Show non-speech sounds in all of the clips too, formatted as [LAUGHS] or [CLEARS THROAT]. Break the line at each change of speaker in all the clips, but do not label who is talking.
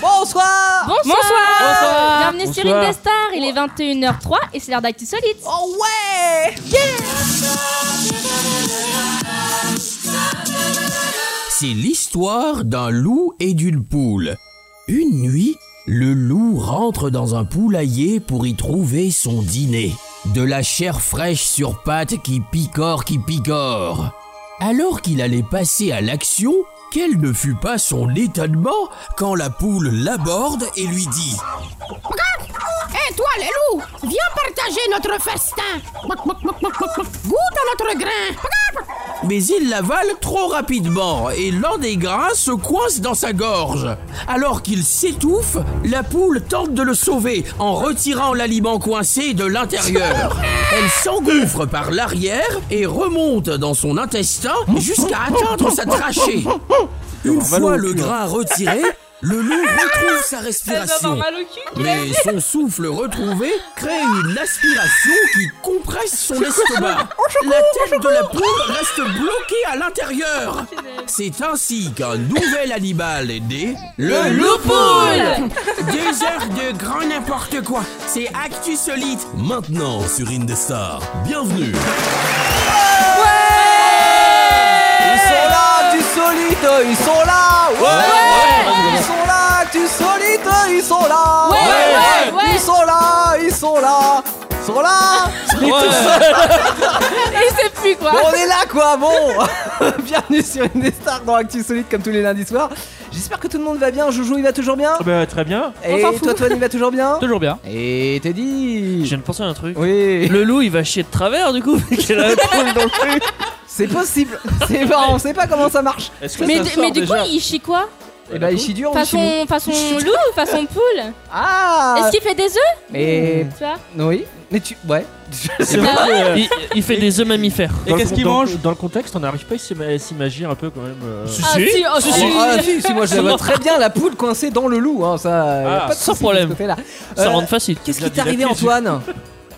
Bonsoir
Bonsoir.
Bonsoir.
Bienvenue sur
Bonsoir.
Indestar, il est 21h03 et c'est l'heure d'actu solide.
Oh ouais
C'est l'histoire d'un loup et d'une poule. Une nuit, le loup rentre dans un poulailler pour y trouver son dîner. De la chair fraîche sur pattes qui picore, qui picore. Alors qu'il allait passer à l'action, quel ne fut pas son étonnement quand la poule l'aborde et lui dit
Hé, toi, les loups, viens partager notre festin. Goûte à notre grain.
Mais il l'avale trop rapidement et l'un des grains se coince dans sa gorge. Alors qu'il s'étouffe, la poule tente de le sauver en retirant l'aliment coincé de l'intérieur. Elle s'engouffre par l'arrière et remonte dans son intestin jusqu'à atteindre sa trachée. Une fois le grain retiré, le loup retrouve sa respiration. Mais son souffle retrouvé crée une aspiration qui compresse son estomac. La tête de la poule reste bloquée à l'intérieur. C'est ainsi qu'un nouvel animal est né, le loup-poule. Deux heures de grand n'importe quoi. C'est Actu Solide. Maintenant sur Indestar. Bienvenue.
Ils sont là, tu solide, ils sont là Ouais, Ils sont là, tu solide, ils sont là
ouais, ouais.
Ils sont là, ils sont là Ils sont [LAUGHS] là
Il sait plus quoi.
Bon, on est là quoi, bon [LAUGHS] Bienvenue sur une des stars dans Actu Solide comme tous les lundis soirs. J'espère que tout le monde va bien, Joujou il va toujours bien
Ah
ben,
Bah, très bien.
Et toi Toine il va toujours
[LAUGHS]
bien
Toujours bien.
Et Teddy
Je viens de penser à un truc.
Oui,
Le loup, il va chier de travers du coup,
[LAUGHS]
vu qu'il [LAUGHS] a la poule dans le cul.
c'est possible C'est pas, on sait pas comment ça marche
Est-ce que
Mais,
ça
d-
sort
mais du coup,
déjà
il chie quoi
Et bah il chie dur, on chie mou.
Façon, façon loup, façon poule.
Ah
Est-ce qu'il fait des œufs
Mais...
Tu vois
Oui, mais tu... Ouais.
C'est vrai que-
Il, il fait des œufs mammifères.
Et qu'est-ce qu'il mange
Dans le contexte, on n'arrive pas à s'imaginer un peu quand même. euh,
Ah si, oh, si.
Ah, si, si, moi je la [LAUGHS] vois très bien la poule coincée dans le loup, hein, ça. y a pas
Ah,
de souci
sans
de ce
problème.
côté-là.
Ça
Euh,
rentre facile.
Qu'est-ce qui
J'ai
t'est arrivé,
la clé, j'ai-
Antoine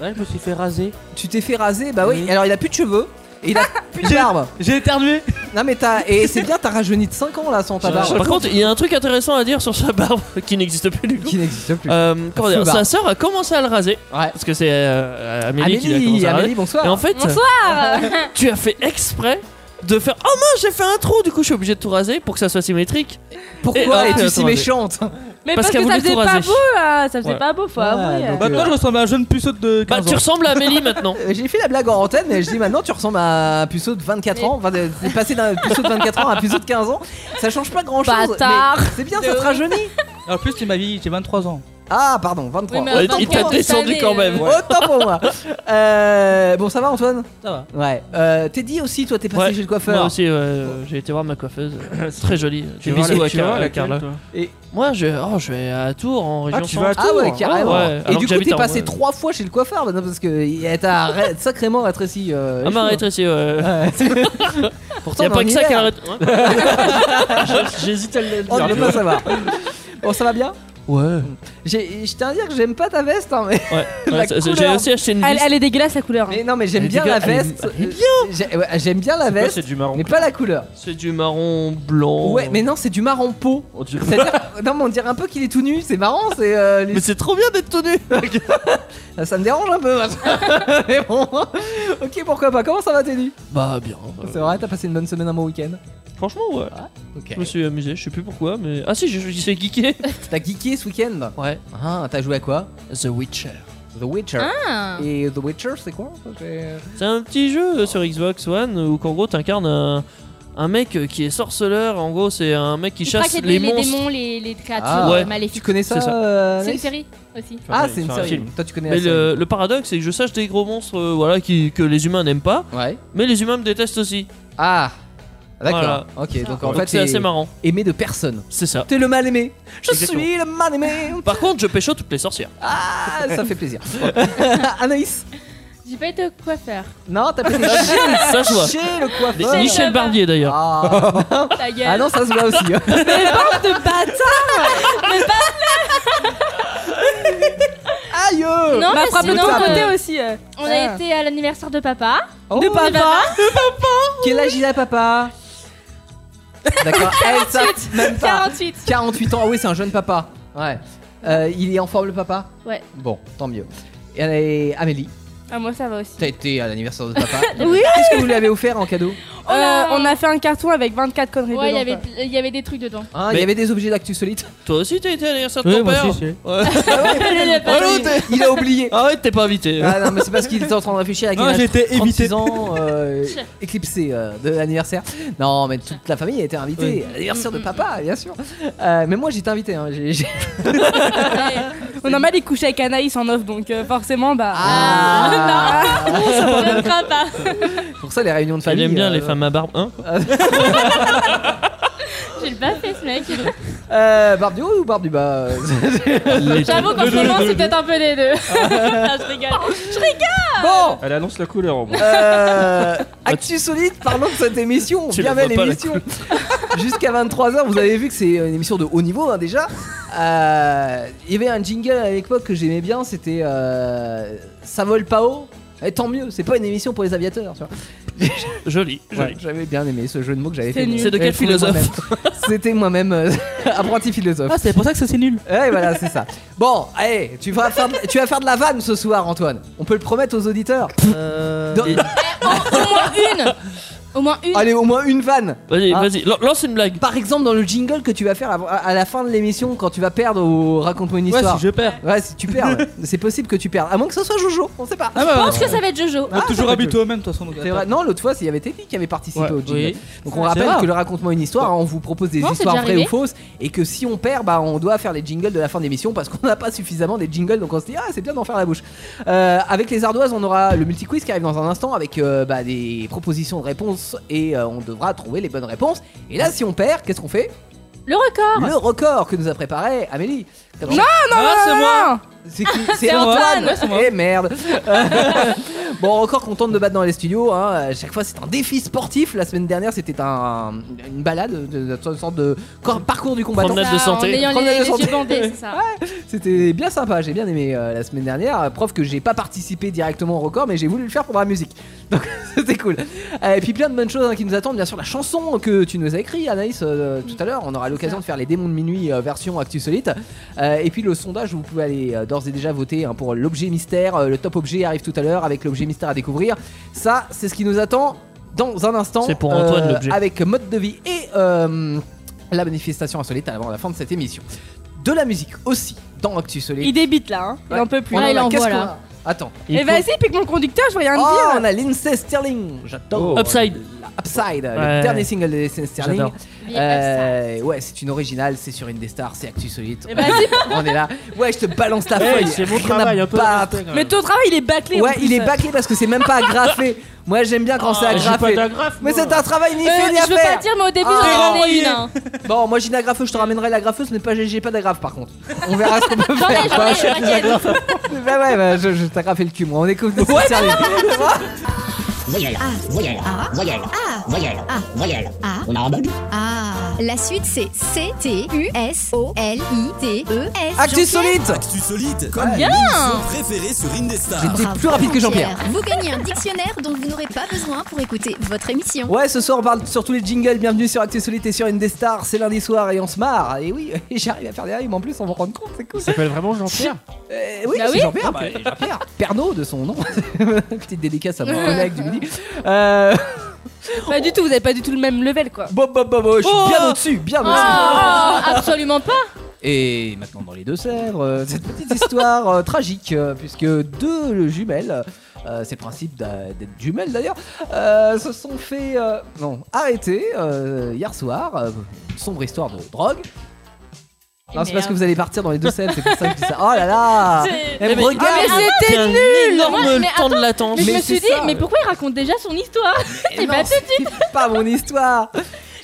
Ouais, je me suis fait raser.
Tu t'es fait raser Bah oui.
Oui.
Alors il a plus de cheveux et il
[LAUGHS]
a plus de barbe.
J'ai éternué.
Non mais t'as et c'est bien, t'as rajeuni de 5 ans là sans ta barbe
Par contre, il y a un truc intéressant à dire sur sa barbe [LAUGHS] qui n'existe plus du coup.
qui n'existe plus.
Euh, comment
Feu
dire, sa
barbe.
sœur a commencé à le raser.
Ouais.
Parce que c'est euh, Amélie, qui l'a
Amélie,
commencé à le
Amélie,
raser.
bonsoir.
Et en fait,
Bonsoir.
tu as fait exprès de faire Oh mince, j'ai fait un trou, du coup je suis obligé de tout raser pour que ça soit symétrique.
Pourquoi
Et-
es-tu
Ah,
si
attendez. [LAUGHS]
méchante
Mais
parce
parce,
qu'elle
que ça
voulait
faisait
tout
pas
raser.
beau, là. ça faisait
Ouais.
pas beau, faut avouer.
donc,
euh.
Maintenant, Bah, je ressemble à un jeune puceau de
Bah,
15
tu
ans.
ressembles à [LAUGHS] Amélie maintenant.
Euh, J'ai fait la blague en antenne, mais je dis maintenant tu ressembles à un puceau de 24 ans. Enfin, de- t'es passé d'un puceau de 24 ans à un puceau de 15 ans. Ça change pas grand chose.
Bâtard.
C'est bien, ça te rajeunit.
En plus, tu m'as vie, j'ai 23 ans.
[LAUGHS] Ah, pardon, 23.
Oui, mais
Ouais,
autant
il
pour
t'a
moi,
descendu
cette
quand
année,
même.
euh,
Ouais.
Autant pour [LAUGHS] moi. Euh, bon, ça va Antoine
Ça va.
Ouais. Euh, Teddy aussi, toi t'es passé
Ouais,
chez le
Moi
coiffeur.
aussi, euh, j'ai été voir ma coiffeuse. C'est très jolie. Des
Tu vas
bisous
la-
à
tu vas
Car- à
laquelle,
Carla.
toi
Moi, je, oh, je vais à Tours en région
Ah, tu
centre.
vas à
ah
Tours
ouais, carrément.
hein. Ouais, alors
Et
que
du coup
j'habite
t'es
à
passé
Rouen.
trois fois chez le coiffeur maintenant parce que elle t'a
[LAUGHS]
ré- sacrément rétréci. euh,
Ah,
les
m'a
cheveux.
arrêté ici. Euh... [LAUGHS]
Pourtant,
Y'a
on est
pas
en
que ça qui
hiver.
arrête. [LAUGHS] J'hésite à le
Oh, ne
dire.
pas savoir. Bon, ça va bien Mm.
Ouais.
J'ai- Je tiens à dire que j'aime pas ta veste, hein, mais,
ouais.
La
ouais, ça- ça- J'ai
couleur.
aussi acheté une
Elle,
vis.
elle est dégueulasse la couleur. hein.
mais non, mais j'aime
Elle
bien
est
la
dégueulasse,
veste. Euh,
elle est- elle est
J'ai- ouais, J'aime bien la
Ouais,
veste,
C'est du marron.
mais pas la couleur.
C'est du marron blanc. Oh,
Ouais, mais non, c'est du marron peau.
On dirait- [LAUGHS]
C'est-à-dire- non, mais on dirait un peu qu'il est tout nu, c'est marrant, c'est. euh, les-
Mais c'est trop bien d'être tout nu.
Ah, Ça me dérange un peu. [LAUGHS] mais bon. Ok, pourquoi pas. Comment ça va, Teddy
Bah, bien. euh,
C'est vrai, t'as passé une bonne semaine, un bon week-end.
Franchement, ouais.
Ah, Ok.
Je me suis amusé, je sais plus pourquoi, mais. Ah, si, j'ai j'ai- j'ai geeké.
T'as geeké ce week-end
Ouais.
Ah, t'as joué à quoi
The Witcher.
The Witcher.
Ah.
Et The Witcher, c'est quoi ça, c'est-
C'est un petit jeu euh, sur Xbox One où qu'en gros t'incarnes un, un mec euh, qui est sorceleur. En gros, c'est un mec qui
Il
chasse
traque
les, monstres.
démons, les, les créatures
Ah.
euh,
Ouais.
Tu
maléfiques.
connais ça,
C'est ça.
euh,
C'est une
Alex
série aussi.
Ah, c'est une
un
série.
film.
Toi, tu connais
Mais
la série.
le, le paradoxe, c'est que je sache des gros monstres euh, voilà, qui, que les humains n'aiment pas,
Ouais.
mais les humains me détestent aussi.
Ah. D'accord.
Voilà.
Ok, donc en
Donc
fait,
c'est
t'es
assez marrant.
aimé de personne.
C'est ça.
T'es le mal aimé. Je
Exactement.
suis le mal aimé.
Par contre, je pécho toutes les sorcières.
Ah, ça fait
[LAUGHS]
plaisir. [LAUGHS] Anaïs.
J'ai pas été au coiffeur.
Non, t'as
[LAUGHS]
passé
ça se voit.
chez le
Des-
coiffeur.
Michel Barbier d'ailleurs.
Ah.
Ta gueule.
Ah non, ça se voit aussi.
de bâtard.
[LAUGHS] Aïe
Non, mais sinon,
le tape.
euh,
aussi. euh.
on
Ah.
a été à l'anniversaire de papa.
Oh,
de
[LAUGHS] de
papa.
papa.
Quel âge il a, papa [LAUGHS] D'accord, elle ça, même pas.
48.
48 ans, ah oui, c'est un jeune papa. Ouais. Euh, il est en forme le papa
Ouais.
Bon, tant mieux. Et Amélie,
Ah, moi, ça va aussi.
t'as été à l'anniversaire de
[LAUGHS]
papa.
Oui.
Qu'est-ce que vous lui avez offert en cadeau
Oh là
Euh,
là.
on a fait un carton avec 24 conneries
Ouais, il y
dedans,
avait
quoi.
il y avait des trucs dedans.
Hein, Il y
Mais-
avait des objets d'actu
[LAUGHS]
solide.
Toi aussi, t'as été à l'anniversaire de
Oui,
ton
moi
père
aussi, j'ai.
Ah
Ouais.
Le lapin
Allô,
de Noël.
t'es-
[LAUGHS] Il a oublié.
Arrête, t'es pas invité.
Ah non, mais c'est parce qu'il était en train de réfléchir avec
Non, j'ai été évité.
36 ans, euh, éclipsé euh, de l'anniversaire. Non, mais toute la famille a été invitée. à L'anniversaire de papa, bien sûr. Euh, mais moi, j'étais invité. hein, j'ai- j'ai-
[LAUGHS] On a mal les coucher avec Anaïs en off, donc euh, forcément, bah.
Ah.
On ne craint pas.
[LAUGHS] Pour ça, les réunions de
Il
famille.
aime bien
euh,
les femmes à barbe,
[LAUGHS]
hein
J'ai le bas fait ce mec.
Euh, barbe du haut ou barbe du bas euh,
J'avoue qu'en ce moment c'est peut-être un peu
[LAUGHS]
des deux. Ah, je rigole.
Bon,
Elle annonce la couleur en moi.
Euh, Actu solide, parlons de cette émission.
Tu
Bien
la vois
belle
pas, la
émission. [LAUGHS] Jusqu'à 23h, vous avez vu que c'est une émission de haut niveau hein, déjà. Euh, Il y avait un jingle à l'époque que j'aimais bien, c'était euh, Ça vole pas haut. Et tant mieux, c'est pas une émission pour les aviateurs. tu vois.
[LAUGHS] Joli,
Ouais,
joli.
J'avais bien aimé ce jeu de mots que j'avais
C'est
fait.
nul.
C'est de
J'avais
quel
trouvé
philosophe
moi-même. C'était moi-même euh, [LAUGHS] apprenti philosophe.
Ah, c'est pour ça que ça c'est nul.
Ouais, voilà, c'est ça. Bon, allez, tu vas, faire de, tu vas faire de la vanne ce soir, Antoine. On peut le promettre aux auditeurs.
Euh,
Dans-
Au moins une. Au moins
[LAUGHS]
une.
Allez, au moins une vanne.
Vas-y,
Ah.
vas-y, lan- lance une blague.
Par exemple, dans le jingle que tu vas faire à- à la fin de l'émission, quand tu vas perdre au Raconte-moi une
Ouais,
histoire.
si je perds.
Ouais, si tu perds,
[LAUGHS]
ouais. c'est possible que tu perdes. À moins que ce soit Jojo, on sait pas.
Ah,
Je
bah,
pense que ça va être Jojo.
on est toujours
ça fait
habitué au même, de toute façon. donc
C'est
attends.
vrai. Non, l'autre fois, il y avait Teddy qui avait participé
Ouais,
au jingle.
oui.
Donc on
C'est
rappelle
rare.
que le Raconte-moi une histoire, hein, on vous propose des
Non, c'est
histoires
déjà
vraies
arrivé.
ou fausses. Et que si on perd, bah, on doit faire les jingles de la fin de l'émission parce qu'on n'a pas suffisamment des jingles. Donc on se dit, ah, c'est bien d'en faire la bouche. Euh, avec les ardoises, on aura le multi-quiz qui arrive dans un instant avec euh, bah, des propositions de réponses et euh, on devra trouver les bonnes réponses. Et là, si on perd, qu'est-ce qu'on fait
Le record.
Le record que nous a préparé Amélie. Comme-
Ah, c'est moi
C'est [LAUGHS] qui C'est Antoine Eh merde [LAUGHS] Bon, encore qu'on tente de battre dans les studios, hein. à chaque fois c'est un défi sportif. La semaine dernière c'était un, une balade, de, de- une sorte de cor- parcours du combattant.
Promenade. Note de
Ah,
santé.
En ayant les,
Promenade de
les
santé.
yeux bandés, c'est ça.
C'était bien sympa, j'ai bien aimé euh, la semaine dernière. Preuve que j'ai pas participé directement au record, mais j'ai voulu le faire pour la musique. [LAUGHS] Donc c'était cool. Euh, et puis plein de bonnes choses hein, qui nous attendent. Bien sûr, la chanson que tu nous as écrite, Anaïs, euh, tout à l'heure. On aura l'occasion de faire les démons de minuit euh, version Actu Solite. Euh, et puis le sondage, vous pouvez aller euh, d'ores et déjà voter hein, pour l'objet mystère. Euh, le top objet arrive tout à l'heure avec l'objet mystère à découvrir. Ça, c'est ce qui nous attend dans un instant. euh,
C'est pour Antoine, l'objet.
Avec mode de vie et euh, la manifestation insolite avant la fin de cette émission. De la musique aussi dans Actu Solite.
Il débite là, hein. il en peut plus.
On en
Ah, il
a-
en
qu'est-ce
voit,
qu'on a
là.
Attends.
Il
Et
faut-
Eh, vas-y, pique mon conducteur, je rien
Oh,
te
on
dire.
a Lindsay Sterling. J'adore.
Upside.
Upside, le
Ouais.
dernier single de Lindsay Sterling.
J'adore.
The
Euh, ouais, c'est une originale, c'est sur une des stars, c'est Actu Solide.
Et vas-y,
[LAUGHS] on est là. Ouais, je te balance la
Hey,
feuille.
c'est mon
Rien à
travail, un peu.
battre.
mais ton travail il est bâclé. en
Ouais,
plus.
il est bâclé parce que c'est même pas agrafé. Moi, j'aime bien quand c'est
Ah,
Je suis pas
agrafé.
d'agrafe.
Mais
moi.
c'est un travail ni
Euh,
fait ni à
je veux pas
faire.
dire, mais au début
Ah.
j'en ai
Renvoyé.
une. hein.
Bon, moi j'ai une agrafeuse, je te ramènerai l'agrafeuse, mais pas j'ai j'ai pas d'agrafe par contre. On verra ce qu'on
[LAUGHS]
peut
J'en ai,
faire.
j'en ai, t'inquiète.
Bah ouais, bah, je, je t'agrafe le cul, moi. On écoute Lindsay
[LAUGHS]
Stirling.
Voyelle A, voyelle A, voyelle A, voyelle A, voyelle A. On a entendu
Ah, la suite c'est C T U S O L I T E S.
Actu
Jean-Pierre.
solide
Actu solide, comme
Bien.
l'émission préférée sur Indestar.
J'étais
Bravo,
plus rapide que Jean-Pierre.
Vous gagnez un dictionnaire dont vous n'aurez pas besoin pour écouter votre émission.
Ouais, ce soir on parle sur tous les jingles. Bienvenue sur Actu Solite et sur une des stars. C'est lundi soir et on se marre. Et oui, [LAUGHS] j'arrive à faire des rimes en plus, on va rendre compte, c'est cool.
Il s'appelle vraiment Jean-Pierre Ah
Euh, oui,
Bah
c'est
oui.
Jean-Pierre. bah, Jean-Pierre. Pernaud de son nom. [LAUGHS] Petite dédicace à
[LAUGHS]
mon collègue du midi. Euh,
Pas du tout, vous avez pas du tout le même level quoi. Ah,
Bob, Bob, Bob, je suis
Oh.
bien au-dessus, bien
Oh,
au-dessus. ah,
absolument pas.
Et maintenant dans les Deux-Sèvres, euh, cette petite histoire euh, tragique, euh, puisque deux euh, jumelles, euh, c'est le principe d'a- d'être jumelles d'ailleurs, euh, se sont fait euh, non, arrêter euh, hier soir, euh, sombre histoire de drogue. Non, c'est parce que vous allez partir dans les Deux-Sèvres, c'est pour ça que je dis ça. Oh là là
C'est-
Elle me
Mais-
regarde
Ah, mais
C'est Eh, un énorme
Mais moi, mais
temps de latence.
Mais, je
Mais
me suis
c'est
dit,
ça,
mais
ouais.
pourquoi il raconte déjà son histoire
Eh
[LAUGHS]
Et
non,
bah, tout de suite,
c'est pas mon histoire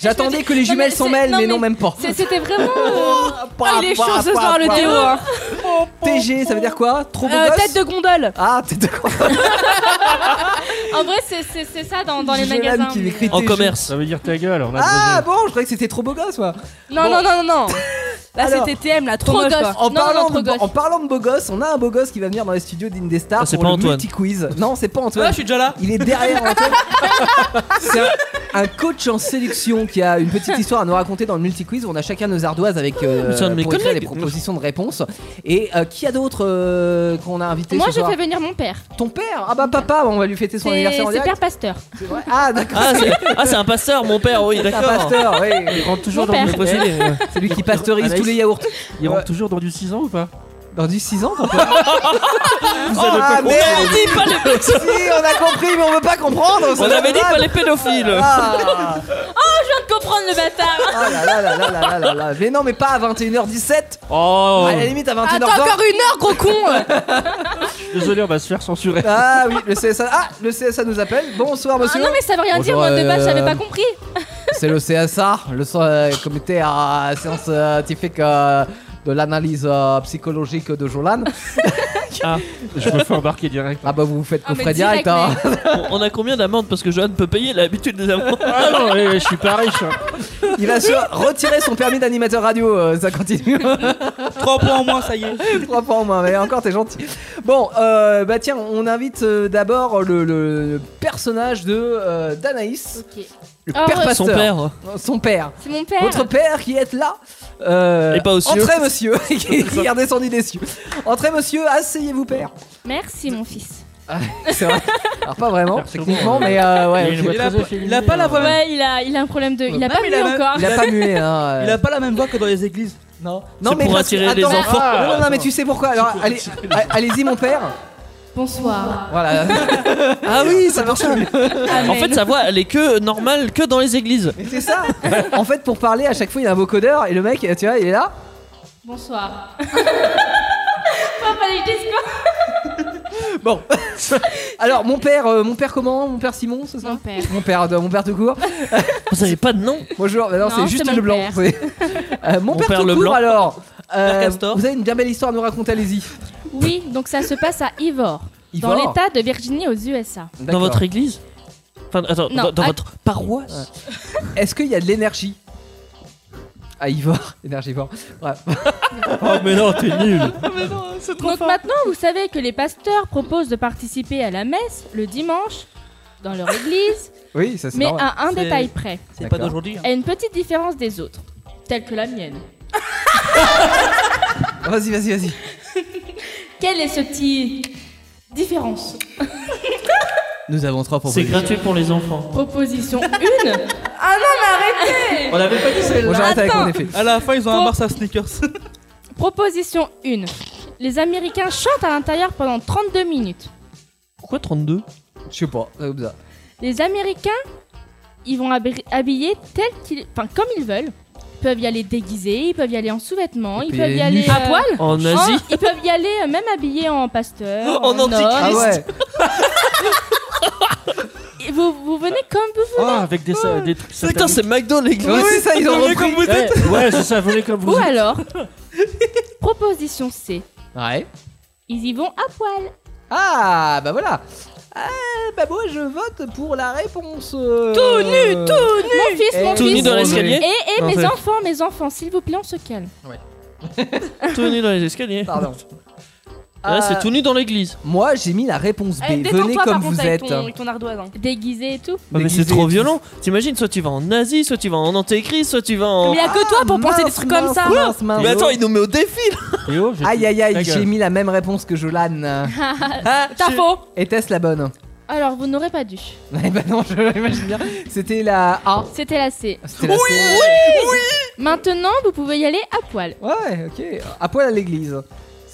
J'attendais
dis-
que les
non,
jumelles
mais
s'en
c'est-
mêlent,
non,
mais non,
mais
même pas
c'est- c'était vraiment. euh,
Ah, il est chaud ce soir le duo. hein.
TG, ça veut dire quoi Trop beau
Euh,
gosse
tête de gondole.
Ah, tête de con
En vrai, c'est- c'est c'est ça dans, dans les
Jolan
magasins.
qui
mais-
m'écrit
En
TG.
commerce.
Ça veut dire ta gueule, on a
Ah bon, je croyais que c'était trop beau gosse, moi.
Non,
Bon.
non, non, non, non. Là
Alors.
c'était TM là, trop,
Trop
moche,
gosse.
quoi.
En,
Non,
parlant
non, trop
de,
gosse.
en parlant de beau gosse, on a un beau gosse qui va venir dans les studios d'Indestar
Ah, c'est
pour
pas
le
Antoine.
Ah,
multi quiz. Non, c'est pas Antoine. [LAUGHS]
Ah, je suis déjà là.
Il est derrière Antoine. C'est un- un coach en sélection qui a une petite histoire à nous raconter dans le multi-quiz. où On a chacun nos ardoises avec euh,
Mais c'est un de mes
pour écrire les
collègues.
propositions de réponses. Et euh, qui a d'autre euh, qu'on a invité
Moi,
ce
je
soir
fais venir mon père.
Ton père Ah bah papa, on va lui fêter son
C'est
anniversaire en
c'est
direct.
père pasteur.
Ah d'accord. [LAUGHS]
Ah, c'est ah, c'est un pasteur, mon père, oui,
C'est un
d'accord.
pasteur, oui. Il rentre
toujours Mon dans le père.
procédé, ouais.
[LAUGHS] C'est lui qui pasteurise
Anaïs,
tous les yaourts.
Il rentre
Ouais.
toujours dans du 6 ans ou pas
Dans du 6 ans, pourquoi
Vous
Oh,
avez
ah,
pas compris.
merde.
On avait dit pas les-
Si, on a compris, mais on veut pas comprendre. c'est
On avait dit
normal.
pas les pédophiles.
Ah.
Je viens de comprendre le bâtard.
Ah là là là là là là là là. Mais non, mais pas à 21h17.
Oh.
À la limite à 21h20.
Attends encore une heure, gros
[LAUGHS]
con
Désolé, on va se faire censurer.
Ah oui, le CSA. Ah, le CSA nous appelle. Bonsoir
Ah
monsieur.
non, mais ça veut rien dire,
Bonjour,
moi de
euh,
base, j'avais pas compris.
C'est le CSA, le so- euh, comité à sciences scientifiques euh, de l'analyse euh, psychologique de Jolan.
Ah.
Je me fais embarquer direct.
Ah bah vous vous faites
Ah, mais
coffrer direct.
direct,
hein.
[LAUGHS] On- On a combien d'amendes parce que Johan peut payer l'habitude des amendes.
Ah non, eh, je suis pas riche. hein.
Il va se retirer son permis d'animateur radio, euh, ça continue.
3 points en moins, ça y est.
[LAUGHS] Trois fois en moins, mais encore t'es gentil. Bon, euh, bah tiens, on invite euh, d'abord le, le personnage de euh, d'Anaïs,
Ok.
le
Ah,
père
ouais.
pasteur.
Son père.
Non, Son père.
C'est mon père.
Votre père qui est là. Euh,
Et pas au cieux.
Entrez monsieur. [LAUGHS] Qui- Regardez son idée dessus. Entrez monsieur, asseyez-vous père.
Merci, mon fils.
C'est vrai. Alors pas vraiment
Surtout,
techniquement,
euh,
mais euh, ouais.
Il a une voix
Il a
très
pas-
efféminée,
il a pas la
Ah,
euh.
voix même.
Ouais, il a, il a un problème de. Il a
Non,
pas
mais
vu
il a même-
encore.
Il a pas mué. Hein,
Il a pas la même voix que dans les églises. Non.
Non
C'est
mais
pour
parce-
attirer les
attends.
enfants.
Non, non, non, mais tu sais pourquoi Alors allez, allez-y mon père.
Bonsoir.
[LAUGHS] Voilà.
Ah oui,
ça marche mieux.
En fait, sa voix, elle est que normale que dans les églises.
Mais c'est ça [LAUGHS] En fait, pour parler, à chaque fois, il y a un vocodeur et le mec, tu vois, il est là. [LAUGHS]
Bonsoir. Papa, il dit quoi
[LAUGHS] Bon. Alors, mon père, euh, mon père comment Mon père Simon, c'est ça
Mon père.
Mon père, de, mon père tout court.
Vous avez pas de nom
Bonjour. Mais non,
Non,
c'est
c'est
juste
mon
le blanc.
père.
c'est- Euh, mon,
Mon
père,
père
tout
le
court,
blanc.
alors. euh,
Père Castor.
vous avez une bien belle histoire à nous raconter, allez-y.
Oui, donc ça se passe à Ivor, dans
Ivor.
l'état de Virginie aux USA.
Dans
D'accord.
votre église Enfin, attends,
Non,
dans, dans
att-
votre paroisse
Est-ce qu'il y a de l'énergie Ah, [LAUGHS] Ivor, énergivore. Ouais.
Ah,
Oh, mais non, t'es nul.
Donc maintenant, vous savez que les pasteurs proposent de participer à la messe le dimanche dans leur église,
Oui, ça [LAUGHS] c'est
mais
normal.
à un
C'est-
détail près,
C'est
D'accord.
pas d'aujourd'hui. hein.
à une petite différence des autres, telle que la mienne.
Vas-y, vas-y,
[LAUGHS]
vas-y.
Quelle est ce petit différence
Nous avons trois
C'est
propositions.
gratuit pour les enfants.
Proposition 1
On avait pas
Bon,
dit celle-là.
j'arrête avec mon effet.
À la fin, ils ont
Faut-
un Mars à sneakers. [LAUGHS]
Proposition 1. Les Américains chantent à l'intérieur pendant 32 minutes.
Pourquoi 32
Je sais pas, c'est comme ça.
Les Américains, ils vont habri- habiller tel qu'ils, enfin comme ils veulent. Ils peuvent y aller déguisés, ils peuvent y aller en sous-vêtements, ils,
peuvent y
peuvent y
aller
aller
nus.
à poil.
En Asie
[LAUGHS] ils peuvent y aller euh, même habillés en
[LAUGHS]
pasteur,
En
nonne.
Ah
antiquiste.
ouais
Et Vous, vous venez comme vous
Oh,
voulez.
Ah, avec des, sa- des trucs.
Putain, c'est McDo l'église
Ouais, c'est ça, ils ont repris.
Eh,
Ouais, ouais, c'est ça, volez comme vous.
Ou
[LAUGHS]
êtes.
alors, proposition C.
Ouais.
Ils y vont à poil.
Ah, bah voilà. Ah, bah moi je vote pour la réponse. euh, Eh Tout nu, tout
Mon fils, mon
Tout nu
fils.
dans
et et
l'escalier Non,
mes
c'est-
enfants, mes enfants, s'il vous plaît, on se calme.
Tout nu dans les escaliers.
Pardon.
Là,
Euh,
c'est tout nu dans l'église.
Moi j'ai mis la réponse B.
Eh,
Venez
Détends-toi par
comme
contre
vous
avec
êtes.
ton, avec ton ardoise. hein.
Déguisés et tout.
Ah, mais
Déguisé
c'est
et
trop
tout.
violent. T'imagines, soit tu vas en Asie, soit tu vas en Antéchrist, soit tu vas en.
Mais y a que
Ah,
toi pour penser des trucs comme ça.
Mince, mince,
Mais attends,
mince.
il nous met au défi là
Et oh, j'ai-
Aïe aïe
Ta
aïe,
gueule.
j'ai mis la même réponse que Jolan. Ah,
T'as faux.
Était-ce la bonne [LAUGHS]
Alors, vous n'aurez pas dû.
Eh bah non, je l'imagine bien. C'était la A.
C'était la C.
C'était la C.
Maintenant, vous pouvez y aller à poil.
Ouais, ok. À poil à l'église.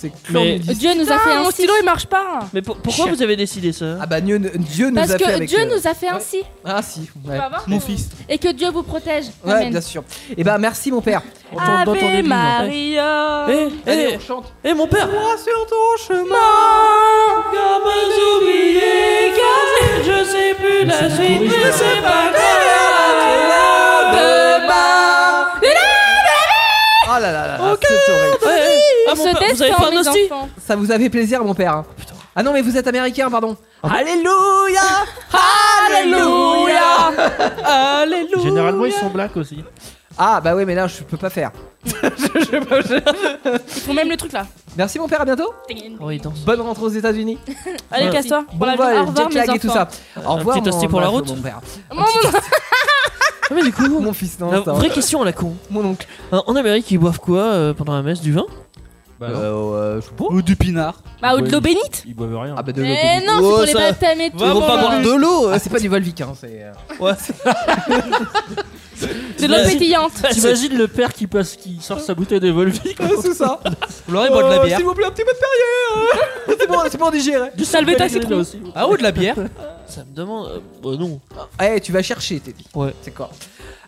C'est
Mais-
clandestin.
Dieu nous a fait
Putain, mon
ainsi.
stylo il marche pas.
Mais pour- pourquoi vous avez décidé ça
Ah bah Dieu, Dieu nous
Parce
a fait
que
avec,
Dieu
euh,
nous a fait
ouais.
ainsi.
Ah si, ouais.
Mon fils.
Et que Dieu vous protège.
Ouais,
Amen.
bien sûr. Et bah merci mon père.
On
Ah,
tombe dans ton
Ave
église, hein.
Maria.
Eh, eh,
Allez, on chante.
eh, mon père
Moi sur ton chemin.
je sais plus la suite, mais c'est pas
Ah,
ah,
Oh là là là, là, c'est horrible.
Ah,
On
mon
se
père, vous avez
défend,
fait un
mes
hostie
enfants.
Ça vous a fait plaisir, mon père. hein. Ah non, mais vous êtes américain, pardon. Alléluia Alléluia
Généralement, ils sont blacks aussi.
Ah bah oui, mais là, je peux pas faire. Je- je peux- je-
Ils font même le truc là.
Merci, mon père, à bientôt.
Oh, il danse.
Bonne rentrée aux États-Unis.
Allez,
Ouais.
casse-toi.
Bon
Voilà,
vol,
au revoir,
jet lag
mes
et tout
enfants.
ça. Au revoir,
petit toasty
mon-
pour la
mon-
route.
mon père.
Mon- mon-
Ah, mais du coup,
mon fils, non.
La
c'est un-
vraie question à la con.
Mon oncle.
Euh, en Amérique, ils boivent quoi euh, pendant la messe Du vin
Euh,
Ou du pinard.
Bah, ou de l'eau bénite
Ils boivent rien.
Ah, bah de
Eh
l'eau.
non,
bénite.
c'est pour les
ça-
baptêmes et tout.
Ils vont pas boire de l'eau.
Ah,
c'est pas du Volvic, hein. C'est.
Ouais.
C'est de l'eau pétillante.
T'imagines le père qui passe, qui sort sa bouteille de Volvic
c'est ça.
Vous l'aurez boit de la bière.
Oh, S'il vous plaît, un petit peu de perrier. hein. C'est bon, c'est bon, digérer.
Du salvetta, c'est trop.
Ah, ou de la bière.
Ça me demande. euh, bah, non.
Eh, tu vas chercher, t'es dit.
Ouais.
C'est quoi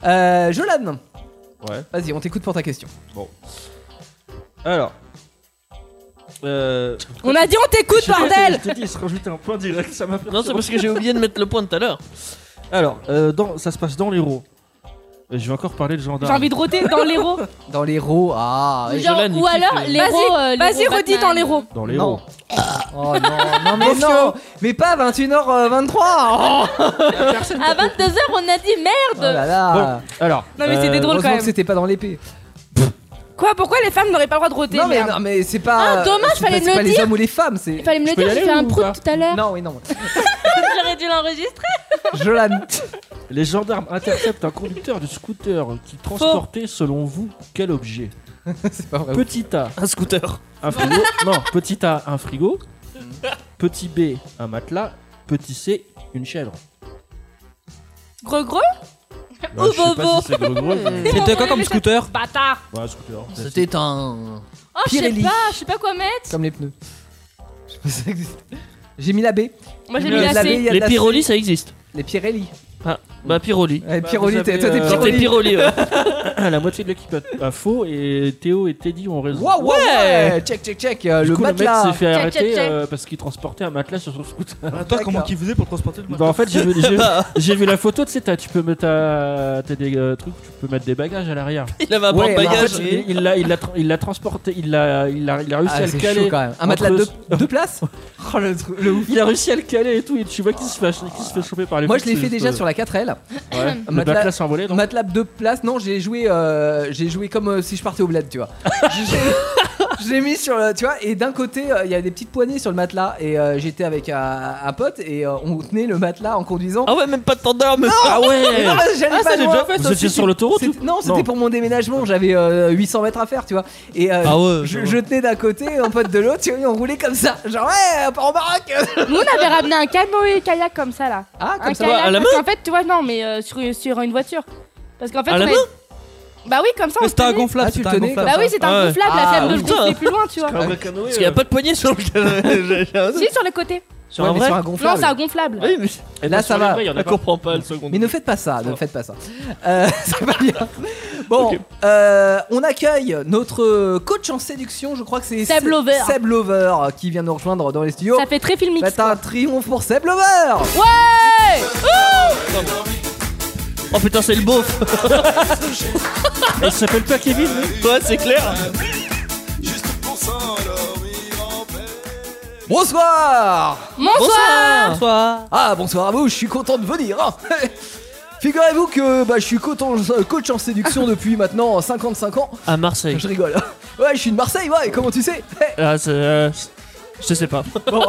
euh, Jolan.
Ouais.
Vas-y, on t'écoute pour ta question.
Bon.
Alors. Euh.
On a dit on t'écoute, bordel
Je te dis, il se rajoute un point direct, ça m'a fait
Non, c'est parce que j'ai oublié de mettre le point tout à l'heure.
Alors, euh, dans- ça se passe dans l'héros. Je vais encore parler de gendarme.
J'ai envie de roter dans l'héros.
Dans l'héros, ah.
Ou
et
genre-
Jolan,
ou
il kiffe
alors,
le-
les- L'héros, euh, Vas-y, vas-y,
l'héros
redis
Batman.
dans l'héros.
Dans
Non.
l'héros.
Oh non, non mais non Mais pas 21h23 euh, oh, oh
À 22h, on a dit merde.
là là
Alors.
Non, mais c'était drôle
euh,
quand
Heureusement que
même.
c'était pas dans l'épée.
Quoi Pourquoi les femmes n'auraient pas le droit de roter
Non mais,
merde
non mais c'est pas.
Ah, dommage,
c'est pas-
fallait
c'est
me
pas
le
les
dire.
hommes ou les femmes, c'est.
Il fallait me le
Je peux
dire,
y
j'ai
aller
fait
ou
un prout
pas
tout à l'heure.
Non, oui, non.
J'aurais dû l'enregistrer.
Jolan. [LAUGHS]
Les gendarmes interceptent un conducteur de scooter qui transportait, selon vous, quel objet
c'est pas vrai.
Petit A,
Un scooter.
[LAUGHS]
un frigo. non, petit A, un frigo. Petit B, un matelas. Petit C, une chèvre.
Gros gros
Non, Bah, je sais
bobo.
pas si c'est gros gros,
[LAUGHS]
mais-
C'était quoi comme scooter
Bâtard
Ouais, un scooter.
C'était un.
Oh, je sais
Pirelli.
pas, je sais pas quoi mettre.
Comme les pneus. Je sais pas si ça existe. J'ai mis la B.
Moi j'ai
Il y
mis
a de
la
la
C.
baie, il y a de
Les
la
Piroli, ça existe.
Les Pirelli.
Ah, bah, Piroli.
Eh,
Bah,
Piroli,
vous
t'es-
avez,
toi t'es
euh,
J'étais
Piroli.
Piroli, ouais.
[COUGHS] La moitié de l'équipe a, a faux et Théo et Teddy ont raison.
Waouh, ouais. Check, check, check. euh,
Du
le
coup,
matelas.
mec s'est fait
Check,
arrêter
check, check.
euh, parce qu'il transportait un matelas sur son scooter.
Attends, comment qu'il faisait pour transporter le
Bah en fait j'ai vu, j'ai vu- j'ai vu la photo, tu sais, t'as- tu peux mettre ta, t'as des euh, trucs, tu peux mettre des bagages à l'arrière. Bah,
Il avait un
Ouais,
porte
mais en
En
bagage.
fait, il- il l'a, il l'a, tra- il l'a transporté, il l'a, il l'a, il a réussi
Ah,
à le
c'est chaud
caler.
quand même. Un
entre
matelas de
le-
deux, places Oh le, truc- le ouf.
Il a réussi à le caler et tout, et tu vois qu'il se fait, ach- qu'il se fait choper par les.
Moi je
flics,
l'ai
c'est
fait
juste,
déjà
euh,
sur la 4L.
ouais.
Un
Le
matelas-
matelas s'est envolé. Donc.
Matlab de place, non, j'ai joué, euh, j'ai joué comme euh, si je partais au bled, tu vois. J'ai- J'ai mis sur le, tu vois, et d'un côté, euh, il y a des petites poignées sur le matelas, et euh, j'étais avec un, un pote, et euh, on tenait le matelas en conduisant.
Ah ouais, même pas de tendorme. Ah
Mais
ouais.
non, parce que j'allais
Ah,
pas
ça, j'ai
loin.
déjà fait,
Vous étiez sur l'autoroute
C'était- Non, c'était
Non.
pour mon déménagement, j'avais euh, 800 mètres à faire, tu vois. Et euh,
Ah ouais,
je,
je vois.
je tenais d'un côté, un pote de l'autre, tu vois, et on roulait comme ça. Genre, ouais, on part en baraque
Nous on avait ramené un canoë kayak comme ça là.
Ah, comme
un
ça.
va, à la
parce qu'en fait tu vois non mais euh, sur, sur une voiture. Parce qu'en fait
À
on
la
est-
main
Bah oui comme ça on
Mais c'était
se
un
tenait.
Ah,
gonflable,
tu
c'était un
tenais
gonflable.
Bah oui c'était
Ah
un
ouais.
gonflable, la
Ah,
flamme de le
putain.
gonfler plus loin tu vois.
euh,
Parce qu'il n'y a pas de poignée sur le
Si sur le côté.
Sur
Ouais,
un
mais
vrai
sur un
Non
gonflable.
c'est un gonflable.
Oui, mais.
Et
Là, ça
dans- sur les
va.
vrais, il y en a Oh.
Elle
pas.
comprend pas le second.
Mais ne faites pas ça, ne faites pas ça. Euh, [LAUGHS] c'est pas bien. Bon,
Ok.
euh, on accueille notre coach en séduction, je crois que c'est
Seb Lover.
Seb Lover, euh, qui vient nous rejoindre dans les studios.
Ça fait très filmique.
C'est un triomphe pour Seb Lover
Ouais
Oh putain, c'est le [LAUGHS] beauf.
Il s'appelle pas Kevin. lui
Ouais, c'est clair.
Juste pour s'endormir en paix.
Bonsoir
Bonsoir
Bonsoir.
Ah, bonsoir à vous, je suis content de venir hein. [LAUGHS] Figurez-vous que bah, je suis coach en, coach en séduction [LAUGHS] depuis maintenant 55 ans.
À Marseille.
Je rigole. Ouais, je suis de Marseille, ouais, comment tu sais
Ah, c'est. euh, Je sais pas.
Bon,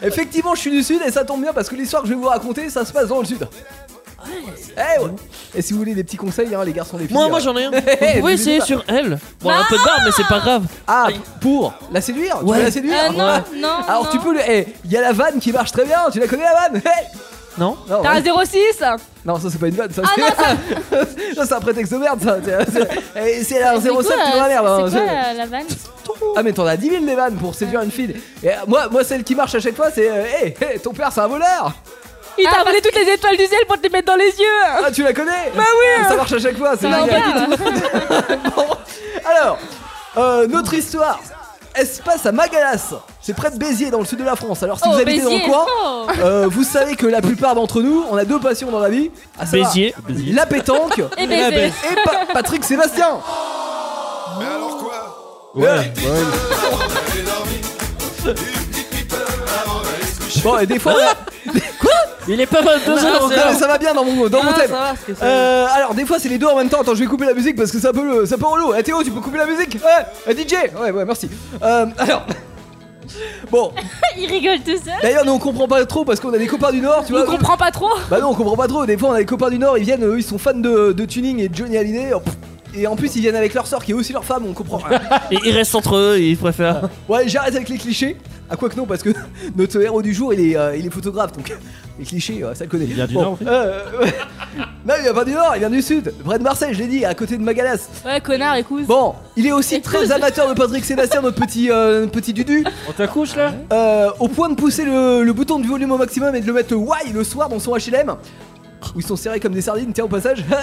effectivement, je suis du sud et ça tombe bien parce que l'histoire que je vais vous raconter, ça se passe dans le sud. Eh ouais. Et si vous voulez des petits conseils, hein, les garçons, les filles.
Moi,
euh,
moi
[LAUGHS]
j'en [LAUGHS] ai un.
Hey,
Vous pouvez
dis
essayer
ça.
sur elle. Bon, elle a un peu de barbe, mais c'est pas grave.
Ah, pour la séduire Tu
Ouais.
veux la séduire
Euh, non, non.
Alors,
non.
tu peux le. Eh, il y a la vanne qui marche très bien, tu la connais la vanne Hey
Non
non,
T'as
ouais.
un 06
non, ça c'est pas une vanne, ça
Ah,
c'est. [LAUGHS] ça, c'est un prétexte de merde, ça. C'est- c'est- eh, C'est la 07
C'est quoi,
tu vois la merde. hein,
C'est quoi
c'est-
euh la-
[LAUGHS]
la vanne
Ah, mais t'en as 10 000 des vannes pour séduire une fille. Et, euh, moi, moi, celle qui marche à chaque fois, c'est. euh, Hey, hey, ton père c'est un voleur
Il
Ah,
t'a volé toutes les étoiles du ciel pour te les mettre dans les yeux
Ah, tu la connais Bah oui Ça marche à chaque fois, c'est
Non,
génial.
pas du tout.
Bon, alors, euh, notre histoire, elle se passe à Magalas. C'est près de Béziers, dans le sud de la France. Alors, si vous
Oh,
habitez dans
Béziers
le
[LAUGHS]
coin,
oh.
euh, vous savez que la plupart d'entre nous, on a deux passions dans la vie. à savoir
Béziers.
La pétanque et
Et
Ah, ben,
baiser.
Pa- Patrick Sébastien.
Mais alors quoi
Ouais,
Une petite peur avant d'aller dormir. Une petite pipeur avant d'aller se coucher.
Bon, et des fois,
Il est pas 22
Ah,
Non,
h
mais ça va bien dans mon, dans mon thème. Euh, alors, des fois, c'est les deux en même temps. Attends, je vais couper la musique parce que c'est un peu, le- c'est un peu relou. Eh, Théo, tu peux couper la musique Ouais, eh, DJ Ouais, ouais, merci. Euh, alors. [LAUGHS] Bon,
[LAUGHS] Il rigole tout seul.
d'ailleurs, nous on comprend pas trop parce qu'on a des copains du Nord, ben. tu vois.
On comprend pas trop.
Bah non, on comprend pas trop. Des fois, on a des copains du Nord, ils viennent, eux, ils sont fans de, de Tuning et de Johnny Hallyday. Oh, pff. Et en plus, ils viennent avec leur sœur qui est aussi leur femme, on comprend rien.
Et ils restent entre eux, ils préfèrent.
Ouais, j'arrête avec les clichés. À quoi que non, parce que [LAUGHS] notre héros du jour, il est, euh, il est photographe, donc [LAUGHS] les clichés, euh, ça le connaît. Il vient
du Nord, oui.
[LAUGHS] non, il vient pas du Nord, il vient du Sud. Près de Marseille, je l'ai dit, à côté de Magalas.
Ouais, connard, écoute.
Bon, il est aussi très amateur de Patrick Sébastien, notre petit, euh, notre petit Dudu.
On t'accouche là
Euh, au point de pousser le, le bouton du volume au maximum et de le mettre le Y le soir dans son HLM. Où ils sont serrés comme des sardines, tiens au passage. [LAUGHS]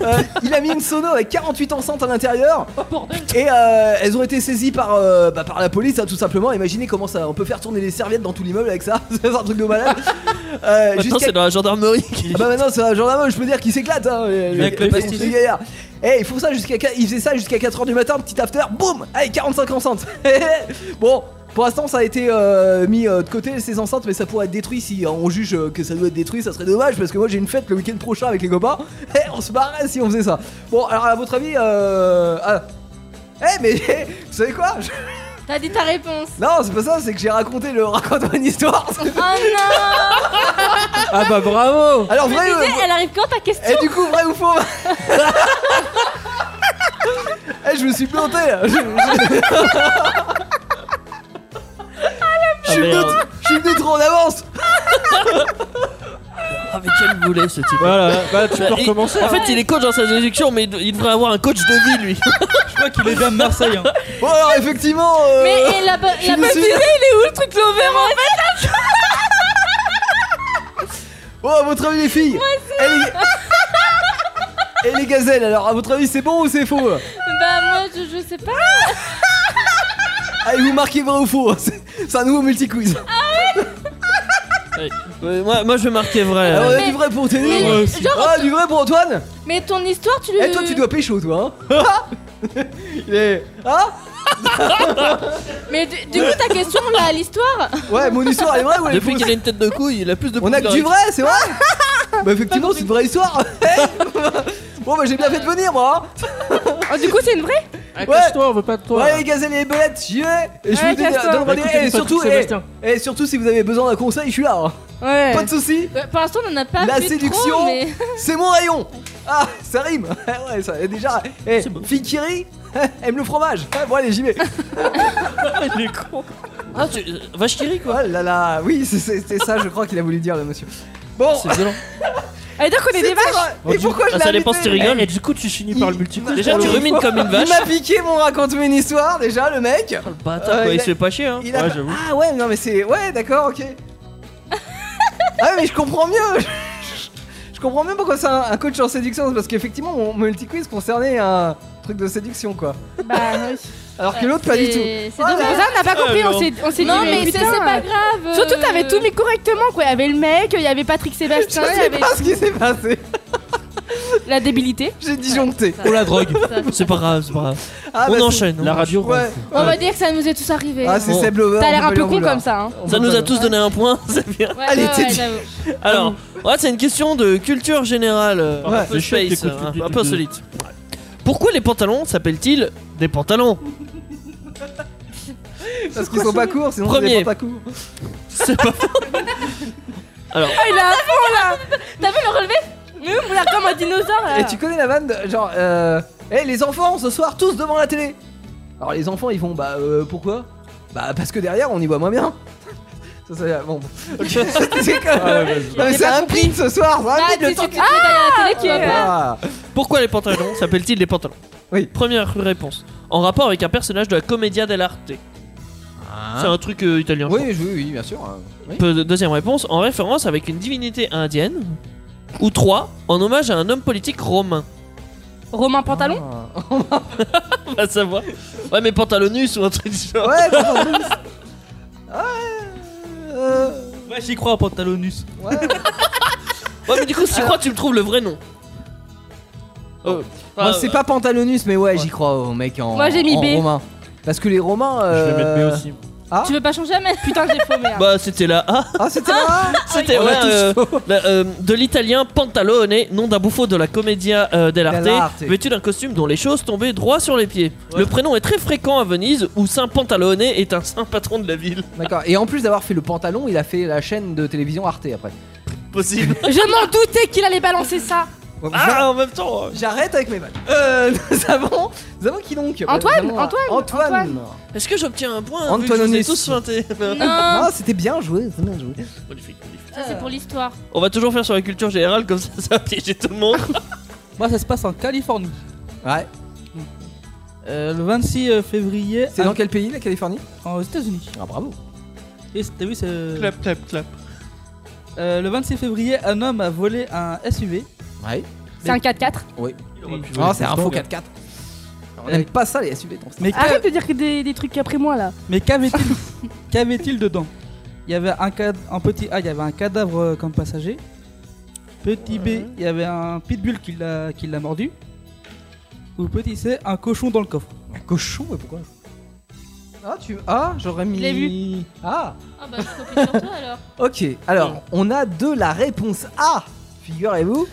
Euh, il a mis une sono avec 48 enceintes à l'intérieur.
Oh,
Et euh, elles ont été saisies par, euh, bah, par la police, hein, tout simplement. Imaginez comment ça, on peut faire tourner les serviettes dans tout l'immeuble avec ça. [LAUGHS] c'est un truc de malade. Euh,
Maintenant,
jusqu'à-
c'est dans la gendarmerie. qui-
bah maintenant c'est un gendarme, je peux dire qu'il s'éclate. Hein, les-
Avec
les-
le
les-
pastis.
les gaillards. Eh, ils font ça jusqu'à, qu- ils faisaient ça jusqu'à 4h du matin, petit after, boum, allez 45 enceintes. [LAUGHS] bon, pour l'instant ça a été euh, mis euh, de côté ces enceintes, mais ça pourrait être détruit si euh, on juge euh, que ça doit être détruit, ça serait dommage parce que moi j'ai une fête le week-end prochain avec les copains. [LAUGHS] Eh, on se barrait si on faisait ça. Bon, alors à votre avis, euh, ah. Eh mais [LAUGHS] vous savez quoi [LAUGHS] Je-
T'as dit ta réponse.
Non c'est pas ça, c'est que j'ai raconté le [LAUGHS] raconte une
[LAUGHS]
histoire. [LAUGHS]
Oh non
Ah bah bravo
Alors
Mais
vrai,
tu
euh,
sais, Elle arrive quand ta question
Et du coup, vrai ou faux [LAUGHS] Eh, je me suis planté là. Je, je- je suis
Ah, merde.
venu- je suis venu trop en avance
Ah, mais quel boulet ce type.
Voilà, bah
Bah,
tu peux
il-
recommencer.
en fait, il est coach dans sa sélection, mais il il devrait avoir un coach de [LAUGHS] vie, lui.
Je crois qu'il est bien de Marseille. hein.
Bon alors, effectivement... euh,
Mais et la, bo-
je
la
me
bonne
suis-
idée, il est où le truc Clover en fait
Bon, à votre avis, les filles et les... et les gazelles, alors, à votre avis, c'est bon ou c'est faux euh là
Bah moi je, je sais pas.
Allez, Ah, vous marquez vrai ou faux hein. C'est c'est un nouveau
Ah
multi-quiz.
Ouais, moi, moi, je vais marquer vrai.
Alors,
hein.
on a du vrai pour Teddy
Mais- Ouais, genre- Euh.
Ah, du vrai pour Antoine
Mais ton histoire tu
Eh,
le.
toi, tu dois pécho, toi hein [LAUGHS] Il est... Hein
Mais du, du coup ta question là l'histoire.
Ouais, mon histoire, elle est vraie ou elle est
Depuis
fausse
qu'il a une tête de couille, il a plus de
On a que
pouvoir.
du vrai,
[LAUGHS]
c'est vrai Bah effectivement, c'est une vraie histoire Bon bah j'ai bien fait de venir moi hein.
Oh, du coup, c'est une vraie
Ah, Cache-toi, on veut pas de toi.
Ouais les gazelles et les belettes, j'y vais Et je
Ouais,
vous dis-
casse-toi.
donne
Bah,
rendez-
écoutez
et
les
surtout, et,
Patrick Sébastien.
et surtout si vous avez besoin d'un conseil, je suis là hein.
Ouais.
Eh.
Pas de soucis
Euh, Pour l'instant on en a pas
La
fait trop,
séduction.
mais-
C'est mon rayon Ah, ça rime [LAUGHS] Ouais, ça, et déjà, eh, fille qui rit, [LAUGHS] aime le fromage Ah, Bon allez, j'y
[LAUGHS]
vais
Ah, tu... euh, Vache qui rit, quoi.
Oh là là, oui, c'est- c'est c'est ça je crois qu'il a voulu dire le monsieur Bon,
C'est
[LAUGHS]
violent.
Elle veut dire qu'on est des
c'était
vaches.
vrai. Et pourquoi je
Ah,
l'ai
ça dépend si
invité
tu
[LAUGHS]
rigoles.
Et du coup, tu finis par le multiple.
Déjà, tu rumines comme une
Il
vache.
m'a piqué mon raconte-moi une histoire, déjà, le mec
Oh, le bâtard,
Euh,
quoi,
il
il
a-
se fait pas chier, hein.
Il a
Ouais,
pas-
j'avoue.
Ah ouais, non mais c'est... Ouais, d'accord,
[LAUGHS]
ok. ah ouais, mais je comprends mieux [LAUGHS] Je comprends mieux pourquoi c'est un, un coach en séduction, c'est parce qu'effectivement, mon multi-quiz concernait un truc de séduction, quoi. [LAUGHS]
Bah, oui.
Alors que l'autre, pas du tout.
C'est c'est
Ah,
C'est
dommage.
pour ça, on n'a pas compris, on
non.
s'est on s'est dit.
Non mais c'est
putain,
c'est
euh,
pas grave. euh,
Surtout, t'avais tout mis correctement quoi. Il y avait le mec, il y avait
[LAUGHS]
Patrick
Je
Sébastien, il y
sais
avait
pas ce qui s'est passé.
la débilité.
J'ai disjoncté.
Ou
[LAUGHS]
la drogue. C'est pas grave, c'est pas grave.
Ah, bah,
on
c'est-
enchaîne. hein.
La
on
radio.
Ouais.
ouais.
On va dire que ça nous est tous arrivé.
Ah, c'est
Bon.
Seb Lover.
T'as l'air
on
un
peut
peu
lui en
con
vouloir.
comme ça. hein.
On
Ça
peut
nous
pas
a
le-
tous donné
[LAUGHS]
un point, c'est bien.
Ouais,
Allez,
ouais,
t'es
ouais,
dit.
j'avoue.
[LAUGHS] Alors, ouais, c'est une question de culture générale, euh,
Ouais,
un peu
c'est chouette, les
space,
coups de
un,
fil
un
du
peu
tout.
solide. Pourquoi les pantalons s'appellent-ils
[LAUGHS]
des pantalons
Parce qu'ils sont pas courts, sinon
Premier.
ils sont pas courts.
C'est pas faux. Alors,
[LAUGHS] Ah, il a un fond là
T'as vu le relevé
Mais on l'a comme un dinosaure là
Et tu connais la vanne de, genre euh, Eh les enfants ce soir tous devant la télé Alors les enfants ils font bah euh, pourquoi Bah parce que derrière on y voit moins bien [LAUGHS] Ça ça bon ok. [LAUGHS] C'est quand même- Non, mais c'est un print ce soir
Ah,
c'est un
Bah,
print, le
tu
temps
sais que tu fais derrière la télé, tu vas voir.
Ah,
pourquoi les pantalons s'appellent-ils des pantalons
Oui.
Première réponse. En rapport avec un personnage de la Commedia dell'arte. C'est un truc euh, italien. je
Ah. Oui oui oui bien sûr hein. Oui.
Peu- Deuxième réponse, en référence avec une divinité indienne. Ou trois, en hommage à un homme politique romain.
Romain Pantalon
Ah.
Va savoir. Ouais, mais pantalonus ou un truc du genre.
Ouais j'entends plus. Ah, euh,
Ouais, j'y crois, pantalonus.
ouais.
[LAUGHS] Ouais, mais du coup, si tu crois, tu me trouves le vrai nom. Oh.
Ah,
Moi, c'est
bah.
pas Pantalonus mais ouais j'y crois au mec en
Moi, j'ai mis
en
B.
romain. Parce que les romains
Je vais
euh,
mettre B aussi.
Ah.
Tu veux pas changer, mais
Putain, j'ai faux, merde.
Bah c'était la A.
Ah c'était la A
[LAUGHS] C'était
On l'a
ouais,
tous
euh, la- euh, de l'italien Pantalone, nom d'un bouffon de la commedia euh, dell'arte,
Dell'arte.
vêtu d'un costume dont les choses tombaient droit sur les pieds. Le prénom est très fréquent à Venise où Saint Pantalone est un saint patron de la ville.
D'accord. Et en plus d'avoir fait le pantalon, il a fait la chaîne de télévision Arte après.
Possible.
Je m'en doutais qu'il allait balancer ça.
Ah, en même temps
J'arrête avec mes balles. Euh, [LAUGHS] nous avons. Nous avons qui donc
Antoine,
Nous avons, euh,
Antoine,
Antoine
Antoine.
Est-ce que j'obtiens un point
Antoine
vu que je vous ai
Onus.
tous feintés [LAUGHS]
Ah.
Ah.
Non, c'était bien joué, c'est bien joué.
Magnifique, magnifique.
Ah, Ça, c'est pour l'histoire.
On va toujours faire sur la culture générale comme ça, ça va piéger tout le monde.
Moi, ça se passe en Californie.
Ouais.
Euh, le 26 euh, février.
C'est dans quel pays la Californie
Aux États-Unis.
Ah bravo.
Et c'est- t'as vu ce.
Clap, clap, clap.
Euh, le 26 février, un homme a volé un SUV.
Ouais.
C'est un 4x4.
Oui.
aurait
Non,
pu voler
Ah, c'est
ton
un faux
stand.
4x4. On aime pas ça les SUV. ton stand.
Mais
Arrête de dire que des, des trucs après moi là.
Mais qu'avait-il [LAUGHS] qu'avait-il dedans Il y avait un, cad- un petit A, il y avait un cadavre euh, comme passager. Petit B, il y avait un pitbull qui l'a qui l'a mordu. Ou petit C, un cochon dans le coffre.
Un cochon, mais pourquoi Ah tu ah j'aurais mis.
l'ai
Ah
Ah bah, je copie sur toi alors.
ok. Alors on a de la réponse A. Figurez-vous.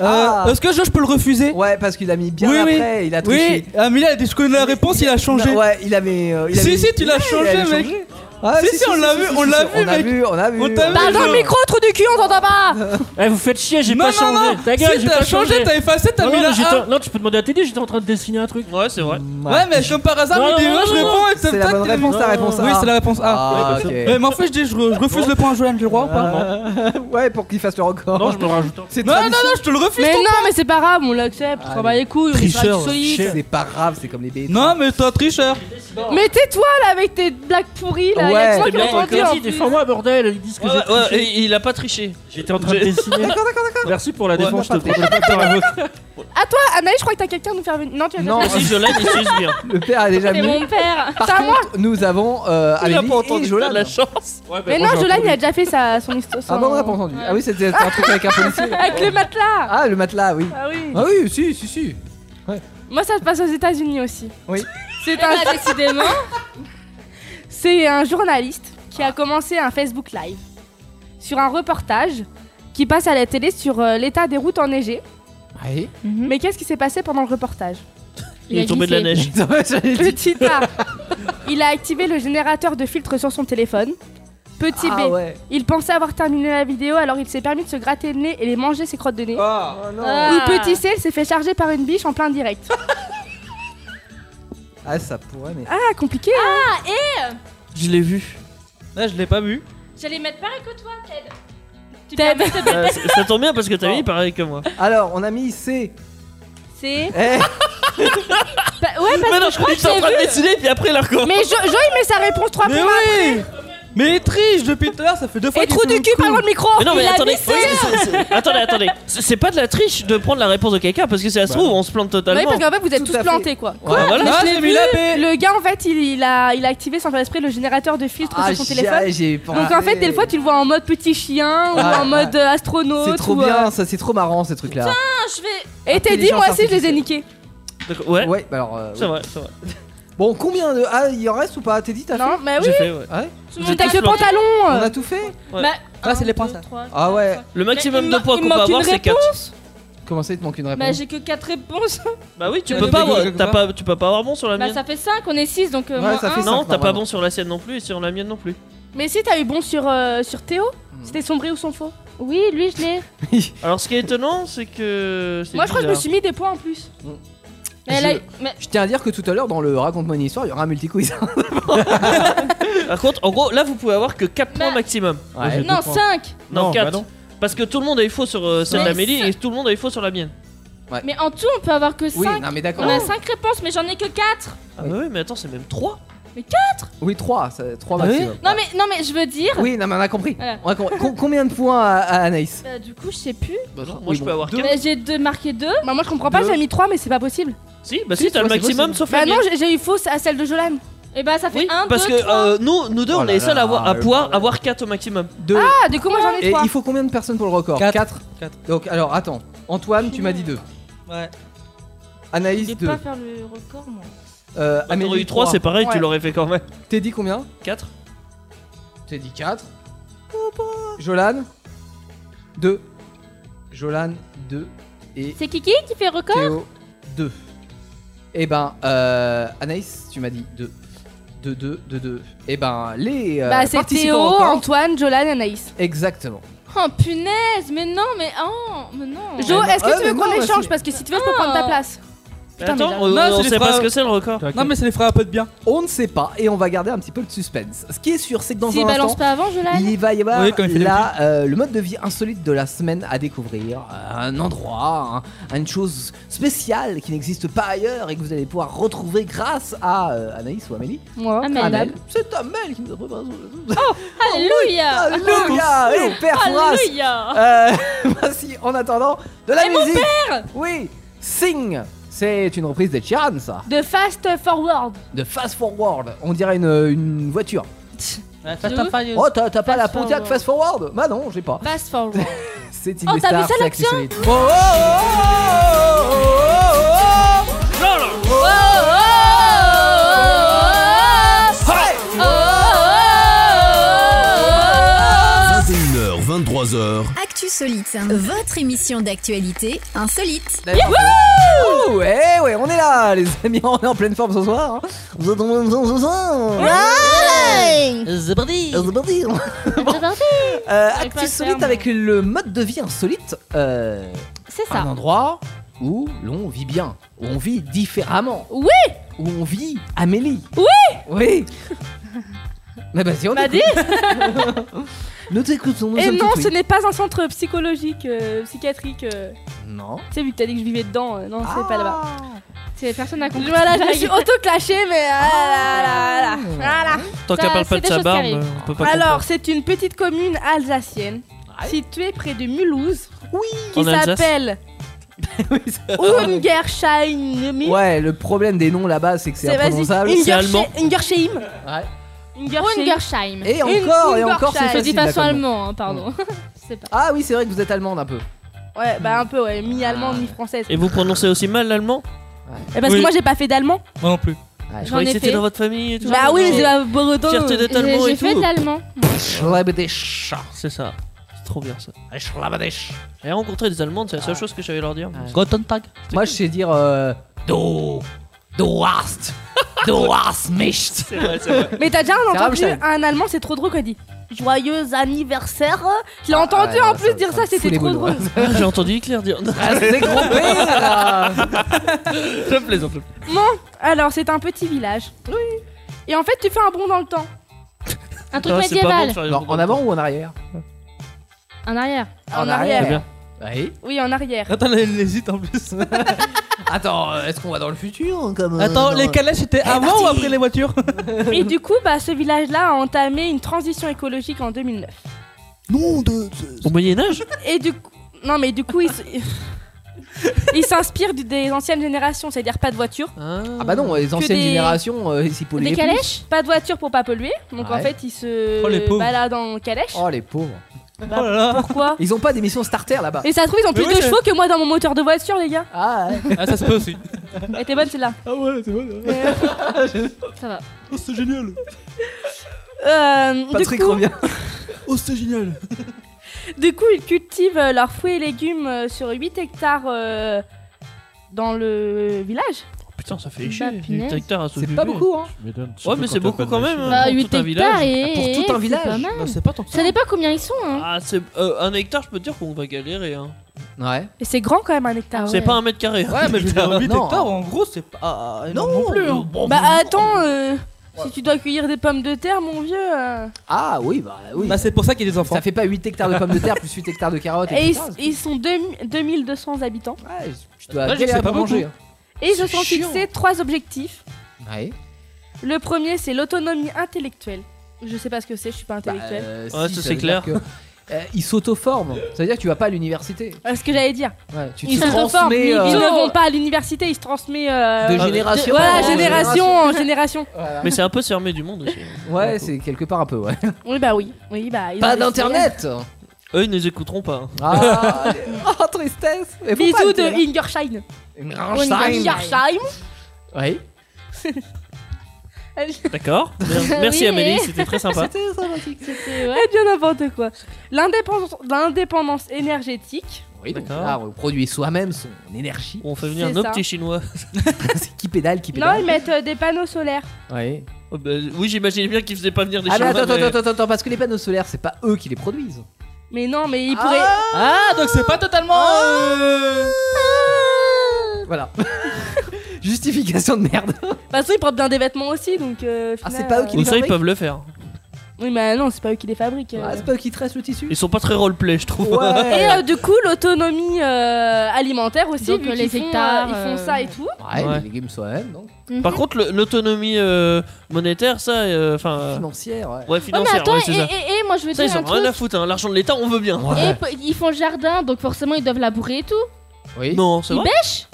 Euh,
Ah.
Est-ce que je, je peux le refuser
Ouais parce qu'il a mis bien
Oui, oui.
après. Il a triché.
Oui, ah, mais là, je connais la réponse, il a changé.
Non, ouais, il avait. euh, il
Si,
avait-
si, tu l'as
Ouais, il
changé,
avait
mec.
Ah,
Si, si, on l'a vu, on l'a vu,
On a
mec.
vu, on a vu.
On t'a vu.
Parle dans le
genre.
micro, trou du cul, on t'entend pas
Eh, vous faites chier, j'ai
Non,
pas
non,
changé.
non,
Ta gueule,
si,
j'ai
t'as
pas
changé, t'as effacé, Ah, t'as
Non,
mis
non,
la
j'étais-
A.
non, tu peux demander à Teddy, j'étais en train de dessiner un truc. Ouais, c'est vrai.
Ouais, mais comme par hasard,
Non,
il dit,
non,
ouais,
non,
je
non,
réponds et
C'est la bonne réponse, la réponse A.
Oui, c'est la réponse A.
Ah,
Ouais,
ok.
Ouais, mais en fait, je dis, je, re- je refuse le point à Joanne Leroy ou pas
Euh, ouais, pour qu'il fasse le record.
Non, je me rajoute. un.
C'est
Non, non,
tradition.
non, je te le refuse.
Mais
ton-
non, mais c'est pas grave, on l'accepte, on s'en bat les couilles, on est
Tricheur,
sur la solide.
chien.
C'est pas grave, c'est comme les bébés.
Non, mais toi, tricheur.
Mais tais-toi là avec tes blagues pourries là,
Ouais.
y'a que toi
C'est
qui l'as entendu en
encore
plus.
dit,
Défends-moi, bordel Ils disent que
Ouais,
j'ai
ouais,
triché.
et il a pas triché.
J'étais en train de dessiner.
D'accord, d'accord, d'accord.
[LAUGHS] Merci pour la défense,
Ouais,
je te prends pas pour un vote.
À toi, Anaïs, je crois que t'as quelqu'un à nous faire venir. Non, tu as
Non.
déjà-
Si je l'aime, il s'use bien.
Le père a déjà
C'est
mis.
mon père.
Par
à moi.
contre, nous avons euh,
Il a
Amélie
pas
et
entendu faire
Jolan.
de la chance.
Mais non, Jolane, il a déjà fait sa, son histoire.
Ah bon, on a pas entendu. Ah oui, c'était c'était un truc avec un policier.
[LAUGHS] Avec le matelas
Ah, le matelas, oui.
Ah oui.
Ah oui, si, si, si.
Moi, ça se passe aux États-Unis aussi.
Oui.
C'est un,
Eh ben,
décidément.
[LAUGHS] c'est un journaliste qui a commencé un Facebook Live sur un reportage qui passe à la télé sur euh, l'état des routes enneigées.
Oui.
Mais qu'est-ce qui s'est passé pendant le reportage
Il est tombé de la neige.
[LAUGHS]
J'allais dire.
Petit A, il a activé le générateur de filtre sur son téléphone. Petit
Ah
B,
ouais.
il pensait avoir terminé la vidéo alors il s'est permis de se gratter le nez et les manger ses crottes de nez.
Ah.
Oh non.
Ou petit C, il s'est fait charger par une biche en plein direct.
Ah, ça pourrait, mais.
Ah, compliqué hein.
Je l'ai vu.
Là, je l'ai pas vu.
J'allais mettre pareil que toi, Ted. Tu
Ted.
permets de-
Euh, c- ça tombe bien parce que t'as
Bon.
mis pareil que moi.
Alors, on a mis C.
C'est.
Eh,
Bah, ouais, parce
Mais non,
que je crois
il
que
était en
j'ai
train de
vu.
dessiner, puis après, il a recommandé.
Mais Jo, Jo, il met sa réponse 3
Mais
points.
oui Mais il triche depuis tout à l'heure, ça fait deux fois
Et
qu'il
trou
fait
du
le
cul,
coup.
parle moi le micro.
Mais non, mais
il a
attendez,
glissé.
oui, c'est- c'est- attendez, attendez. C'est c'est pas de la triche de prendre la réponse de quelqu'un parce que si ça se trouve, on se plante
Bah
totalement.
oui, parce qu'en fait, vous êtes
Tout
tous
à fait.
plantés, quoi.
Ouais, voilà.
Ah,
Je l'ai
j'ai
vu,
mis la B.
le gars, en fait, il, il a, il a activé sans faire esprit le générateur de filtre
ah,
sur son
j'ai-
téléphone.
j'ai
Donc, en fait, des fois, tu le vois en mode petit chien ou
Ah,
en mode euh, astronaute.
C'est trop
ou,
bien, ça, c'est trop marrant ces trucs-là.
Ah, je vais.
euh, Et t'es dit, moi aussi, je les ai
Intelligence
niqués.
D'accord, Ouais,
Ouais, bah alors. euh,
c'est vrai, c'est vrai.
Bon, combien de. Ah, il en reste ou pas T'es dit, t'as fait
Non, mais Ah oui.
J'ai fait, ouais.
Ouais.
Tout le monde
J'étais
a
que le
planté.
On
pantalon.
a tout fait
Bah,
Ah,
un,
c'est les
deux,
points, ça.
trois, quatre,
Ah ouais.
cinq.
Le maximum
il
de
me-
points
il
qu'on
manque
peut avoir,
une
c'est 4.
Comment ça, il te manque une
Bah,
réponse
j'ai que 4 réponses.
Bah oui, tu
Ouais,
peux
mais
pas,
mais
avoir-
quelque
t'as
part.
pas, tu peux pas avoir bon sur la
Bah,
mienne.
ça fait 5, on est 6, donc. euh,
Ouais,
moins
ça fait
un.
ça.
Non, t'as pas
normalement.
bon sur la sienne non plus et sur la mienne non plus.
Mais si, t'as eu bon sur euh, sur Théo
Hmm.
C'était son vrai ou son faux
Oui, lui, je l'ai.
Alors, ce qui est étonnant, c'est que. c'est
Moi, je crois que je me
bizarre.
suis mis des points en plus.
Mais elle a- mais-
Hmm. Je tiens à dire que tout à l'heure, dans le Raconte-moi une histoire, il y aura un multi-quiz.
Par contre, en gros, là, vous pouvez avoir que 4 points
Bah-
maximum.
[LAUGHS] Ouais.
Non, 5.
Non,
Non,
4.
bah non.
Parce que tout le monde a eu faux sur euh, celle
Mais
d'Amélie
ça-
et tout le monde a eu faux sur la mienne.
Mais en tout, on peut avoir que 5.
Oui, non, mais d'accord.
On a 5 réponses, mais j'en ai que 4.
Ah, bah oui, mais attends, c'est même 3.
Oui, 3, 3
Ah oui
maximum.
Non, mais, non, mais je veux dire.
Oui, non, mais on a compris.
Voilà.
On a compris. Com- combien de points à, à Anaïs
Bah, du coup, je sais plus.
moi,
Oui,
je
bon,
peux avoir
deux.
4.
Mais j'ai deux, marqué 2.
Bah, moi, je comprends pas,
Deux.
j'ai mis 3, mais c'est pas possible.
Si, bah
Si,
si, t'as le
toi, c'est
maximum
possible.
sauf la
Bah
mienne.
non, j'ai- j'ai eu fausse à celle de Jolane.
Et bah, ça fait
Oui,
1, 2,
parce que
3.
euh, nous, nous deux,
Oh
on
là
est les seuls à,
là,
avoir, à
le
pouvoir
bordel.
avoir 4 au maximum.
2.
Ah, du coup, moi j'en ai
Et
3.
il faut combien de personnes pour le record
Quatre.
4.
Quatre.
Donc, alors, attends. Antoine, tu m'as dit 2.
Ouais.
Je
Anaïs,
vais
2.
pas faire le record, moi.
Euh,
Bah, t'aurais eu 3, c'est pareil, tu l'aurais fait quand même.
T'es dit combien
4
T'es dit 4. Jolan 2. Jolan 2. Et
C'est Kiki qui fait record
Théo 2. Et ben, euh, Anaïs, tu m'as dit 2. 2, 2, 2, 2. Et ben, les. euh,
bah, c'est
participants
Théo,
au record-
Antoine, Jolan et Anaïs.
Exactement.
Oh punaise, mais non, mais oh, mais non.
Jo,
Mais non.
est-ce que
Ah,
tu
mais
veux qu'on
non, bah,
échange
c'est-
Parce que si tu veux, je peux prendre ta place.
Attends,
mais là-
on,
Non,
on
c'est les
sait pas
phrases-
ce que c'est le record.
Non, mais ça les fera un peu de bien. On ne sait pas et on va garder un petit peu le suspense. Ce qui est sûr, c'est que dans
S'il
un
balance
instant,
pas avant, Jolan
il va y avoir
Oui, comme il fait
là euh, le mode de vie insolite de la semaine à découvrir, euh, un endroit, un- une chose spéciale qui n'existe pas ailleurs et que vous allez pouvoir retrouver grâce à euh, Anaïs ou Amélie.
Moi,
Amel. C'est Amel qui nous a préparé.
Oh, Alléluia
Ah,
Oh
oh,
Alléluia Et eh, père Fouras
Alléluia
Euh, [LAUGHS] Voici en attendant de la
Et mon
musique.
père
oui, Sing. C'est une reprise de Chiran, ça.
De Fast Forward.
De Fast Forward. On dirait une, une voiture.
Fast and Furious.
Oh, t'as t'as pas la
Euh, Fast
Pontiac
Forward.
Fast Forward Bah non, j'ai pas.
Fast
[LAUGHS]
forward.
C'est
Oh, t'as vu ça, l'action
Oh, oh, oh, oh, oh,
oh,
oh, oh. Hey.
21h, 23h.
Actu Solite, votre émission d'actualité insolite.
Ouh, eh ouais, on est là, les amis, on est en pleine forme ce soir. hein. Vous êtes en pleine forme ce soir.
Ouais.
C'est parti. C'est parti. Euh, Actu solide avec le mode de vie insolite. euh,
C'est ça.
Un endroit où l'on vit bien, où on vit différemment,
Oui
où on vit Amélie.
Oui
Oui. Mais bah si on
M'a
écoute.
dit
Nous t'écoutons. nous
Et
sommes
non,
tout
ce
ouïes.
n'est pas un centre psychologique, euh, psychiatrique. euh.
Non.
Tu sais, vu que t'as dit que je vivais dedans, euh, non, c'est pas là-bas.
Ah.
Ah. C'est personne n'a compris.
Voilà, je me
[LAUGHS]
suis auto-clashée, mais. Ah là là là
Oh.
là. Voilà.
Tant
Ça,
qu'elle parle
c'est
pas de
des
sa
choses qui
barbe,
arrivent.
euh, on peut pas
Alors,
comprendre.
c'est une petite commune alsacienne située près de Mulhouse. Qui
En Alsace.
[LAUGHS]
s'appelle Ungersheim.
Ouais, le problème des noms là-bas, c'est que c'est
C'est vas-y.
imprononçable.
Ungershe- Ungersheim.
Ouais.
Ungersheim.
Et encore, et encore, c'est
Je dis
facile, Mmh.
façon
là, comme mot.
allemand, hein, pardon. [LAUGHS] C'est pas.
Ah oui, c'est vrai que vous êtes allemande un peu.
Ouais, bah un peu, ouais. Mi-allemande, mi-française.
Et vous prononcez aussi mal l'allemand
Eh, parce que moi, j'ai pas fait d'allemand.
Moi non plus.
J'en
Je croyais que
ai
c'était
fait.
dans votre famille et tout.
Bah oui, c'est la breton.
Fierté d'être allemand et tout.
l'allemand.
C'est ça. C'est trop bien ça. J'ai rencontré des Allemandes, c'est la seule chose que j'avais à leur dire.
Guten Tag. Moi, je sais dire. Euh... Du. Du hast. Du hast mich. C'est
vrai, c'est vrai.
Mais t'as déjà
C'est
entendu
Rammstein.
un allemand, c'est trop drôle qu'on dit joyeux anniversaire. Je
Ah,
l'ai entendu
ouais,
en
ça,
plus dire ça, c'était trop drôle.
J'ai entendu Hitler dire.
Ah, c'est gros [LAUGHS]
Je plaisante.
Non, [LAUGHS] alors c'est un petit village. Oui. Et en fait, tu fais un bond dans le temps.
Un
truc
médiéval.
Non, en avant ou en arrière
En arrière.
En arrière.
Oui.
Oui, en arrière.
Attends, là, elle hésite en plus.
Attends, euh, est-ce qu'on va dans le futur comme, euh,
Attends,
dans-
les calèches c'était avant ou après les voitures
Et du coup, bah, ce village-là a entamé une transition écologique en 2009.
Non, de.
Au Moyen-Âge
Et du coup, non mais du coup, ils
[LAUGHS]
s- ils s'inspirent du- des anciennes générations, c'est-à-dire pas de voiture.
Ah bah non, les
Que
anciennes
des-
générations, euh, ils s'y polluaient plus.
Pas de voiture pour pas polluer. Donc en
Ouais.
fait, ils se
Oh, les pauvres.
baladent en calèche.
Oh les pauvres.
Bah, Oh là là.
[LAUGHS]
Pourquoi
Ils ont pas d'émission starter là-bas.
Et ça se trouve, ils
Mais
ont plus
oui,
de
c'est-
chevaux que moi dans mon moteur de voiture, les gars.
Ah,
Ah, ça se peut aussi.
Elle était bonne celle-là.
Ah ouais, c'est bon.
Ça va.
Oh, c'est génial.
Euh, du, coup,
Oh, c'est génial.
du coup, ils cultivent euh, leurs fruits et légumes euh, sur 8 hectares euh, dans le village.
Putain, ça fait
Bah,
chier.
punaise.
8 hectares à
C'est pas beaucoup, hein.
Je m'étonne,
Ouais,
surtout
mais
quand
c'est
t'as
beaucoup
pas de
quand même.
machine.
hein,
Bah,
pour
8
tout un
hectares
village.
et.
Pour tout un
c'est
village.
Bah,
pas mal.
Non, c'est pas tant que ça.
Ça dépend combien ils sont, hein.
Ah, c'est. euh, un hectare, je peux te dire qu'on va galérer. Hein.
Ouais.
Et c'est grand quand même un hectare.
C'est pas un mètre carré. hein.
Ouais, mais je veux dire, 8
Non.
hectares en gros, c'est
Ah,
Ah,
pas. énorme Non, plus. hein.
Bah attends, euh, si tu dois cueillir des pommes de terre, mon vieux. euh,
Ah oui, bah oui.
Bah, c'est pour ça qu'il y a des enfants.
Ça fait pas 8 hectares de pommes de terre plus 8 hectares de carottes.
Et ils,
etc.
ils sont 2000 2200 habitants.
Tu dois
Ouais, je
galérer
sais pas
pour manger.
beaucoup.
Et ils se
c'est
sont
chiant.
fixés trois objectifs.
hein. Ouais.
Le premier, c'est l'autonomie intellectuelle. Je sais pas ce que c'est, je suis pas intellectuelle.
Euh,
Ouais,
si,
ça,
ça veut
c'est
dire
clair.
que, euh, ils s'auto-forment. Ça veut dire que tu vas pas à l'université.
Euh, ce que j'allais dire.
Ouais, Bah, tu
ils
te
se reforment,
transmets,
ils,
euh,
ils ne vont pas à l'université, ils se transmettent euh,
Ah, De génération
voilà,
en
génération en génération.
Mais c'est un peu fermé du monde aussi.
Ouais, c'est quelque part un peu, ouais.
Oui bah oui, oui bah. ils ont
Pas
décidé.
d'internet
Eux, ils nous écouteront pas.
[LAUGHS]
hein.
Ah, Oh, tristesse Mais faut pas
Bisous
le hein.
de
dire.
Ingersheim.
Rammstein.
Ingersheim.
Oui.
D'accord. Mer- Merci
Oui,
Amélie,
mais-
c'était très sympa.
C'était ouais. bien n'importe quoi. L'indépendance- L'indépendance énergétique.
Oui, donc là, on produit soi-même son énergie.
On fait
venir C'est nos ça. petits
chinois.
qui pédale, qui
Non,
pédale.
ils mettent euh, des panneaux solaires.
Ouais.
Oh, bah, oui, j'imaginais bien qu'ils faisaient pas venir des
Ah mais
chinois.
attends,
mais-
attends, attends, attends, parce que les panneaux solaires, c'est pas eux qui les produisent.
Mais non, mais ils pourraient.
Ah, donc c'est pas totalement.
Ah,
Voilà. Justification de merde.
De toute façon, Bah, ils portent bien des vêtements aussi, donc. euh, au
Ah,
final,
c'est pas eux
euh,
qui les
ça, ils
fabriquent.
peuvent le faire.
Oui, mais non, c'est pas eux qui les fabriquent. euh.
Ah, c'est pas eux qui tressent le tissu.
[LAUGHS] Ils sont pas très roleplay, je trouve.
Et euh, du coup, l'autonomie euh, alimentaire aussi,
Donc,
vu
euh,
qu'ils
les
font, euh,
hectares,
ils font
euh,
ça et tout.
Ouais,
Ouais.
les légumes soi-même, donc.
Mhm.
Par contre, le- l'autonomie euh, monétaire, ça, euh, enfin. euh,
Financière, ouais.
Ouais,
Ouais, Oh, mais
financière,
attends,
ouais, c'est
et,
ça.
et- et moi je veux
Ça,
dire
ils
un
ont rien à
truc.
foutre, hein. l'argent de l'État, on veut bien.
Et p- ils font le jardin, donc forcément ils doivent labourer et tout.
Oui.
Non, c'est
Ils
vrai.
bêchent.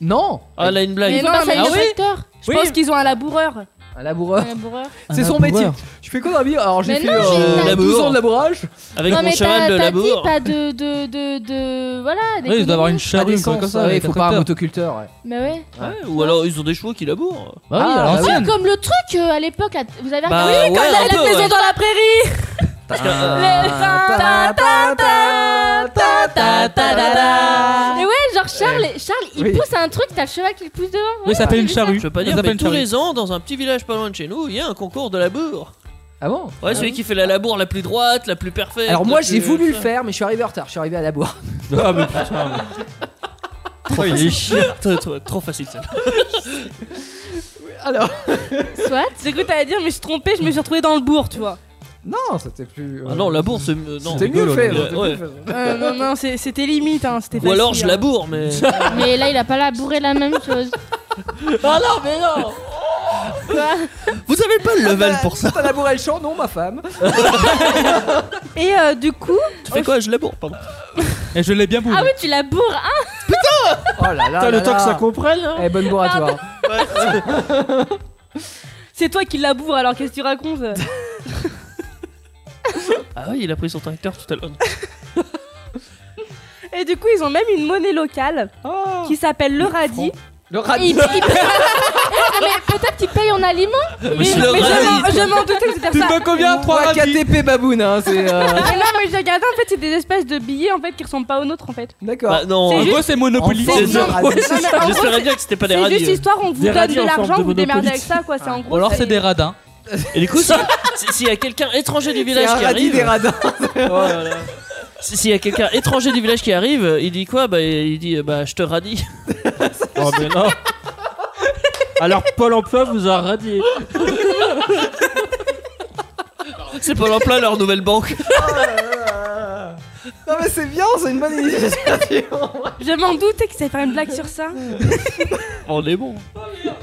Non
Ah, là, une blague.
Mais non, mais
Ah
ils
oui
tracteurs.
Je pense qu'ils ont un laboureur.
Un [LAUGHS]
Ah.
laboureur.
Un laboureur.
C'est son métier. Je fais quoi dans la vie Alors j'ai
Mais
fait
non,
euh,
j'ai une
12 ans
labour.
de labourage.
Avec
non,
mon
mais
cheval
t'as
de
t'as dit
labour.
pas de. de, de, de- voilà.
Ouais, il doit avoir
d'économie.
une
Ah,
charrue, un truc
d'essence,
comme ça,
ouais,
avec
Il faut
un
pas un
tracteur.
motoculteur. ouais.
Mais ouais.
Ouais, ou alors ils ont des chevaux qui labourent.
Bah oui, à
Ah,
l'ancienne.
comme le truc euh, à l'époque, là, vous avez
Bah, ouais,
regardé
un peu, ouais.
la prairie
Parce que, euh,
Ah. Ta- ta- ta- ta- ta- ta- ta- ta.
Mais ouais, genre Charles, Charles il
Oui.
pousse un truc, t'as le cheval qui le pousse devant.
Oui, ça s'appelle une
j'ai vu ça.
charrue.
je veux pas
Ça
dire,
s'appelle
mais
une
tous
charrue.
les ans, dans un petit village pas loin de chez nous, il y a un concours de labour.
Ah bon
Ouais, celui qui fait la labour la plus droite, la plus parfaite.
Alors moi
la
j'ai
plus-
voulu le faire, mais je suis arrivé en retard. Je suis arrivé à la bourre.
Ah, mais putain.
Trop facile. Trop- trop- Trop facile ça.
Alors.
Soit. C'est que t'allais dire, mais je suis trompé, je me suis retrouvé dans le bourg, tu vois.
[LAUGHS] Non, c'était plus. euh,
Ah non, labour c'est. euh, non.
C'était mieux fait.
Ouais,
c'était
ouais.
mieux fait.
Euh, non, non, c'est- c'était limite, hein, c'était
Ou
facile.
alors je
hein.
laboure, mais.
Mais là, il a pas labouré la même chose.
Ah non, mais non
Quoi
Vous avez pas le level pour ça
Bah, T'as labouré le champ Non, ma femme.
Et euh, du coup.
[LAUGHS] Tu fais quoi Je laboure, pardon.
Et je l'ai bien bourré.
Ah oui, tu laboures, hein
Oh là là.
Putain, le
là
temps que
là.
ça comprenne. hein.
Eh, bonne bourre à toi.
C'est toi qui laboure, alors qu'est-ce que tu
[LAUGHS]
racontes euh
Ah oui, il a pris son tracteur tout à l'heure.
Et du coup, ils ont même une monnaie locale
Oh.
qui s'appelle le radis.
[LAUGHS] Le
Il-
radis.
il- [LAUGHS] Ah, mais peut-être qu'il paye en aliments
Mais c'est le
mais je m'en-
radis.
je m'en doutais que c'était
Tu
ça.
me combien Trois
Trois
radis.
KTP baboune, hein, c'est. euh,
[LAUGHS] Mais non, mais j'ai regardé, en fait, c'est des espèces de billets en fait qui ressemblent pas aux nôtres en fait.
[LAUGHS] D'accord.
Bah non,
En
hein.
gros, c'est Monopoly.
Enfin,
C'est ça.
radis.
Ouais, c'est ça.
j'espérais bien que c'était pas des
C'est juste
radis.
histoire, on vous
Des
donne
radis
de
en forme
l'argent,
de
vous vous démerdez
Monopoly.
avec ça, quoi. C'est en gros.
Ou alors c'est des
radis.
radins.
Et du coup, si- euh. [LAUGHS] si- s'il y a quelqu'un étranger du
C'est
village
un
qui
radis
arrive.
des radins.
Voilà. Si- S'il y a quelqu'un étranger du village qui arrive, il dit quoi Bah il dit euh, bah je te radis. [LAUGHS]
Oh, mais non. Alors, Pôle emploi vous a radié.
C'est pas l'emploi leur nouvelle banque.
Oh Non, mais c'est bien, c'est une bonne initiative.
Je m'en doutais que ça allait faire une blague sur ça.
On est bon.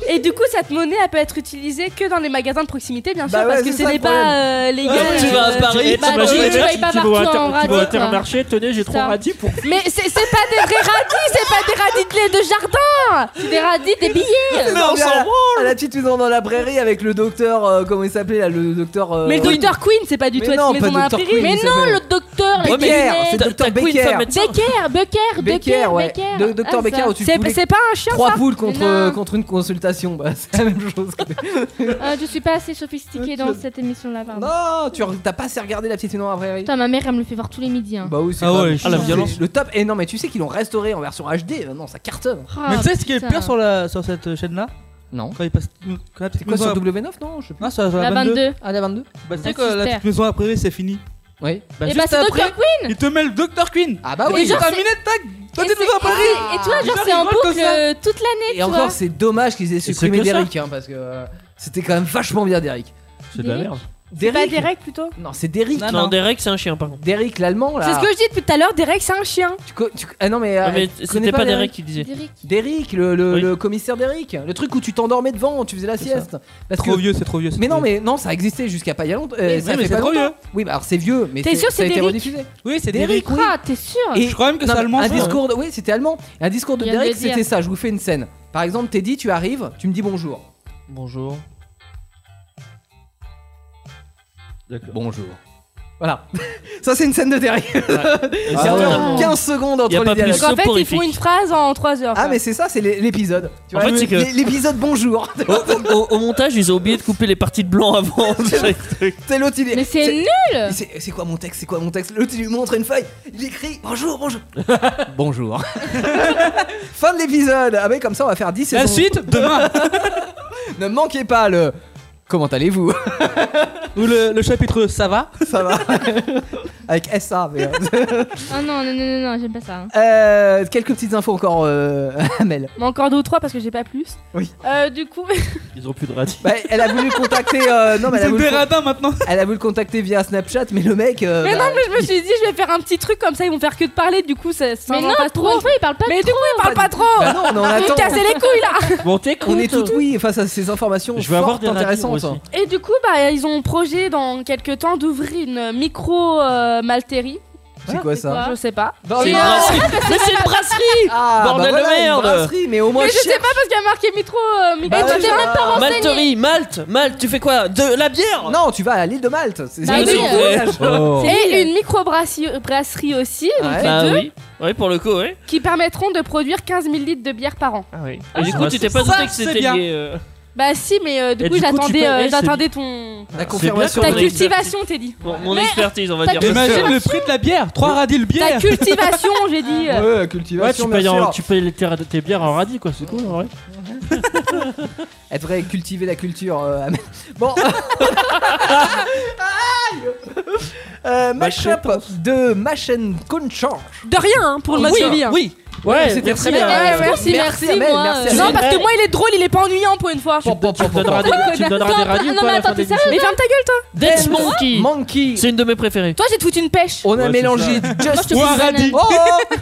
Et du coup, cette monnaie, elle peut être utilisée que dans les magasins de proximité, bien sûr,
Bah ouais,
parce
c'est
que c'est
ça,
des
le problème.
pas euh, légal.
tu vas à
euh,
Paris,
bah,
t'imagines
tu-
les
tu
mecs
payes pas
qui
partout
vont à,
en
qui vont
radis,
à
quoi.
Intermarché, tenez, j'ai trop
Ça.
radis pour.
Mais c'est c'est pas des vrais radis, c'est pas des radis de lait de jardin, c'est des radis des billets.
Mais on s'en branle La petite maison dans la prairie avec le docteur, euh, comment il s'appelait là, le docteur. euh,
Mais le docteur Queen, c'est pas du
Mais
tout
non,
une maison
pas
dans la
Dr.
prairie.
Queen,
Mais
il
non,
s'appelle.
le docteur,
Becker,
les lunettes.
c'est docteur
T'as Queen,
Becker.
femme médecin.
Becker, Becker,
Becker,
Becker,
ouais.
Becker.
Do- docteur
Ah,
Becker
ça.
au-dessus de
C'est
poulet.
c'est pas un chien,
Trois
ça
poules contre, euh,
Mais non.
contre une consultation, bah, c'est la même chose. que-
Ah, Je suis pas assez sophistiquée dans cette émission-là, pardon.
non, tu re- t'as pas assez regardé la petite maison dans la prairie
Putain, ma mère, elle me le fait voir tous les midis. Hein.
Bah oui, c'est
Ah
pas-
ouais,
c'est-
Ah, la
c'est
violence.
Le top. Et non, mais tu sais qu'ils l'ont restauré en version HD, maintenant ça cartonne.
Ah,
Mais tu sais ce qui est le
putain.
pire sur la- sur cette chaîne-là
Non.
Quand il passe. quand la petite
C'est quoi
maison
sur
à-
W9 Non, je sais plus.
Non, sur
La 22.
Ah, la 22
Bah, tu
La
sais quoi, la
sister.
petite maison à prairie, c'est fini.
Oui.
Et
juste
bah, c'est
après,
Dr. Queen
Il te met le Dr. Queen
Ah, bah
Et
oui.
genre,
c'est-
t'as minute, tac
Et
T'as des
c'est-
maisons à Paris
Et toi, genre,
Genre,
c'est en
rigole comme
boucle
ça.
euh, toute l'année,
Et
toi.
encore, c'est dommage qu'ils aient
c'est
supprimé
que ça.
Derrick, hein, parce que euh, c'était quand même vachement bien Derrick.
C'est de la merde.
Pas
Derrick
des règles plutôt.
Non, c'est Derrick.
Non, Ah,
Non, Derek c'est un chien par contre.
Derrick l'allemand là.
C'est ce que je dis depuis tout à l'heure, Derek c'est un chien.
Tu co- tu- Ah non, mais. euh,
Ah, mais
tu connais
c'était pas Derek qui disait.
Derrick.
Derrick, le, le-
Oui.
le commissaire Derrick, le truc où tu t'endormais devant, tu faisais la
C'est
sieste. Parce
Trop
que-
vieux, c'est trop vieux. c'est
Mais
trop
non,
vieux.
mais non, ça existait jusqu'à pas il y a longtemps. euh,
Oui,
ça
oui, mais
fait
c'est
pas
trop
longtemps.
vieux.
Oui, bah alors c'est vieux, mais
T'es
c'est-
sûr que
ça a
c'est
été
Derrick
rediffusé.
Oui, c'est des
Derrick, oui.
Ah, t'es sûr
Et-
Je crois même que
non,
c'est allemand.
Un
ça, hein.
discours, de... oui, c'était allemand. Et un discours de
Il vient de
Derrick,
le dire.
c'était ça. Je vous fais une scène. Par exemple, Teddy, tu arrives, tu me dis bonjour.
Bonjour.
D'accord.
Bonjour. Voilà. [LAUGHS] Ça, c'est une scène de terrier. Il y a
Ah ouais.
15 secondes entre
Y a pas
les dialogues.
Donc en fait, ils font une phrase en 3 heures.
Ah, mais c'est ça, c'est l'é- l'épisode. Tu
En
vois,
fait,
le-
c'est que-
l'é- l'épisode
[LAUGHS]
bonjour. [LAUGHS]
Au, au- au montage, ils ont oublié de couper les parties de blanc [LAUGHS] avant.
C'est l'autre, il est-
Mais c'est nul
C'est c'est quoi mon texte C'est quoi mon texte L'autre, il lui montre une feuille. Il écrit Bonjour, bonjour. Bonjour. fin de l'épisode. Ah, mais comme ça, on va faire 10
La
saisons.
suite, demain.
[LAUGHS] ne manquez pas le. Comment allez-vous [LAUGHS]
Ou le, le chapitre ça va
Ça
[LAUGHS]
va. Avec SA. mais, euh, [LAUGHS]
Ah non, non, non, non, non, j'aime pas ça. hein.
Euh, quelques petites infos encore, euh, [LAUGHS] Amel.
Mais encore deux ou trois parce que j'ai pas plus.
Oui.
Euh, du coup,
Ils ont plus de
[LAUGHS]
radis.
Bah, elle a voulu contacter. euh, non, mais elle a
Ils ont
voulu
des
maintenant. Elle a voulu contacter via Snapchat, mais le mec. euh,
[LAUGHS] mais
bah,
non, mais je me suis dit, je vais faire un petit truc comme ça, ils vont faire que de parler. Du coup, ça, ça
Mais
en
non,
passe
pour une fois, ils parlent pas
Mais
trop.
du coup, ils parlent pas trop.
Bah non, mais on
Vous
attend.
cassez les couilles là. [LAUGHS]
Bon, t'écoutes.
On est tout oui face à ces informations
Je vais avoir
fortes,
des radis, moi
intéressantes. hein.
aussi.
Et du coup, bah, ils ont projet dans quelques temps d'ouvrir une micro euh, maltérie.
C'est quoi ça
Je sais pas.
Dans
C'est
le-
une brasserie. Mais c'est une brasserie
[LAUGHS] Ah,
Bordel
bah voilà,
de
une
merde
brasserie, mais au moins
Mais je
je
sais pas parce qu'il y a marqué micro. euh, micro
Bah ouais,
tu t'es
je-
même
Ah,
pas renseigné.
Malterie, Malte, Malte, tu fais quoi De la bière
Non, tu vas à l'île de Malte. C'est
Bah
c'est-
oui,
c'est-
euh,
c'est-
Oh.
Et une micro brasserie aussi, donc
Ouais.
les
Ah
deux,
oui. Oui, pour le coup, oui.
qui permettront de produire 15 000 litres de bière par an.
Ah oui. Et du coup, tu t'es pas
ça,
douté que
c'est
c'était
bien.
lié. euh,
Bah si, mais euh, du
Et
coup,
du coup, tu
j'attendais
peux-
euh,
eh, c'est-
j'attendais ton...
La
C'est
confirmation.
bien
Ta
qu'on
de-
ait-
cultivation, t'es dit.
Mon, mon
Mais-
expertise, on va
t'as
dire.
que-
Imagine le prix de la bière 3 radis le
Ta
bière
cultivation, j'ai dit. euh.
Ouais,
Ouais,
cultivation.
tu
bien
payes, en-
sûr.
tu payes les- tes, tes bières en radis, quoi, c'est cool, en vrai.
Elle devrait cultiver la culture. euh, Amel. bon. Aïe. Euh, mashup de Machen Conchange.
De rien, hein, pour le
Oui,
match hein.
oui.
Ouais,
c'était
merci,
très bien.
euh,
Ouais,
merci,
merci, merci,
Amel,
moi. euh,
merci,
non,
Amel.
parce que moi, il est drôle, il est pas ennuyant pour une fois.
Pom, pom,
Tu
pom,
me
pom,
donneras
pom.
des, tu me donneras des radis ou
Non,
pas à
mais
la
attends,
fin de
t'es
l'émission
sérieux Mais ferme ta gueule, toi
Dance Monkey
Monkey.
C'est une de mes préférées.
Toi, j'ai toute une pêche.
On a
Ouais,
mélangé du Just
Ou un radis
Oh, oh,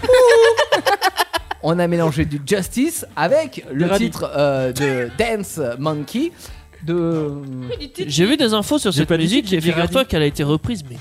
ouh. [LAUGHS] On a mélangé du Justice avec le
radis.
titre euh, de Dance Monkey de.
J'ai vu des infos sur
J'ai
cette
pas dit
musique
qu'il
et
y avait
figure-toi
radis.
qu'elle a été reprise, mais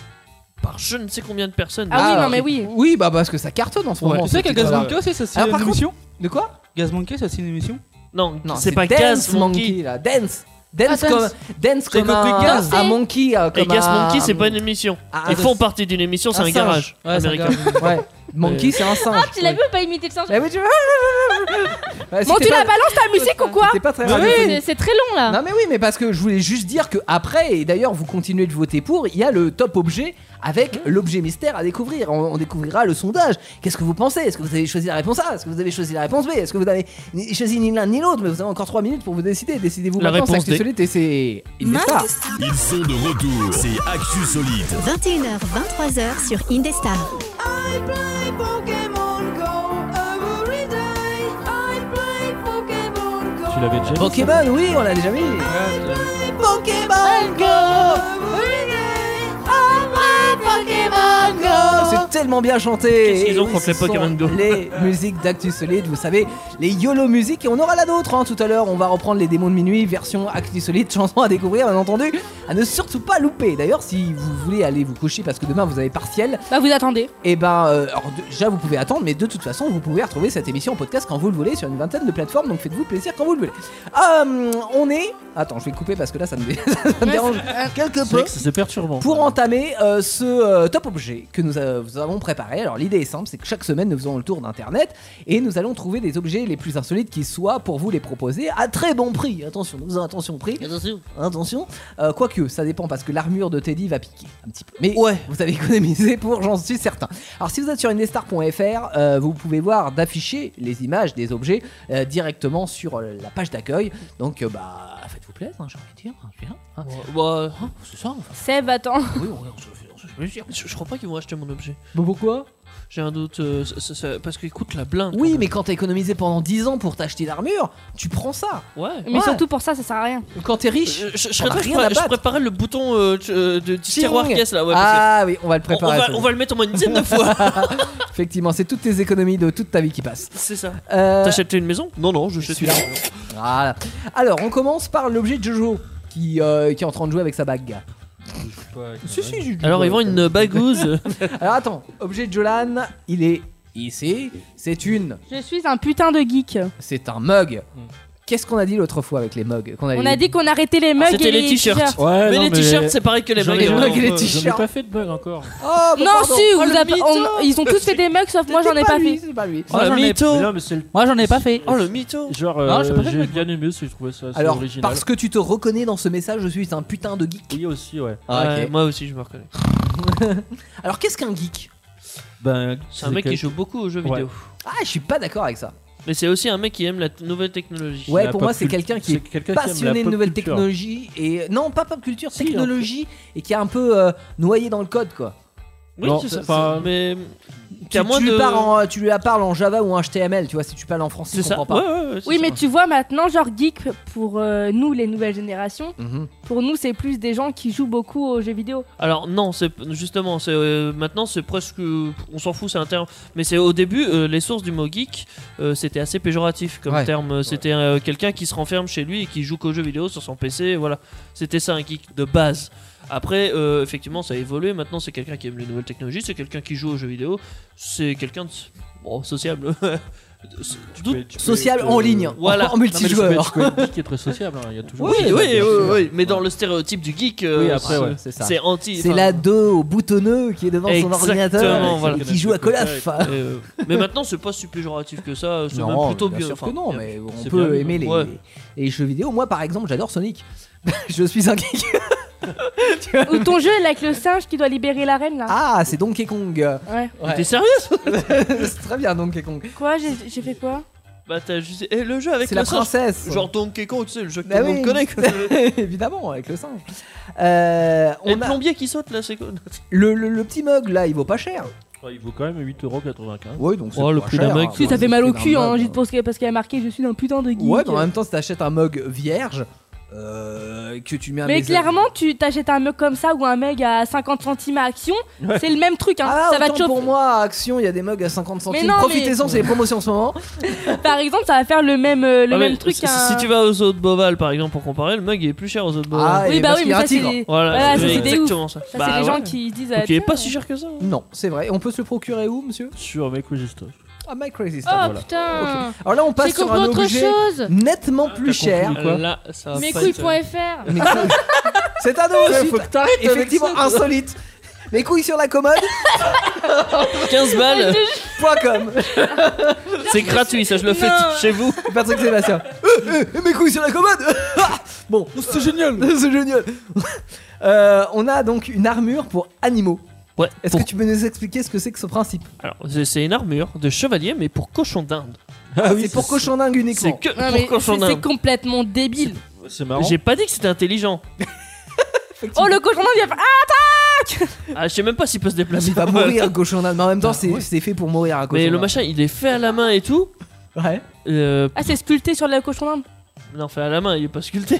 par je ne sais combien de personnes.
Ah oui, non, mais oui.
Oui, bah parce que ça cartonne en ce moment.
Tu sais
ce
que
titre-là.
Gazmanke aussi, ça c'est
Alors,
une
par contre-
émission
De quoi
Gazmanke, ça c'est une émission
Non,
Non,
c'est pas
Dance
Gaz Monkey.
là. Dance. Dance
Ah,
comme,
Dance.
dance
J'ai
comme
compris
un,
Gaz.
un monkey. euh,
Et
Comme
Gas
un-
Monkey, c'est pas une émission.
Ah,
Ils
ça,
font partie d'une émission, c'est un,
singe.
garage
Ouais, c'est un
américain.
garage.
Ouais. Monkey, c'est un singe.
Ah, tu l'as vu ou pas imiter le singe
Ah oui, tu- Ouais,
Bon,
c'était
tu
pas-
la balances ta musique ou quoi
c'était pas
Ah,
très
C'est-
radiophonique.
C'est très long là.
Non mais oui, mais parce que je voulais juste dire que après, et d'ailleurs vous continuez de voter pour, il y a le top objet avec l'objet mystère à découvrir. On, on découvrira le sondage. Qu'est-ce que vous pensez Est-ce que vous avez choisi la réponse A Est-ce que vous avez choisi la réponse B Est-ce que vous avez ni- choisi ni l'un ni l'autre Mais vous avez encore 3 minutes pour vous décider. Décidez-vous
La
maintenant.
réponse
C'est Actu Solite et c'est Indestar.
Ils sont de retour, c'est Actu Solide.
21h, 23h sur Indestar.
Tu l'avais déjà dit,
Pokémon, oui, on l'a déjà mis. Pokémon Go Ah, C'est tellement bien chanté
Qu'est-ce qu'ils
Et
ont
oui,
contre
ce
les Pokémon
sont
Go
Les musiques d'Actu Solide, vous savez, les YOLO musiques, et on aura la nôtre hein, tout à l'heure. On va reprendre les démons de minuit, version Actu Solide, [LAUGHS] chanson à découvrir, bien entendu, à ne surtout pas louper. D'ailleurs, si vous voulez aller vous coucher parce que demain vous avez partiel,
Bah, vous attendez.
et ben, euh, alors, déjà vous pouvez attendre, mais de toute façon vous pouvez retrouver cette émission en podcast quand vous le voulez sur une vingtaine de plateformes, donc faites-vous plaisir quand vous le voulez. Hum, on est. Attends, je vais couper parce que là ça me, dé- [LAUGHS] ça me dérange Euh, quelque
C'est vrai
peu.
que c'est perturbant.
Pour entamer euh, ce euh, top objet que nous, euh, nous avons préparé, alors l'idée est simple, c'est que chaque semaine nous faisons le tour d'internet et nous allons trouver des objets les plus insolites qui soient pour vous les proposer à très bon prix. Attention, nous faisons attention au prix.
Attention.
Attention, Euh, quoique ça dépend parce que l'armure de Teddy va piquer un petit peu. Mais
Ouais.
vous avez économisé pour, j'en suis certain. Alors si vous êtes sur indestar.fr, euh, vous pouvez voir d'afficher les images des objets euh, directement sur euh, la page d'accueil. Donc euh, bah faites-vous plaisir, hein, j'ai envie de dire. hein, bien, hein.
Bah, hein, c'est ça. enfin.
Seb, attends.
Oui, ouais, on se fait- on se fait plaisir.
Je, je crois pas qu'ils vont acheter mon objet.
Bon, pourquoi
J'ai un doute. euh, ça- ça- ça- parce qu'ils coûtent la blinde.
Oui, mais quand t'as économisé pendant 10 ans pour t'acheter l'armure, tu prends ça.
Ouais. Euh,
Mais
Ouais.
surtout pour ça, ça sert à rien.
Quand t'es riche.
Je, je, je
on
serais
a
toi, je,
rien à
pré- je
battre.
préparais le bouton euh, tu- euh, de, du
Ching.
tiroir caisse là. Ouais, parce que-
ah oui, on va le
on- on,
préparer.
va,
ça.
on va le mettre au moins une dizaine [LAUGHS] de fois.
Effectivement, c'est toutes tes économies de toute ta vie qui passent.
c'est ça.
Euh,
T'as acheté une maison Non, non, je suis
celui-là.
là.
Voilà. Alors, on commence par l'objet de Jojo qui, euh, qui est en train de jouer avec sa bague. Si, si, euh, je-
Alors, ils vendent une bagouze.
[LAUGHS] Alors, attends, objet de Jolan, il est ici. C'est une.
Je suis un putain de geek.
C'est un mug. Qu'est-ce qu'on a dit l'autre fois avec les mugs qu'on
On a dit qu'on arrêtait les mugs et Ah, les t-shirts.
Ah mais les t-shirts, c'est pareil que les
J'en
mugs.
ai
hein.
pas-
mugs et les
j'en ai
t-shirts.
pas fait de bug encore.
Oh,
non, si, vous avez- on- ils ont tous fait des mugs, sauf moi j'en ai pas, fait.
C'est pas lui.
Ah,
Moi, j'en ai-
Oh, mytho.
mais non, mais c'est le-
Moi j'en ai pas fait.
Oh, le mytho
Genre,
Non, j'ai pas fait
euh,
de
j'ai
bug.
bien aimé parce que je trouvais ça assez
Alors,
original.
parce que tu te reconnais dans ce message, je suis un putain de geek.
Oui, aussi, ouais.
Ah,
Ouais,
ok.
Moi aussi, je me reconnais.
Alors, qu'est-ce qu'un geek
Ben,
C'est un mec
que-
qui joue beaucoup aux jeux
Ouais.
vidéo.
Ah, je suis pas d'accord avec ça.
Mais c'est aussi un mec qui aime la t- nouvelle technologie.
Ouais,
la
pour moi,
pop
c'est
cult-
quelqu'un qui
c'est
est
quelqu'un qui aime la
passionné de
pop
nouvelles
culture.
technologies et non, pas pop culture,
Si, un peu.
technologie et qui est un peu euh, noyé dans le code quoi.
Oui,
Non,
c'est ça.
enfin,
Mais. qui
Tu,
a moins
tu lui
de-
parles en, tu lui la parles en Java ou en HTML, tu vois, si tu parles en français,
C'est
tu
ça.
comprends pas.
Ouais, ouais, ouais, c'est
Oui,
ça.
mais tu vois maintenant, genre geek, pour euh, nous, les nouvelles générations,
Mhm.
pour nous, c'est plus des gens qui jouent beaucoup aux jeux vidéo.
Alors non, c'est justement, c'est euh, maintenant c'est presque, on s'en fout, c'est un terme. Mais c'est au début, euh, les sources du mot geek, euh, c'était assez péjoratif comme
Ouais.
terme. C'était euh, quelqu'un qui se renferme chez lui et qui joue qu'aux jeux vidéo sur son PC. Voilà, c'était ça un geek de base. Après, euh, effectivement, ça a évolué. Maintenant, c'est quelqu'un qui aime les nouvelles technologies, c'est quelqu'un qui joue aux jeux vidéo, c'est quelqu'un de bon
[LAUGHS]
sociable.
tu
Doute-
peux- tu peux
Social
être,
en
euh,
ligne, en- [LAUGHS]
voilà.
en,
Non,
non, mais tu peux être-
multijoueur.
tu peux être geek et être sociable, hein, il y a toujours.
Oui, oui,
Bah,
oui,
bien sûr.
oui. mais dans le stéréotype du geek, euh,
Oui, après,
c'est-
ouais.
C'est ça.
c'est anti.
C'est
enfin,
la 2 au boutonneux qui est devant son
Exactement,
ordinateur
voilà.
et qui joue à Call of. [LAUGHS]
Euh, mais maintenant, c'est pas si péjoratif que ça, c'est
Non,
même plutôt
bien
bien.
sûr que
enfin,
non,
bien.
mais on
c'est
peut
bien,
aimer les,
ouais.
les jeux vidéo. Moi, par exemple, j'adore Sonic. [LAUGHS] je suis un geek.
Ou ton jeu là, avec le singe qui doit libérer la reine, là.
Ah, c'est Donkey Kong.
Ouais.
Ouais.
T'es sérieux
[LAUGHS] c'est très bien Donkey Kong.
Quoi J'ai j'ai fait quoi
Bah, t'as juste. Eh, le jeu avec
C'est
le
la
singe.
princesse.
Genre Donkey Kong, tu sais, le jeu que
Bah
tout le
oui.
monde connaît. quoi.
[LAUGHS] Évidemment, avec le singe. Euh,
Et
on
le
a
plombier qui saute là, c'est quoi
le, le- le petit mug là, il vaut pas cher.
Ouais, Il vaut quand même 8,95€.
Oui, donc
Oh, le prix d'un mug.
Si, ça fait mal au cul, hein, juste parce que- parce qu'il y a marqué « Je suis un putain de geek
Ouais, mais en même temps, si t'achètes un mug vierge, euh, que tu mets un
Mais
message-
clairement, tu t'achètes un mug comme ça ou un mug à 50 centimes à action, c'est le même truc. Hein.
Ah,
ça va te
autant
chauffer.
pour moi, à Action, il y a des mugs à 50
Mais
centimes.
non, mais-
Profitez-en, c'est les promotions en ce moment.
Par exemple, ça va faire le même, euh, le
Ah, mais
même truc
si-
qu'un.
Si tu vas aux eaux de Boval par exemple pour comparer, le mug il est plus cher aux eaux de
Ah,
Boval.
et
Oui, bah
parce
oui,
qu'il y
mais
a un
ça, c'est
tigre.
des,
Voilà,
voilà,
c'est
ça, c'est des
exactement ça.
ça, c'est
Bah,
des gens
ouais.
qui disent. euh,
Donc il est
tiens,
pas si cher que ça. hein.
Non, c'est vrai. On peut se le procurer où, monsieur
Sur mes quiz stuff.
Ah, My Crazy
Oh
Stuff.
putain
Alors là, on passe
C'est
sur
compris
un
autre
objet
chose
nettement plus cher.
Quoi
Là, ça va
Mes
pas être-
couilles.fr
Mais c'est- C'est un nouveau site,
Faut que t'arrêtes avec
effectivement
ça, toi.
insolite. Mes couilles sur la commode.com.
15 balles, c'est gratuit, ça je le fais
Non.
chez vous.
Patrick Sébastien. Euh, euh, mes couilles sur la commode. [LAUGHS] Ah bon, c'est génial. [LAUGHS] c'est génial. Euh, on a donc une armure pour animaux.
Ouais,
Est-ce
pour-
que tu peux nous expliquer ce que c'est que ce principe
Alors, c'est- c'est une armure de chevalier, mais pour cochon d'Inde.
Ah oui, C'est pour cochon dingue
C'est
uniquement.
que
Non,
pour
mais
cochon
c'est- c'est
d'Inde.
complètement débile.
C'est marrant.
J'ai pas dit que c'était intelligent.
Oh, le cochon d'Inde, il a fait. Ah
Ah, je sais même pas s'il peut se déplacer. [LAUGHS]
Il va mourir un cochon d'Inde, mais en même temps, c'est c'est fait pour mourir un cochon
Mais le
d'Inde.
machin, il est fait à la main et tout.
Ouais.
Euh,
Ah, c'est sculpté sur le cochon d'Inde.
non, fait à la main, il est pas
[LAUGHS]
sculpté.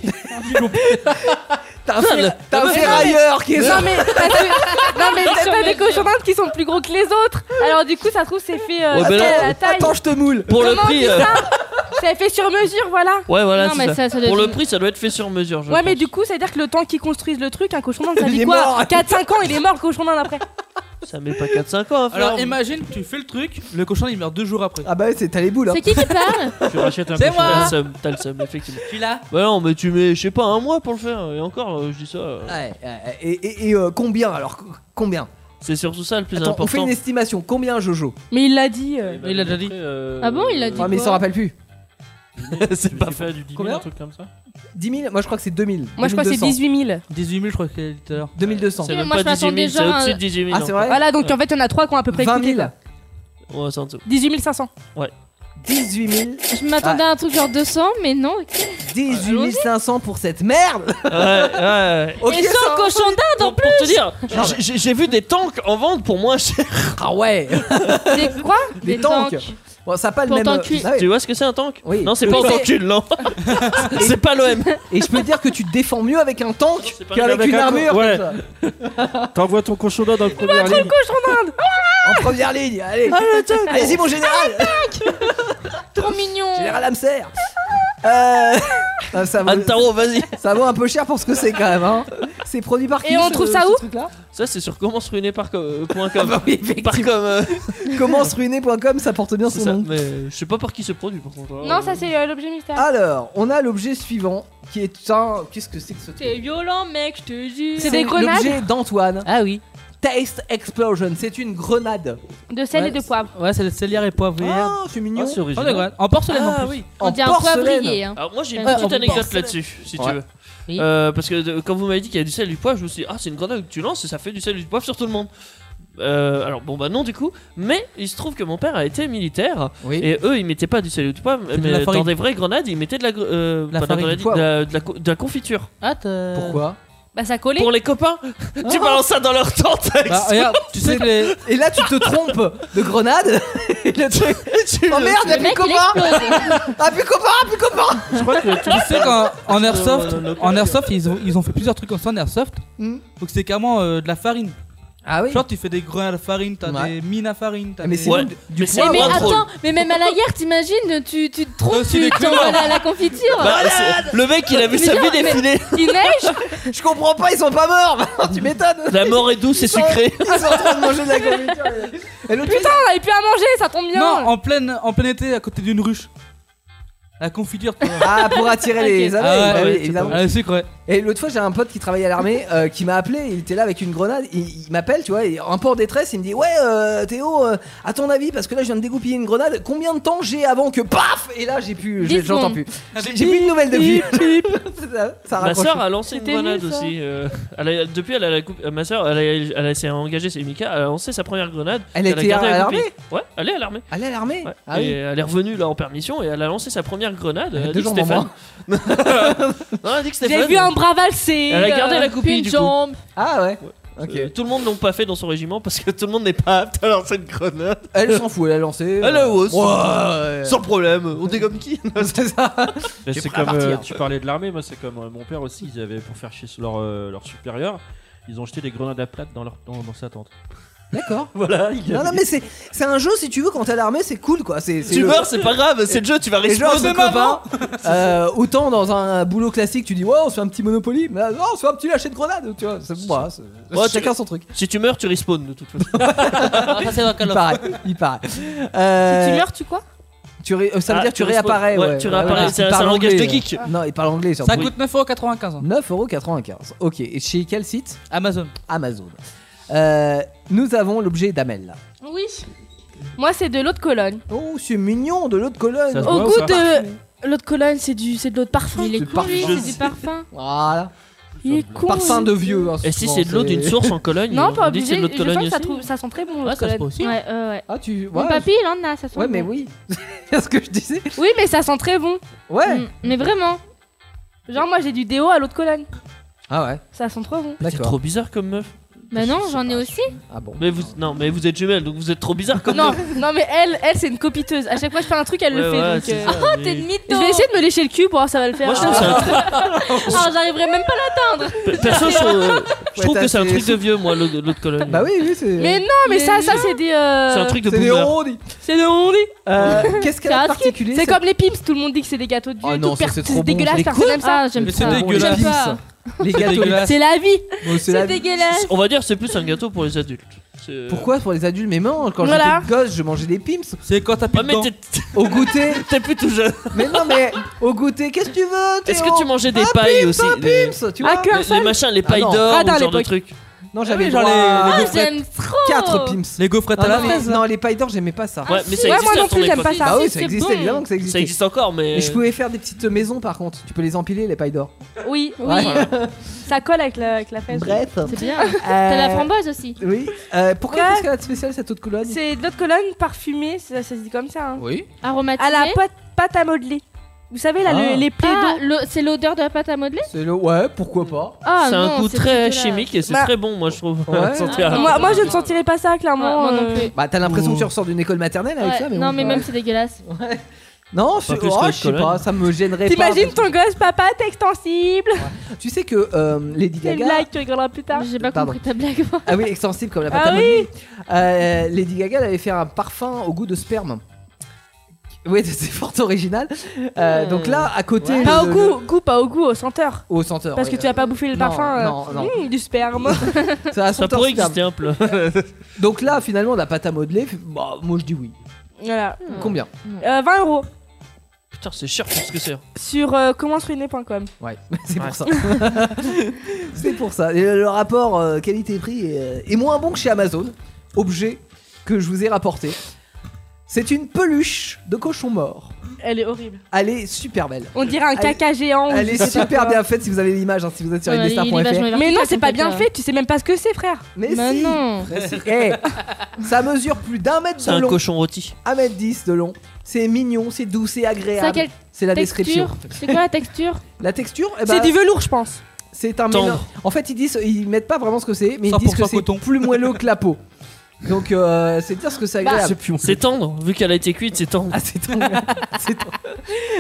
T'as un,
Putain,
fer-
le-
t'as un
le-
ferrailleur qui est
Non, mais. parce que- Non, mais t'as t'as des cochons d'Inde qui sont plus gros que les autres. Alors, du coup, ça se trouve, c'est fait euh,
Ouais, ben là-
à la taille.
Attends, je te moule.
Pour le
Comment on
prix.
dit
euh,
ça C'est fait sur mesure, voilà.
Ouais, voilà.
Non,
c'est
mais
ça.
ça, ça doit
Pour
être
le
une-
prix, ça doit être fait sur mesure. je
Ouais, mais
pense.
du coup, ça veut dire que le temps qu'ils construisent le truc, un cochon d'Inde, ça
Il
fait
est
quoi
mort.
4-5 ans, il est mort le cochon d'Inde après.
Ça met pas 4-5 ans à faire.
Alors imagine, tu fais
[LAUGHS]
le truc, le cochon il meurt deux jours après.
Ah bah ouais, c'est- t'as les boules. Hein.
C'est qui qui parle
Tu rachètes un
C'est
cochon
moi.
T'as
d'Inde.
le seum, t'as le seum, effectivement.
Tu l'as
Bah non, mais tu mets, je sais pas, un mois pour le faire. Et encore, euh, je dis ça. euh,
Ouais, ouais, et et- et, euh, combien alors co- Combien
C'est surtout ça le plus
Attends, on fait
important. bah,
une estimation. Combien, Jojo
Mais il l'a dit. euh,
Il l'a déjà dit.
Ah bon, il l'a dit
Ah, mais il
quoi
s'en rappelle plus.
C'est pas fait du 10 000,
Combien
un truc comme ça.
10 000 Moi, je crois que c'est 2000.
Moi, je crois que c'est 18 000.
18 000 je crois qu'il a dit tout à l'heure.
2200.
C'est hein.
Oui,
même
moi,
pas
je m'attendais
18 000, c'est
genre à-
au-dessus de 18 000.
Ah, c'est vrai
Voilà, donc en fait, il y en a 3 qui ont à peu près
20
écouté,
000
quoi.
encore. Ouais, c'est en dessous.
18 500.
18 000
Je m'attendais à un truc genre 200, mais non.
18 500 pour cette merde
Ouais, ouais.
Ok,
Et sans
ça-
cochon d'Inde en
Pour,
plus
pour te dire, j'ai j'ai vu des tanks en vente pour moins cher.
Ah ouais
Des quoi
Des tanks. Bon, ça a pas le
Pour
même.
t'enculer.
Ah ouais.
Tu vois ce que c'est un tank
Oui.
Non, c'est
Oui,
pas un
c'est-
tank cul, non. [LAUGHS] c'est pas l'OM.
Et je peux dire que tu te défends mieux avec un tank
c'est pas
qu'avec
avec
une
un-
armure.
ouais.
comme ça.
T'envoies ton cochon d'Inde en première ligne.
En première ligne,
Ah
Ah,
allez Allez-y, mon général
Trop mignon
Général Amser Euh, [LAUGHS] non,
Ah,
ça vaut,
Antaro, vas-y.
Ça vaut un peu cher pour ce que c'est quand même. Hein. C'est produit par qui
Et on
ce-
trouve
ce
ça où
truc-là
Ça, c'est sur comment se ruiner par com. euh, point com. par com. euh,
Comment se ruiner.com, ça porte bien son
ça,
nom.
mais je sais pas par qui se produit par contre.
Non, ça c'est euh, l'objet mystère.
Alors, on a l'objet suivant qui est un. Qu'est-ce que c'est que ce truc
T'es violent, mec, je te jure.
C'est l'objet d'Antoine. Ah oui. Taste Explosion, c'est une grenade.
De sel
Ouais,
et de poivre.
Ouais, c'est le cellier et poivré.
Ah, c'est mignon.
Ah, c'est original.
Oh, la grenade.
En porcelaine
Ah,
en plus.
oui.
On dit un poivrier. Hein.
Alors moi j'ai une
Ouais,
petite
en
anecdote
porcelaine.
là-dessus, si
Ouais.
tu veux.
Oui.
Euh, parce que euh, quand vous m'avez dit qu'il y a du sel et du poivre, je me suis dit, ah, c'est une grenade que tu lances et ça fait du sel et du poivre sur tout le monde. Euh, alors bon bah non du coup, mais il se trouve que mon père a été militaire et eux ils mettaient pas du sel et du poivre,
C'est de
mais
la
dans
farine.
des vraies grenades ils mettaient de la, gre- euh,
La
pas de la grenade,
farine, du poivre.
de la- de la co- de la confiture.
Ah, t'as-
Bah ça collait.
Pour les copains, [LAUGHS] tu
Ah.
balances ça dans leur tente.
Bah, regarde, tu sais
[LAUGHS]
que les.
Et là, tu te trompes de grenade. [LAUGHS] Et le truc-
Tu-
Oh merde,
le
y'a plus
mec, il
copain [LAUGHS] Ah, plus copain, plus copain
Je crois que tu sais qu'en en airsoft, en airsoft ils, ont, ils ont fait plusieurs trucs comme ça en airsoft. Donc c'est carrément euh, de la farine.
Ah oui
Genre tu fais des grenades à farine, t'as des mines à farine, t'as
Mais
des...
c'est Ouais. du-
du
c'est
poivre. hein.
Mais attends, mais même à la guerre, t'imagines, tu, tu te trompes,
aussi
tu
des
t'envoies
couleurs.
la, la confiture.
Bah, c'est- le mec il a vu
Mais
sa
non,
vie
mais
défiler.
Il neige
Je comprends pas, ils sont pas morts [LAUGHS] Tu m'étonnes
La mort est douce et
Ils sont-
sucrée.
Ils sont en train de manger de la confiture. Et l'autre,
Putain, Oh, on avait plus à manger, ça tombe bien.
Non, en plein, en plein été à côté d'une ruche. La confiture. tu vois.
[LAUGHS] Ah, pour attirer les abeilles,
Ah ouais,
bah oui,
ouais, c'est
évidemment.
pas mal. Ah, c'est quoi
Et l'autre fois, j'ai un pote qui travaillait à l'armée euh, qui m'a appelé. Il était là avec une grenade. Il, il m'appelle, tu vois, et un peu en détresse. Il me dit Ouais, euh, Théo, euh, à ton avis, parce que là, je viens de dégoupiller une grenade, combien de temps j'ai avant que paf Et là, j'ai plus, j'ai-
Dix
j'entends
secondes.
plus. Ah, J'ai- J'ai plus de nouvelles depuis. [LAUGHS] ça, ça
Ma
raccroche.
soeur a lancé une
C'était nul,
grenade
ça.
aussi. euh, elle a- depuis, elle a la coupe. euh, Ma soeur, elle, a- elle a- s'est engagée, c'est Mika. Elle a lancé sa première grenade.
Elle était
gardé
à
la
l'armée
copie. Ouais, elle est à l'armée.
Elle est à l'armée
Ouais.
Ah
et
oui.
elle est revenue là en permission et elle a lancé sa première grenade. Elle
deux
a dit que
jambes en
Stéphane.
moins.
[LAUGHS] Non, elle a dit que Stéphane.
J'ai vu un bras valser.
Elle a gardé
euh,
la copie
une
du
jambe.
coup.
Ah ouais.
Euh, tout le monde l'ont pas fait dans son régiment parce que tout le monde n'est pas apte à lancer une grenade.
Elle s'en fout, elle a lancé.
Elle a hausse.
Ouais.
Sans problème, on dégomme qui
[LAUGHS] C'est ça.
Mais
J'ai
c'est
pris un
comme euh,
martyr.
tu parlais de l'armée, moi c'est comme euh, mon père aussi, ils avaient pour faire chier leur, euh, leur supérieur, ils ont jeté des grenades à plate dans leur dans, dans sa tente.
D'accord.
Voilà, il y
Non,
avait-
non, mais c'est c'est un jeu, si tu veux, quand t'es à l'armée, c'est cool quoi. C'est- c'est
Tu
le-
meurs, c'est pas grave, c'est le jeu, tu vas
Et genre,
respawn.
ce copain, euh, autant dans un boulot classique, tu dis ouais, on se fait un petit Monopoly, mais là, non, on se fait un petit lâcher de grenade, tu vois. C'est moi, c'est-
Ouais,
chacun
tu-
son truc.
Si tu meurs, tu respawns de toute façon.
il paraît, il paraît. Euh,
Si tu meurs, tu quoi
tu ré- euh, ça veut
Ah,
dire que tu
tu respawns.
réapparais.
Ouais, tu réapparais,
voilà.
c'est
Il
un-
parle
c'est un langage
anglais,
de geek.
euh. Non, il parle anglais.
Ça coûte 9,95€. hein.
9,95€. Ok, et chez quel site
Amazon.
Amazon. Euh, nous avons l'objet d'Amel.
Oui. Moi, c'est de l'eau de Cologne.
Oh, c'est mignon de l'autre colonne.
Ça se
Au
voit ou
goût
ça
de l'eau de Cologne, c'est du, c'est de l'eau de parfum.
Il est C'est con, lui, parfum.
c'est du parfum.
Voilà.
Il est con.
Parfum de vieux. hein,
Et si
souvent,
c'est de l'eau d'une source en Cologne,
Non,
on
pas
dit que c'est
obligé.
de l'eau de
Je pense
Cologne
que ça,
aussi.
trouve- ça sent très bon. l'eau
Ouais,
de
ça se
Cologne.
peut aussi.
Ouais, ouais, ouais.
Ah, tu.
Mon
ouais,
papy, il en a, ça sent
Ouais,
bon.
mais oui. [LAUGHS] c'est ce que je disais.
Oui, mais ça sent très bon.
Ouais.
Mm, Mais vraiment. Genre, moi, j'ai du déo à l'eau de Cologne.
Ah ouais.
Ça sent trop bon.
C'est trop bizarre comme meuf.
Bah non, j'en ai aussi.
Ah bon.
Mais vous, non, mais vous êtes jumelles, donc vous êtes trop bizarre comme
Non,
meuf.
non mais elle, elle c'est une copiteuse. À chaque fois je fais un truc, elle le
Ouais,
fait.
ouais,
donc,
c'est
euh,
ça, mais-
Je vais essayer de me lécher le cul pour voir si ça va le faire.
Moi, je trouve que c'est un truc-
Alors j'arriverai même pas à l'atteindre.
Perso, je trouve, euh, je
Ouais,
trouve
t'as
que c'est un
fait-
truc de vieux, moi, l'eau de l'eau de Cologne.
Bah oui, oui, c'est.
Mais non, mais, ça, ça c'est des. euh,
C'est un truc de
C'est des
boomer.
ronds, on dit.
C'est des on dit.
Euh, Qu'est-ce qu'elle
C'est
a
un
de
truc.
particulier
C'est
cette-
comme les pimps, tout le monde dit que c'est des gâteaux de Dieu.
Oh non,
tout
ça,
per-
c'est trop bon.
dégueulasse,
Les
personne n'aime
Ah,
ça.
Mais
J'aime
c'est
ça.
dégueulasse.
J'aime pas.
Les
C'est
gâteaux.
dégueulasse.
C'est la vie.
Bon, c'est la-
C'est dégueulasse.
On va dire c'est plus un gâteau pour les adultes. C'est-
Pourquoi pour les adultes Mais non, quand
Voilà.
j'étais gosse, je mangeais des pimps.
C'est quand t'as plus
Ah,
de
mais
dents.
t'es-
Au goûter.
t'es plus tout jeune.
mais non, mais au goûter, qu'est-ce que tu veux
Est-ce
Théo
que tu mangeais des
Un
pailles
pimp,
aussi
un
des-
pimps, tu
Ah,
vois
que-
les, les machins, les pailles
Ah non.
d'or, ou
Radar,
ce genre de
l'époque.
truc.
Non, j'avais
genre
droit
les-
à
les
Ah, J'aime trop.
4 pimps.
Les gaufrettes à
Non,
la
Ah, non, mais-
fraise.
non, les pailles d'or, j'aimais pas ça.
Ouais, mais ça
Ouais,
existait
moi non
à ton
plus, j'aime
époque.
pas ça.
Ah oui,
si,
ça
c'est
existait,
bon.
évidemment que ça
Ça euh.
existait.
existe encore, mais.
Mais je pouvais faire des petites maisons par contre. Tu peux les empiler, les pailles d'or.
Oui, oui.
Ouais.
[LAUGHS] Ça colle avec la, avec la fraise.
Bref.
C'est bien. T'as
Euh,
la framboise aussi.
Oui. Euh, pourquoi
Ouais.
qu'est-ce qu'elle a de spécial cette eau de Cologne
C'est de l'autre colonne parfumée, ça, ça se dit comme ça. hein.
Oui.
Aromatisée.
À la pâte, pâte à modeler. Vous savez là,
Ah.
le- les plaies
Ah,
d'eau.
l'o- c'est l'odeur de la pâte à modeler
C'est le. Ouais, pourquoi pas
Ah,
c'est un
non,
goût
c'est
très
dégueulasse.
chimique et c'est
Bah-
très bon, moi je trouve.
Ouais.
Sentir-
Ah,
Moi,
non,
moi,
non,
je ne
non.
sentirais pas ça,
Ouais,
clairement.
moi non
euh,
plus.
Bah, t'as l'impression
Ouh.
que tu ressors d'une école maternelle avec
Ouais,
ça, mais
non,
bon,
mais
bah,
même c'est dégueulasse.
Non, c'est-
plus
oh,
que le
je sais
Cologne.
pas, ça me gênerait pas.
T'imagines ton gosse, papa, t'es extensible.
Tu sais que euh, Lady
C'est une
Gaga.
blague, tu rigoleras plus tard.
J'ai pas
Pardon.
compris ta blague. moi.
Ah oui, extensible comme la pâte
Ah
à modeler. Euh, Lady Gaga elle avait fait un parfum au goût de sperme. Oui, [LAUGHS] c'est fort original. Euh, donc là, à côté. le-
Hmm. Pas au
le-
goût, goût, pas au goût, au senteur.
Au senteur.
Parce
oui.
que tu as pas bouffé le
euh, Non,
parfum euh,
non, non.
hmm,
[LAUGHS]
du sperme.
Ça, a son tort
pourrait
superbe.
exister un plat.
Donc là, finalement, la pâte à modeler, fait- bah, moi je dis oui.
voilà.
Combien
Mm.
Euh, 20 euros
Putain, c'est cher pour ce que c'est.
sur euh, commenceruiner.com.
Ouais, [LAUGHS] c'est pour ça. [LAUGHS] c'est pour ça. Et le rapport euh, qualité-prix est, est moins bon que chez Amazon. Objet que je vous ai rapporté. C'est une peluche de cochon mort.
Elle est horrible.
Elle est super belle.
On dirait un
Elle-
caca géant. ou
Elle
Oh, je
est
sais pas
super
quoi.
bien faite si vous avez l'image, hein, si vous êtes sur
Ouais,
indestar.fr.
l'image, on est Mais non, c'est pas
euh.
bien fait, tu sais même pas ce que c'est, frère.
Mais
Bah
si. Mais si. Eh, Ça mesure plus d'un mètre
C'est
de
un
long.
cochon rôti.
1m10 de long. C'est mignon, c'est doux, c'est
Ça,
agréable.
quelle
C'est la
texture
description.
C'est quoi la texture
La texture eh
C'est du
velours, je pense.
C'est un
Tendre.
mélange. En fait, ils disent, ils mettent pas vraiment ce que c'est, mais ils disent que
100%
c'est plus moelleux que la peau. Donc, euh, c'est dire ce que c'est
Bah,
agréable.
c'est tendre, vu qu'elle a été cuite, c'est tendre.
Ah, c'est tendre.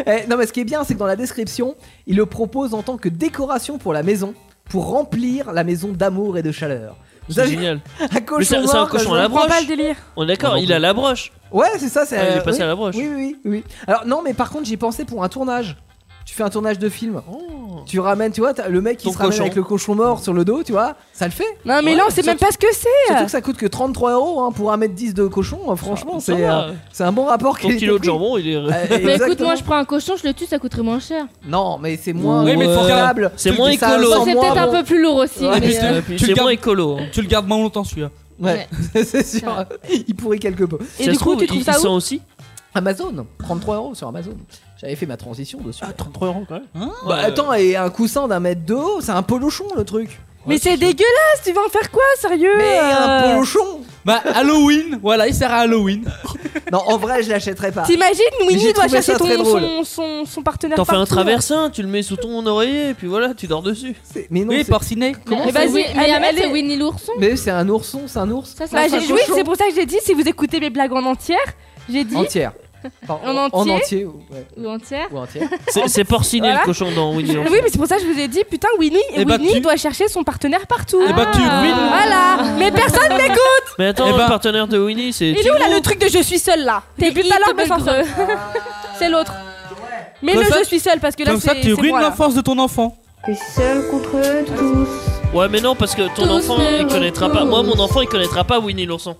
Eh, non, mais ce qui est bien, c'est que dans la description, ils le proposent en tant que décoration pour la maison, pour remplir la maison d'amour et de chaleur. Vous
C'est
avez
génial.
Un
Mais
cochon
c'est- c'est un cochon à la broche. On est d'accord,
Non, non
il a la broche.
Ouais, c'est ça. C'est,
Ah, il est
euh,
passé
oui.
à la broche.
Oui, oui, oui, oui. Alors non, mais par contre, j'y pensais pour un tournage. Tu fais un tournage de film. Tu ramènes, tu vois, t'as- le mec qui
Oh. Ton
se ramène
cochon.
avec le cochon mort sur le dos, tu vois, ça le fait.
Non, mais
Ouais.
là, on sait même
Surtout-
pas ce que c'est.
Surtout que ça coûte que 33 euros hein, pour 1m10 de cochon, hein, franchement,
ça
c'est,
va.
euh, c'est un bon rapport.
Ton kilo de jambon, il est. [LAUGHS]
Mais écoute, moi je prends un cochon, je le tue, ça coûterait moins cher.
Euh, Non, mais c'est moins
Ouais.
confortable.
C'est moins
Ça
écolo.
sent
Bon, c'est
moins
peut-être un
bon.
peu plus lourd aussi.
Ouais,
mais,
mais
euh,
C'est moins écolo. hein.
euh, Tu le gardes moins longtemps celui-là.
Ouais, [LAUGHS] c'est sûr. Il pourrait quelque peu.
Et Ça du se coup, trouve, tu trouves ils- ça ils où sont aussi
Amazon, 33 euros sur Amazon. J'avais fait ma transition dessus. Ah,
33 euros quand même.
bah,
Ouais.
Attends, et un coussin d'un mètre de haut, c'est un polochon le truc.
Mais c'est dégueulasse, tu vas en faire quoi, sérieux
Mais un
euh
polochon
Bah, Halloween, voilà, il sert à Halloween.
non, en vrai, je l'achèterais pas.
T'imagines,
Mais
Winnie
j'ai
doit
trouvé
chasser
ça très
ton,
drôle.
son, son, son partenaire.
T'en fais un
partout.
traversin, tu le mets sous ton oreiller, et puis voilà, tu dors dessus.
Mais non,
Oui,
c'est-
porcinet.
Mais
c'est-
vas-y,
Eh ben, elle-
mais la
elle
mettre,
est-
c'est Winnie l'ourson.
Mais c'est un ourson, c'est un ours.
Ça, c'est
Bah,
un
j'ai-
cochon.
oui, c'est pour ça que j'ai dit, si vous écoutez mes blagues en entière, j'ai dit.
Entière. Enfin, En
En entier
entier, ouais.
Ou entière.
Ou entière.
[LAUGHS]
C'est c'est porciné
Voilà.
le cochon dans Winnie l'ourson.
Oui, mais c'est pour ça que je vous ai dit, putain, Winnie,
Eh bah,
ben,
Winnie
tu-
doit chercher son partenaire
Eh
partout.
Et bah, tu ruines.
ah.
Voilà, mais personne n'écoute.
Mais attends,
Eh ben-
le partenaire de Winnie, c'est.
Il est où là le truc de je suis seul là Depuis tout à l'heure,
Double
mais sans
creux.
C'est l'autre. Mais
Comme
le
ça,
je suis seul parce que là
Comme ça,
c'est c'est
tu ruines
moi.
la
là.
force de ton enfant.
T'es seul contre eux tous.
Ouais, mais non, parce que ton
Tous
enfant,
les
il connaîtra pas. Moi, mon enfant, il connaîtra pas Winnie l'ourson.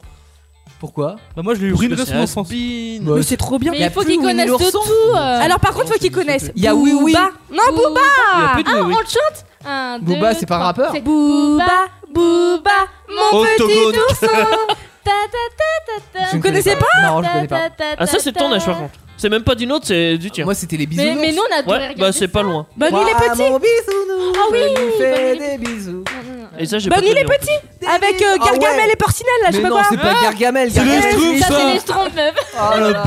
Pourquoi
Bah, moi, je lui
Parce que
ruinerais
c'est
son enfance.
has-been.
Bah,
Mais c'est trop bien.
Mais
Y a
il faut
plus
qu'ils
Winnie
connaissent de
l'ourson.
tout.
Alors par contre, faut qu'ils connaissent.
Il y a Oui Oui.
Booba. Non, Booba.
Il y a plus de
Ah,
oui.
on le chante Un, deux,
Booba, c'est pas un
trois.
rappeur
C'est
Booba, Booba, mon
Autogone.
petit ourson.
Ta, ta, ta, ta, ta.
Je ne
connaissez
connais Non, je connais pas.
Ta, ta, ta,
Ah, ça, c'est
ta.
ton âge par contre. C'est même pas d'une autre, c'est du tien.
Moi, c'était les bisous.
Mais, mais nous, on a
Ouais, bah c'est pas loin.
Bonne nuit les petits.
Mon bisounours,
Ah oui,
je lui fais
bah
des bisous.
Et ça, j'ai
Bah,
pas
il est
connu, en fait.
Avec euh,
Ah ouais.
Gargamel et Porcinelle là, je sais
Mais
pas
non,
quoi.
c'est pas Gargamel.
C'est
Gargamel,
les
c'est-
Schtroumpfs,
Ça, c'est
ça.
les schtroumpfs, meuf.
Oh là là.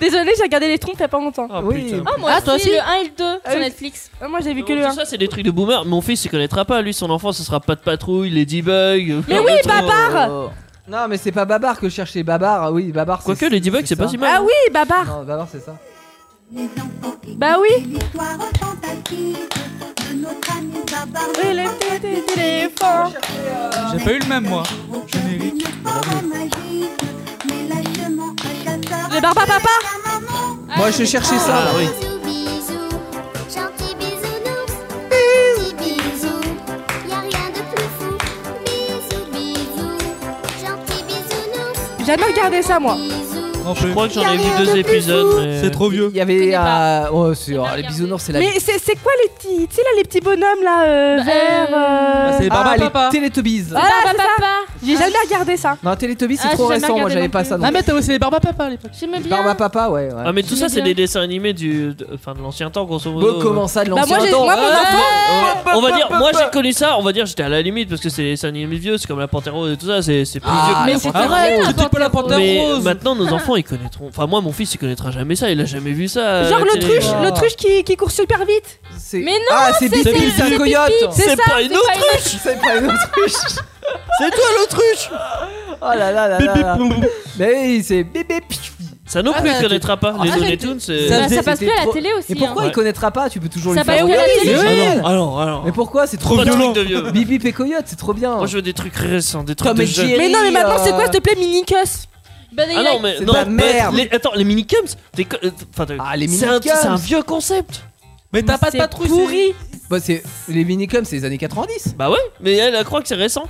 Désolée, Hein j'ai regardé les trompes il y a pas longtemps.
Ah,
Oui.
putain.
Ah, moi
Ah, toi
aussi,
aussi
le 1 et le 2
Ah
sur
oui.
Netflix.
Ah, Moi, j'ai vu
Donc,
que le
tout
1.
ça, c'est des trucs de boomer. Mon fils, il connaîtra pas. Lui, son enfant, ce sera pas de patrouille, les Ladybugs.
Mais oui, Babar.
Oh. Non, mais c'est pas Babar que je cherchais. Babar, ah oui, Babar. c'est-
Quoique, Ladybug, c'est pas
ça.
si mal.
Ah oui, Babar.
Non, Babar, c'est ça.
Bah oui. Il
J'ai
était des éléphants.
Bah, J'ai pas eu le même, moi. Générique.
Le barba papa.
Moi, je cherchais ça.
Ah,
là.
oui.
Bisous, bisous, gentil bisounours. Bisous, bisous, y a rien de plus fou. Bisous, bisous, gentil bisounours.
J'ai Jamais regardé ça moi.
Bisous.
Non
Je
plus.
crois que j'en ai vu deux épisodes. mais-
C'est trop vieux.
Il y avait.
connais pas.
euh, Oh, c'est- oh,
pas
les
regardé.
bisounours, c'est la vie.
Mais c'est c'est quoi les petits, tu sais là les petits bonhommes là euh,
Bah,
verts.
euh,
euh,
Bah, c'est-
Ah,
Barbara
les
Papa.
Télétobies.
Voilà,
Papa,
c'est ça.
papa.
J'ai jamais regardé ça.
Non, Télétobies, c'est
Ah,
trop
j'ai jamais
récent. Moi,
regardé
j'avais
non
pas
plus.
ça. Non.
Ah, mais t'as aussi les barba papa à l'époque.
J'aimais bien.
Barba Papa, ouais. ouais.
Ah, mais tout ça, c'est
J'aimais
des
bien.
dessins animés du. de- Enfin, de l'ancien temps, grosso modo.
Bon, comment ça de
Bah,
l'ancien
moi, j'ai-
temps
moi, mon
Ah,
enfant-
On va dire, moi j'ai connu ça, on va dire j'étais à la limite parce que c'est des dessins animés vieux, c'est comme la Panthère Rose et tout ça, c'est c'est plus vieux que
Ah,
la
mais
Panthère
c'était
Rose.
Arrête, c'était pas la panthère
Mais
rose.
maintenant nos enfants ils connaîtront. Enfin moi mon fils il connaîtra jamais ça, il a jamais vu ça. à
Genre
la télé.
l'autruche,
Ah.
l'autruche qui, qui court super vite.
c'est-
Mais non,
Ah, c'est
c'est-
Bibi,
c'est-
c'est un
c'est
coyote.
C'est
ça,
pas une
c'est pas
autruche.
C'est pas une autruche.
C'est toi l'autruche.
Oh là là là là là. Mais oui, c'est bébé.
Ça non plus il connaîtra pas. Les
arrête.
Looney Tunes c'est.
Bah,
faisait-
ça passe plus
c'était
à la
trop-
télé aussi.
Et pourquoi
hein.
il connaîtra pas Tu peux toujours
Ça
lui faire
passe plus à la
oui,
télé.
c'est génial.
Alors alors.
Mais pourquoi C'est trop
Trop de
violent.
trucs de vieux.
Bip bip et coyote, c'est trop bien.
Moi je veux des trucs récents, des trucs
Tom
de
et
jeunes.
Jerry,
Mais non, mais maintenant
euh,
c'est quoi s'il te plaît Minicus
Ah non, mais non, bah, les- attends, les minicums, t'es co- euh, enfin, t'es- c'est un- c'est un vieux concept.
Mais t'as pas de patrouille,
pourri.
Bah, c'est les minicums, c'est les années 90.
Bah ouais, mais elle, elle croit que c'est récent.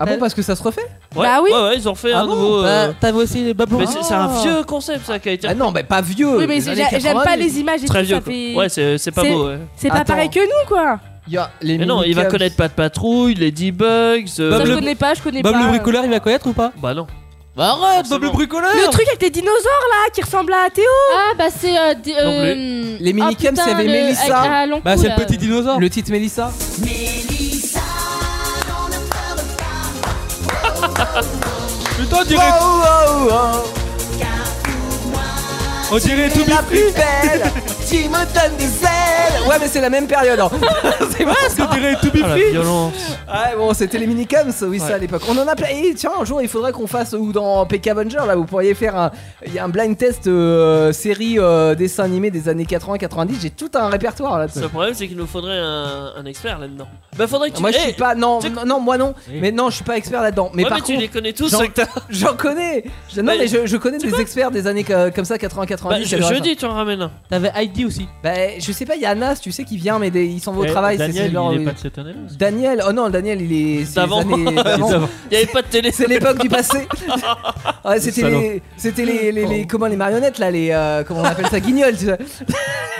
Ah bon, parce que ça se refait
Ouais, Ouais, ouais, ils ont fait
Ah
un
bon
nouveau. euh,
Bah, t'avais aussi les Babylon.
Mais c'est c'est
Ah.
un vieux concept ça qui a été.
Ah non, mais pas vieux.
Oui, mais j'ai- j'aime pas les images et
Très
tout,
vieux.
ça
quoi.
fait-
Ouais, c'est c'est pas beau. ouais.
C'est pas pareil que nous, quoi.
Mais non, il va
minicums.
connaître pas de patrouille, les debugs.
Ça, je connais pas, je connais pas.
il va connaître ou pas Bah non. Bah arrête, Bob le bricoleur.
Le truc avec les dinosaures là qui ressemble à Théo
Ah bah c'est euh, des-
Non plus.
euh,
Les
ah,
minicums,
putain,
c'est avec
le-
Mélissa.
avec- à long cou, là.
dinosaure. Bah, Le titre Mélissa.
Putain, on dirait. On dirait tout
la plus belle. tu me donnes des ailes. Ouais, mais c'est la même période. hein. [LAUGHS] c'est vrai, ce qu'on
dirait To Be
Ah, la
Free.
violence.
Ouais, bon, c'était les minicums, oui,
Ouais.
ça à l'époque. On en a plein. Eh, Tiens, un jour, il faudrait qu'on fasse, ou dans PK Avenger, là, vous pourriez faire un, il y a un blind test euh, série euh, dessin animé des années 80-90. J'ai tout un répertoire là-dessus.
Le problème, c'est qu'il nous faudrait un, un expert là-dedans. Bah faudrait que tu.
Moi je suis
Eh,
pas non non, non, moi non mais non je suis pas expert là-dedans mais
Ouais,
par
mais tu
contre
les connais tous,
j'en-
ceux que t'as.
[LAUGHS] j'en connais Je- non
Mais-
mais je, je connais
tu
des
vois
experts des années que- comme ça 80 90
Bah, je- jeudi, tu en ramènes un.
T'avais [LAUGHS] Heidi aussi. Bah, je sais pas, il y a Anas, tu sais, qui vient, mais des- il s'en va au
Eh,
travail.
Daniel,
c'est genre-
il est pas de cette année-là
Daniel, oh non, Daniel, il est. c'est les
D'avant.
années-
Il est
d'avant.
d'avant. Il y avait pas de télé.
C'est l'époque du passé. Ouais, c'était
salaud.
les, c'était les, les, les- comment les marionnettes là, les euh, comment on appelle ça, guignols. Tu sais.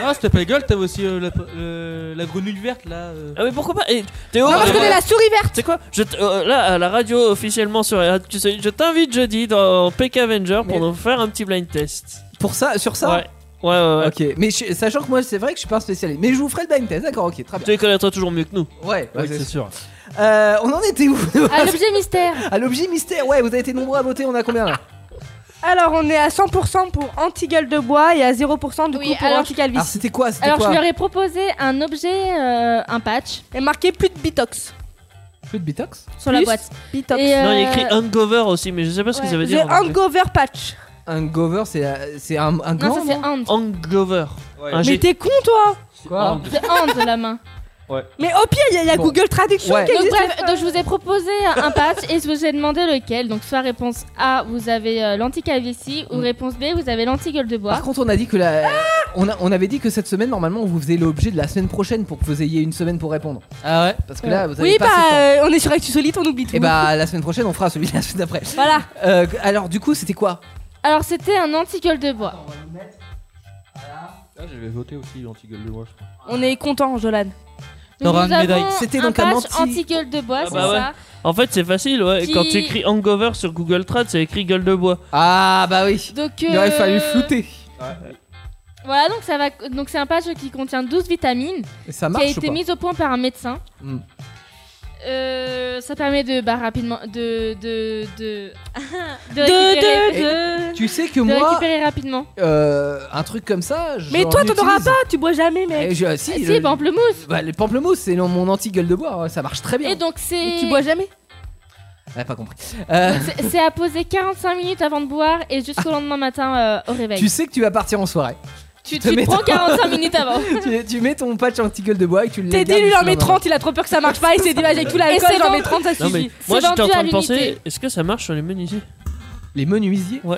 Ah, c'était pas gueule, t'avais aussi euh, la, euh, la grenouille verte là. euh.
Ah mais pourquoi pas Et Théo,
Non, parce
euh,
qu'on est la
souris verte.
C'est quoi je t- euh, Là, à la radio officiellement sur tu sais, je t'invite jeudi dans PK Avenger pour nous faire un petit blind test.
Pour ça, sur ça.
Ouais. Ouais, ouais, ouais.
Ok, mais je- sachant que moi, c'est vrai que je suis pas un spécialiste, mais je vous ferai le blind test, d'accord, ok, très
Tu
bien.
les connaîtras toujours mieux que nous.
Ouais,
Oui, c'est sûr.
Euh, on en était où
À Ah, l'objet mystère.
À l'objet mystère, ouais, vous avez été nombreux à voter, on a combien
Ah,
là
Alors on est à 100% pour anti-gueule de bois et à 0% du
Oui,
coup pour
alors-
anti-calvitie.
Alors, c'était quoi C'était
Alors
quoi
je leur ai proposé un objet, euh, un patch.
Ah. Et marqué plus de bitox.
Plus de bitox
Sur la
Plus
boîte.
Bitox.
Et, euh,
Non, il y a écrit Uncover aussi, mais je sais pas ce que ça veut
J'ai
dire. en anglais.
hangover patch.
Un gover, c'est euh, c'est un, un gland non
Hangover. Un
Mais
G.
t'es con toi
Quoi
C'est hand la main.
Mais au pire il y a, il y a
Bon.
Google Traduction
Ouais.
qui
Donc,
existe.
bref, donc je vous ai proposé un patch et je vous ai demandé lequel. Donc soit réponse A, vous avez euh, l'anti-calvitie,
Mm.
ou réponse B, vous avez l'anti-gueule de bois.
Par contre, on a dit que la. on, a- on avait dit que cette semaine, normalement, on vous faisait l'objet de la semaine prochaine pour que vous ayez une semaine pour répondre.
Ah ouais
Parce que là, vous avez
Oui
pas
bah
assez de temps.
euh, on est sur Actu Solite on oublie tout.
Et bah, la semaine prochaine, on fera celui de la semaine d'après.
Voilà.
Euh, alors, du coup, c'était quoi
Alors c'était un anti-gueule de bois.
Ah, j'avais voté aussi anti-gueule de bois, je crois.
On est content Jolan.
Donc,
T'auras
nous
une
avons
médaille.
C'était
un
donc un
patch
anti-
anti-gueule de bois,
Ah
c'est
bah ouais.
ça.
En fait, c'est facile, ouais.
Qui-
Quand tu écris Hangover sur Google Trad, c'est écrit gueule de bois.
Ah, bah oui.
Donc,
Il aurait
euh,
fallu flouter.
Voilà, donc ça va donc c'est un patch qui contient 12 vitamines
Et ça
qui a
marche ou
été
pas
mise au point par un médecin.
Hmm.
Euh, ça permet de bah rapidement de de de [LAUGHS] de
de-
Tu sais que
de
moi,
récupérer rapidement.
euh, un truc comme ça.
Mais
j'en
toi t'en auras
utilise.
pas, Ah, tu bois jamais mec.
Eh, je-
Ah,
si,
Si,
le-
pamplemousse.
bah, le pamplemousse, c'est non- mon anti-gueule de bois, ouais, ça marche très bien.
Et donc c'est
Mais tu bois jamais
Ouais, pas compris. Euh,
c'est- c'est à poser 45 minutes avant de boire et jusqu'au lendemain matin euh, au réveil.
tu sais que tu vas partir en soirée.
tu,
te
tu
mets
prends
ton-
45
[LAUGHS]
minutes avant.
tu, tu mets ton patch anti-gueule de bois et tu le
T'es
gardes
dit lui il en
jusqu'au
met
lendemain.
30, il a trop peur que ça marche pas, il s'est dit vas-y, avec tout l'alcool
c'est
j'en
bon.
mets 30 ça
Non, mais
suffit.
moi j'étais
C'est
en
vendu à
train de penser,
l'unité.
est-ce que ça marche sur les menuisiers
Les menuisiers
Ouais.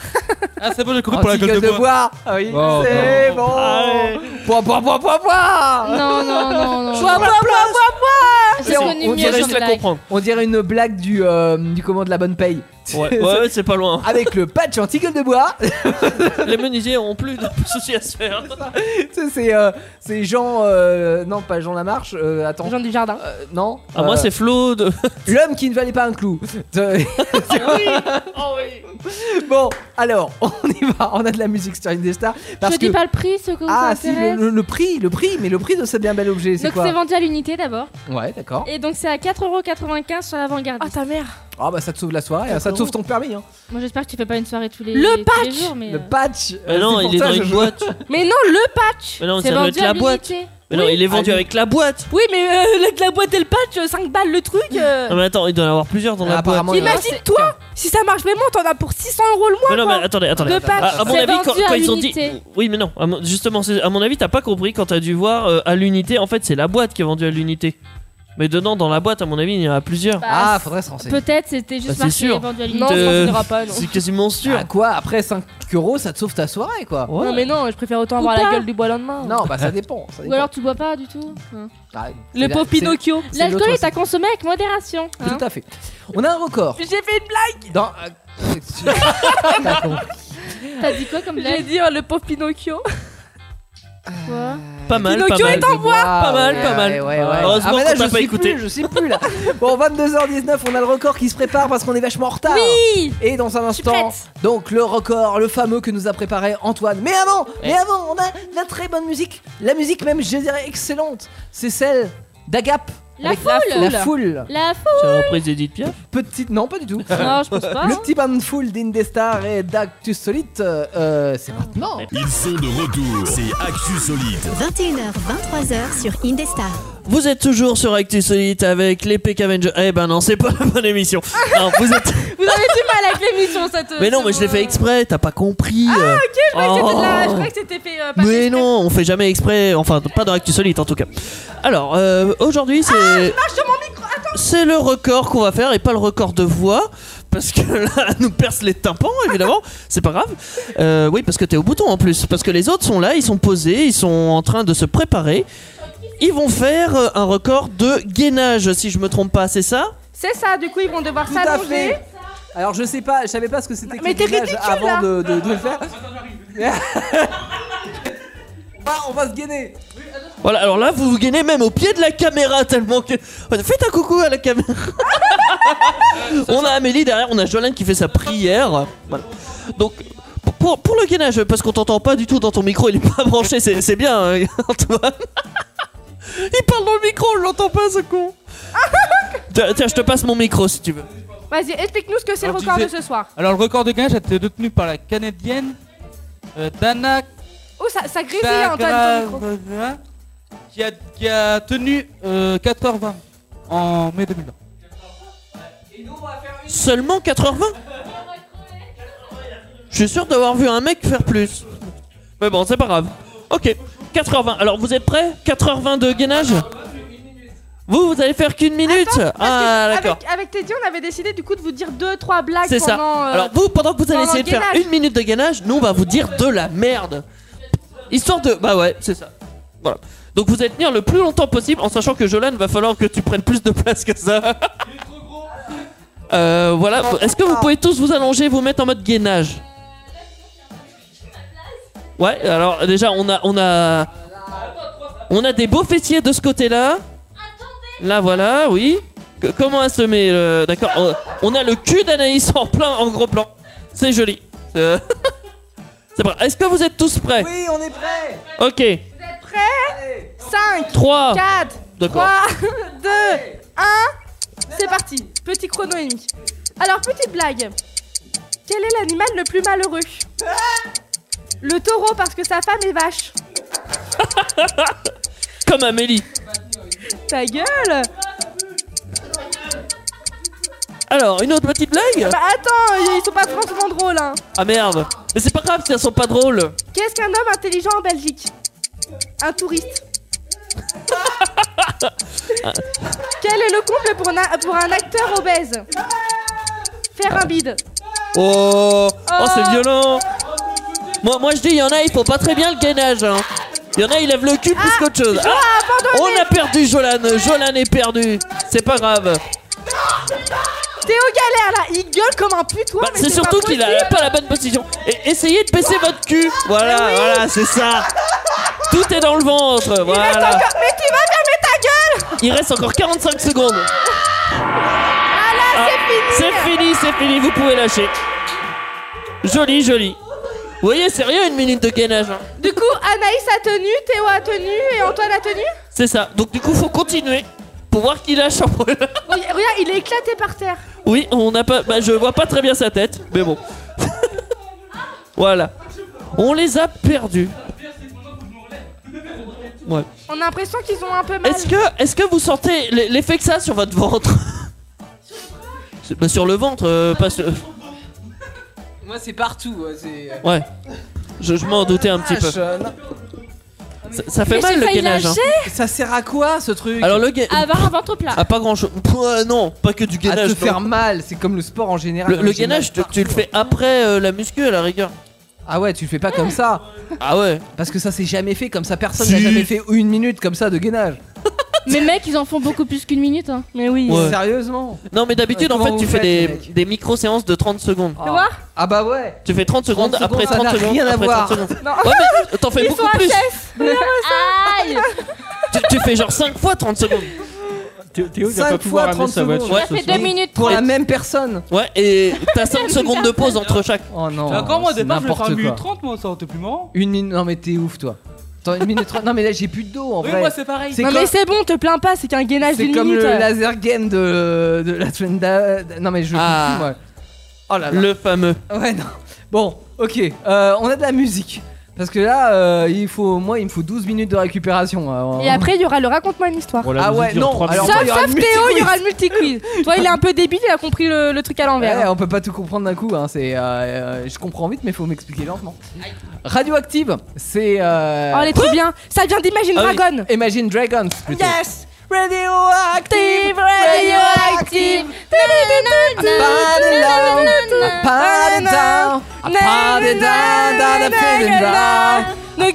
Ah, c'est bon, j'ai compris pour la gueule
Anti-gueule
de
de bois.
bois.
Ah oui,
Oh,
c'est bon.
Allez.
Bois, bois, bois, bois, bois.
Non non non non.
Bois, bois, bois, bois, bois.
J'ai
On-
connu
on
mieux
dirait
comme
juste la
la
blague.
comprendre.
On dirait une blague du, euh, du comment de la bonne paye.
Ouais, ouais, ouais, c'est pas loin.
Avec le patch anti-gueule de bois, [LAUGHS]
les menuisiers ont plus de soucis à se faire. Ah,
Tu sais, c'est euh, c'est Jean, euh, non pas Jean Lamarche, euh, attends,
Jean du jardin.
euh, non.
Ah, moi
euh,
c'est Flo de.
l'homme qui ne valait pas un clou. [LAUGHS]
Oh oui
bon, alors [LAUGHS] on y va, on a de la musique sur une des stars parce
Je
que
dis pas le prix ce que vous
ah si le,
intéresse.
le- le prix, le prix, mais le prix de ce bien bel objet, c'est
Donc c'est
quoi
vendu à l'unité d'abord.
Ouais, d'accord.
Et donc c'est à 4,95€ sur l'avant-garde.
Ah ta mère.
Ah bah ça te sauve la soirée, hein, ça te sauve ton permis. Hein.
Moi j'espère que tu fais pas une soirée tous les,
Le
tous les
patch
jours. Mais,
Le
euh,
patch.
Mais
euh,
Ah non,
c'est pour
il est
ça
dans
que
une
je-
boîte.
Mais non, le patch
Mais non,
c'est
ça doit
vendu
être
à
la
l'unité.
boîte. Mais non, il est vendu
Allez.
avec la boîte.
Oui, mais euh, avec la boîte et le patch, euh, 5 balles le truc. euh.
Non mais attends, il doit y en avoir plusieurs dans la boîte.
Apparemment, il y en a-
Imagine-toi, si ça marche vraiment, t'en as pour 600 euros le mois.
Mais non, mais
quoi.
attendez, attendez. Ah,
Le patch,
à, à mon
c'est
avis, quand,
vendu à
quand ils ont dit.
l'unité.
Oui, mais non, à mon- justement, c'est- à mon avis, t'as pas compris quand t'as dû voir euh, à l'unité. En fait, c'est la boîte qui est vendue à l'unité. Mais dedans, dans la boîte, à mon avis, il y en a plusieurs.
Bah, Ah,
faudrait se
Peut-être c'était
Bah,
juste
c'est
marqué
sûr.
éventualité.
Non, Euh,
on pas.
c'est quasiment sûr.
Ah quoi, après 5 euros, ça te sauve ta soirée quoi.
Non, mais non, je préfère autant
Ou
avoir
pas.
la gueule du bois lendemain.
Non, bah ça dépend. Ah,
Ou alors tu bois pas du tout. hein.
Le pauvre Pinocchio.
L'alcool est à consommer avec modération. hein.
Tout à fait. On a un record.
J'ai fait une blague
Dans. euh, T'as compris.
T'as dit quoi comme blague
J'ai dit oh, le pauvre Pinocchio.
Quoi
Pas mal, pas
Pinocchio
mal.
est en bois
Pas mal,
ouais,
pas mal.
ouais, ouais, ouais.
Heureusement
Ah, mais là,
qu'on t'a
je
pas
suis
écouté.
plus, je suis plus là. Bon, 22h19, on a le record qui se prépare parce qu'on est vachement en retard.
Oui
Et dans un instant, donc le record, le fameux que nous a préparé Antoine. Mais avant, mais avant, on a de la très bonne musique. La musique même, je dirais excellente. C'est celle d'Agap.
La
avec
foule.
La foule.
La foule
C'est la reprise d'Edith Piaf.
Petite, non pas du
[LAUGHS]
tout.
Ah.
Non, je pense pas.
Le petit bain de foule d'Indestar et d'Actus Solite, euh, euh,
Ah.
c'est maintenant.
Ils sont de retour, c'est Actu Solide.
21h, 23h sur Indestar.
Vous êtes toujours sur Actu Solite avec les PK Avengers. Eh ben non, c'est pas la bonne émission. Non, vous êtes...
Vous avez du mal avec l'émission, cette.
Mais non, mais je l'ai fait exprès, t'as pas compris.
Ah,
euh.
ok, je croyais que c'était de la- je
Oh.
croyais que c'était fait. euh, passer-
Mais non, on fait jamais exprès, enfin pas dans Actu Solite en tout cas. Alors, euh, aujourd'hui c'est. C'est le record qu'on va faire et pas le record de voix, parce que là, [LAUGHS] elle nous perce les tympans évidemment, c'est pas grave. Euh, oui, parce que t'es au bouton en plus, parce que les autres sont là, ils sont posés, ils sont en train de se préparer. Ils vont faire euh, un record de gainage, si je me trompe pas, c'est ça
C'est ça, du coup, ils vont devoir
Tout à
s'allonger.
fait. Alors je sais pas, je savais pas ce que c'était. que
Mais
le
t'es
gainage
ridicule,
avant
là.
de, de- de le faire. [LAUGHS] Bah, on va se gainer.
Voilà, alors là, vous vous gainez même au pied de la caméra tellement que. Faites un coucou à la caméra. on a Amélie derrière, on a Jolene qui fait sa prière. Voilà. Donc, pour, pour le gainage, parce qu'on t'entend pas du tout dans ton micro, il est pas branché, c'est c'est bien, hein, [LAUGHS] Antoine. il parle dans le micro, je l'entends pas, ce con. Tiens, tiens, je te passe mon micro si tu veux.
Vas-y, explique-nous ce que c'est le
Alors, tu
record de
disais-
ce soir.
Alors le record de gainage a été détenu par la Canadienne euh, Dana
Oh, ça, ça grésille, Antoine, ton micro.
Zagrava, qui a, qui a tenu euh, 4h20 en mai 2020.
Seulement 4h20 Je suis sûr d'avoir vu un mec faire plus. Mais bon, c'est pas grave. Ok, 4h20. Alors, vous êtes prêts 4h20 de gainage Vous, vous allez faire qu'une minute Ah, d'accord.
Avec, avec Teddy, on avait décidé du coup de vous dire deux, trois blagues
C'est ça.
pendant. euh,
Alors, vous, pendant que vous allez
pendant
essayer de faire
gainage.
une minute de gainage, nous, on va vous dire de la merde. Histoire de. Bah ouais, c'est ça. Voilà. Donc, vous allez tenir le plus longtemps possible en sachant que Jolan va falloir que tu prennes plus de place que ça. Euh, voilà. Est-ce que vous pouvez tous vous allonger, vous mettre en mode gainage Ouais, alors déjà, on a. On a, on a des beaux fessiers de ce côté-là. Là, voilà, oui. Que- comment elle se met euh, D'accord. On, on a le cul d'Anaïs en plein, en gros plan. C'est joli. Euh, [LAUGHS] C'est bon. Est-ce que vous êtes tous prêts
Oui, on est prêt.
Ok.
Prêt 5,
Trois.
4,
D'accord.
[LAUGHS] 3, 2, 1. C'est parti. Petit chrono et demi. Alors, petite blague. Quel est l'animal le plus malheureux Le taureau parce que sa femme est vache.
Comme Amélie.
Ta
Euh.
gueule
Alors, une autre petite blague
Bah attends, ils sont pas franchement drôles hein.
Ah merde. Mais c'est pas grave si elles sont pas drôles.
Qu'est-ce qu'un homme intelligent en Belgique Un
[LAUGHS]
touriste. Quel est le comble pour un, pour un acteur obèse Faire un bide.
Oh, oh c'est
Oh.
violent. Moi, moi je dis, il y en a, ils font pas très bien le gainage. hein. Il y en a, ils lèvent le cul plus qu'autre chose. Ah,
Jolan a Ah, abandonné.
on a perdu Jolan. Jolan est perdu. C'est pas grave.
Théo galère là, il gueule comme un putois.
Bah,
mais
c'est
pas
surtout qu'il a
possible.
pas la bonne position. Et essayez de baisser votre cul. Voilà, voilà, c'est ça. Tout est dans le ventre.
Il reste
Voilà.
encore- Mais tu vas fermer ta gueule
Il reste encore 45 secondes.
Ah là, c'est
C'est
fini
fini, c'est fini. Vous pouvez lâcher. Joli, joli. Vous voyez, c'est rien une minute de gainage. hein.
Du coup, Anaïs a tenu, Théo a tenu et Antoine a tenu
C'est ça. Donc du coup, faut continuer pour voir qui lâche en premier. [LAUGHS]
Regarde, regarde, il est éclaté par terre.
Oui, on n'a pas. Bah, je vois pas très bien sa tête, mais bon. [LAUGHS] voilà. On les a perdus. Ouais.
On a l'impression qu'ils ont un peu mal.
Est-ce que, est-ce que vous sentez l- l'effet que ça a sur votre ventre [LAUGHS] C'est- bah, Sur le ventre, euh, pas sur...
Moi c'est partout. euh, Ah,
Ouais. Je, je m'en doutais un petit peu.
Vache, euh, non.
Ça, ça fait mal le gainage. hein.
Ça sert à quoi ce truc
Alors, le ga-
Avoir un ventre [LAUGHS] plat.
Ah, pas grand chose. Non, pas que du
À
gainage.
te
non.
faire mal, c'est comme le sport en général.
Le, le gainage, tu, tu le fais après euh, la muscu à la rigueur.
Ah ouais, tu le fais pas comme ça.
Ah ouais.
Parce que ça c'est jamais fait comme ça. Personne n'a jamais fait une minute comme ça de gainage.
Mais mec, ils en font beaucoup plus qu'une minute. Hein. Mais oui.
Ouais.
Sérieusement.
Non, mais d'habitude,
Ouais,
en fait,
Euh, comment
tu
vous
fais
faites, les
des, des micro-séances de 30 secondes.
Tu vois Ah bah ouais.
Tu fais 30 secondes,
30
après
secondes, ça
30
n'a
secondes,
rien à
après
voir.
30 secondes. Ouais, mais t'en fais
Ils sont
beaucoup plus.
HS.
[LAUGHS] Aïe
Tu, tu fais genre 5 fois 30 secondes.
Théo, il va pas pouvoir amener sa voiture.
Ouais.
ce
fait
soir.
deux minutes.
Pour la même personne.
Ouais, et t'as 5 secondes de pause entre chaque.
Oh non.
D'accord, moi, au
c'est
départ, je vais faire
n'importe
1
quoi.
minute 30, moi, ça aurait été plus marrant.
Une minute. Non mais t'es ouf toi. Attends, une minute trente- Non mais là j'ai plus de dos en
Oui,
vrai.
moi, c'est pareil.
C'est
Non,
comme-
mais euh. c'est bon, te plains pas, c'est qu'un gainage
C'est
d'une
comme
minute.
le laser game de, de la Trenda. Non mais je
Ah.
confonds, moi. Oh là là.
Le fameux.
Ouais non. Bon, ok. euh, on a de la musique. Parce que là, euh, il faut, moi, il me faut 12 minutes de récupération. euh,
Et après, il y aura le raconte-moi une histoire.
Oh, la Ah musique ouais, dure non, trois alors, minutes.
Sauf,
il y aura
sauf
le
Théo, il y
multi-quiz.
aura le multi-quiz. Toi, il est un peu débile, il a compris le, le truc à l'envers.
Ouais, on peut pas tout comprendre d'un coup. hein, C'est, euh, euh, je comprends vite, mais faut m'expliquer lentement. Radioactive, c'est. euh,
Oh, elle est trop bien. Ça vient d'Imagine
Ah oui,
Dragon.
Imagine Dragons. Plutôt.
Yes!
Radioactive,
radioactive.
Party down, party down, party down, down the feeling down. Party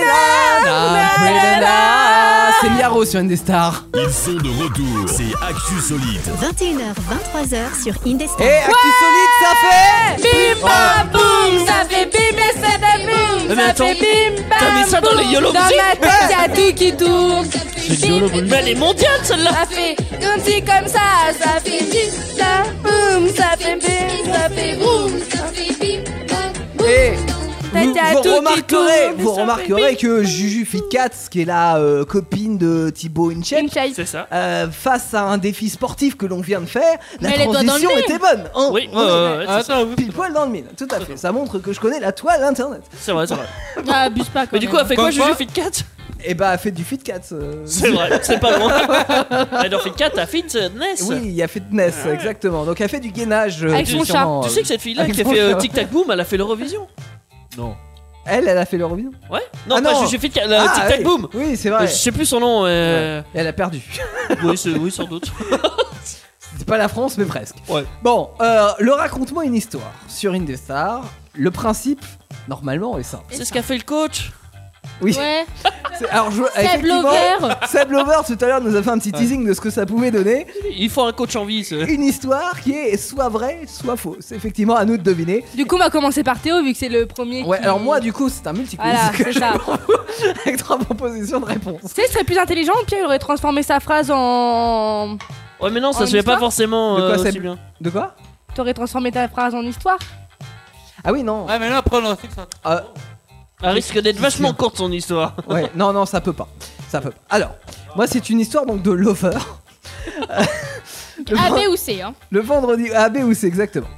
down, down, feeling down. C'est Miaro sur une des stars.
Ils sont de retour. C'est Actu Solide.
21h, 23h sur Indestar.
Et Actu Solide, ça fait.
Bim bam boum, ça fait bim et ça fait
Mais
boum, ça
attends,
fait bim bam.
t'as mis ça dans
boum.
les YOLO
Dans
music
ma tête, y'a tout qui tourne.
Mais elle est mondiale celle-là.
Ça fait comme si comme ça, ça fait bim bam boum, ça fait bim, ça fait boum, ça fait bim bam.
Eh,
Et
T'as
vous,
dit à
vous
tout qui
remarquerez,
tourne,
vous
ça fait
remarquerez que Juju Fitcat, qui est la euh, copine de Thibaut Inchek,
C'est ça.
euh, face à un défi sportif que l'on vient de faire, la
Mais les doigts dans le
transition
nez.
était bonne. hein.
Oui, ouais,
On est
ouais, Oh,
Ah,
ouais, c'est ça.
Attends, pile poil dans le mille, tout à fait. Ça montre que je connais la toile internet.
C'est vrai, c'est vrai.
Ah, abuse pas quand
Mais du
même.
coup, elle fait quoi,
Comme
Juju
quoi
Fit 4
Et bah, faites du Fitcat. euh.
C'est vrai, c'est pas [LAUGHS] moi. Elle en fait 4 à Fitness.
Oui, il y a fitness, exactement. Donc, elle fait du gainage. euh,
Avec son
sûrement,
Tu
euh,
sais que cette fille-là
avec
qui a
son
fait euh,
chat.
Tic Tac Boom, elle a fait l'Eurovision.
Non.
Elle, elle a fait l'Eurovision.
Ouais Non,
Ah
pas
non.
Juju Fit 4, la
Ah,
Tic Tac
oui.
Boom.
Oui, c'est
Euh,
vrai.
Je sais plus son nom. euh,
Et Elle a perdu. [LAUGHS]
oui, c'est- oui, sans
[LAUGHS]
doute.
C'est pas la France, mais presque.
Ouais.
Bon, euh, le raconte-moi une histoire sur Indestar. Le principe, normalement, est simple.
C'est ce qu'a fait le coach.
Oui.
Ouais.
C'est- Alors, je,
C'est
effectivement,
blogueur.
[LAUGHS] Seb Lover, tout à l'heure, nous a fait un petit teasing de ce que ça pouvait donner.
Il faut un coach en vie. c'est-
Une histoire qui est soit vraie, soit fausse. Effectivement, à nous de deviner.
Du coup, on va commencer par Théo, vu que c'est le premier.
Ouais,
qui-
alors moi, du coup, c'est un multi
Voilà,
[LAUGHS]
c'est ça.
avec trois propositions de réponse.
Tu sais, ce serait plus intelligent, Pierre, il aurait transformé sa phrase en.
Ouais, mais non,
En
ça se fait pas
histoire
forcément
De quoi,
euh,
c'est-
aussi bien.
De quoi
T'aurais transformé ta phrase en histoire.
Ah oui, non.
Ouais, mais là, après, on aurait fait ça.
Euh,
Elle risque d'être vachement courte son
[LAUGHS]
histoire.
[LAUGHS]
Ouais, non, non, ça peut pas. Ça peut pas. Alors, moi, c'est une histoire donc de
[LAUGHS]
Lover.
Ah,
Le
A,
vend-
B ou C. Hein.
Le vendredi. Ah, B ou C, exactement.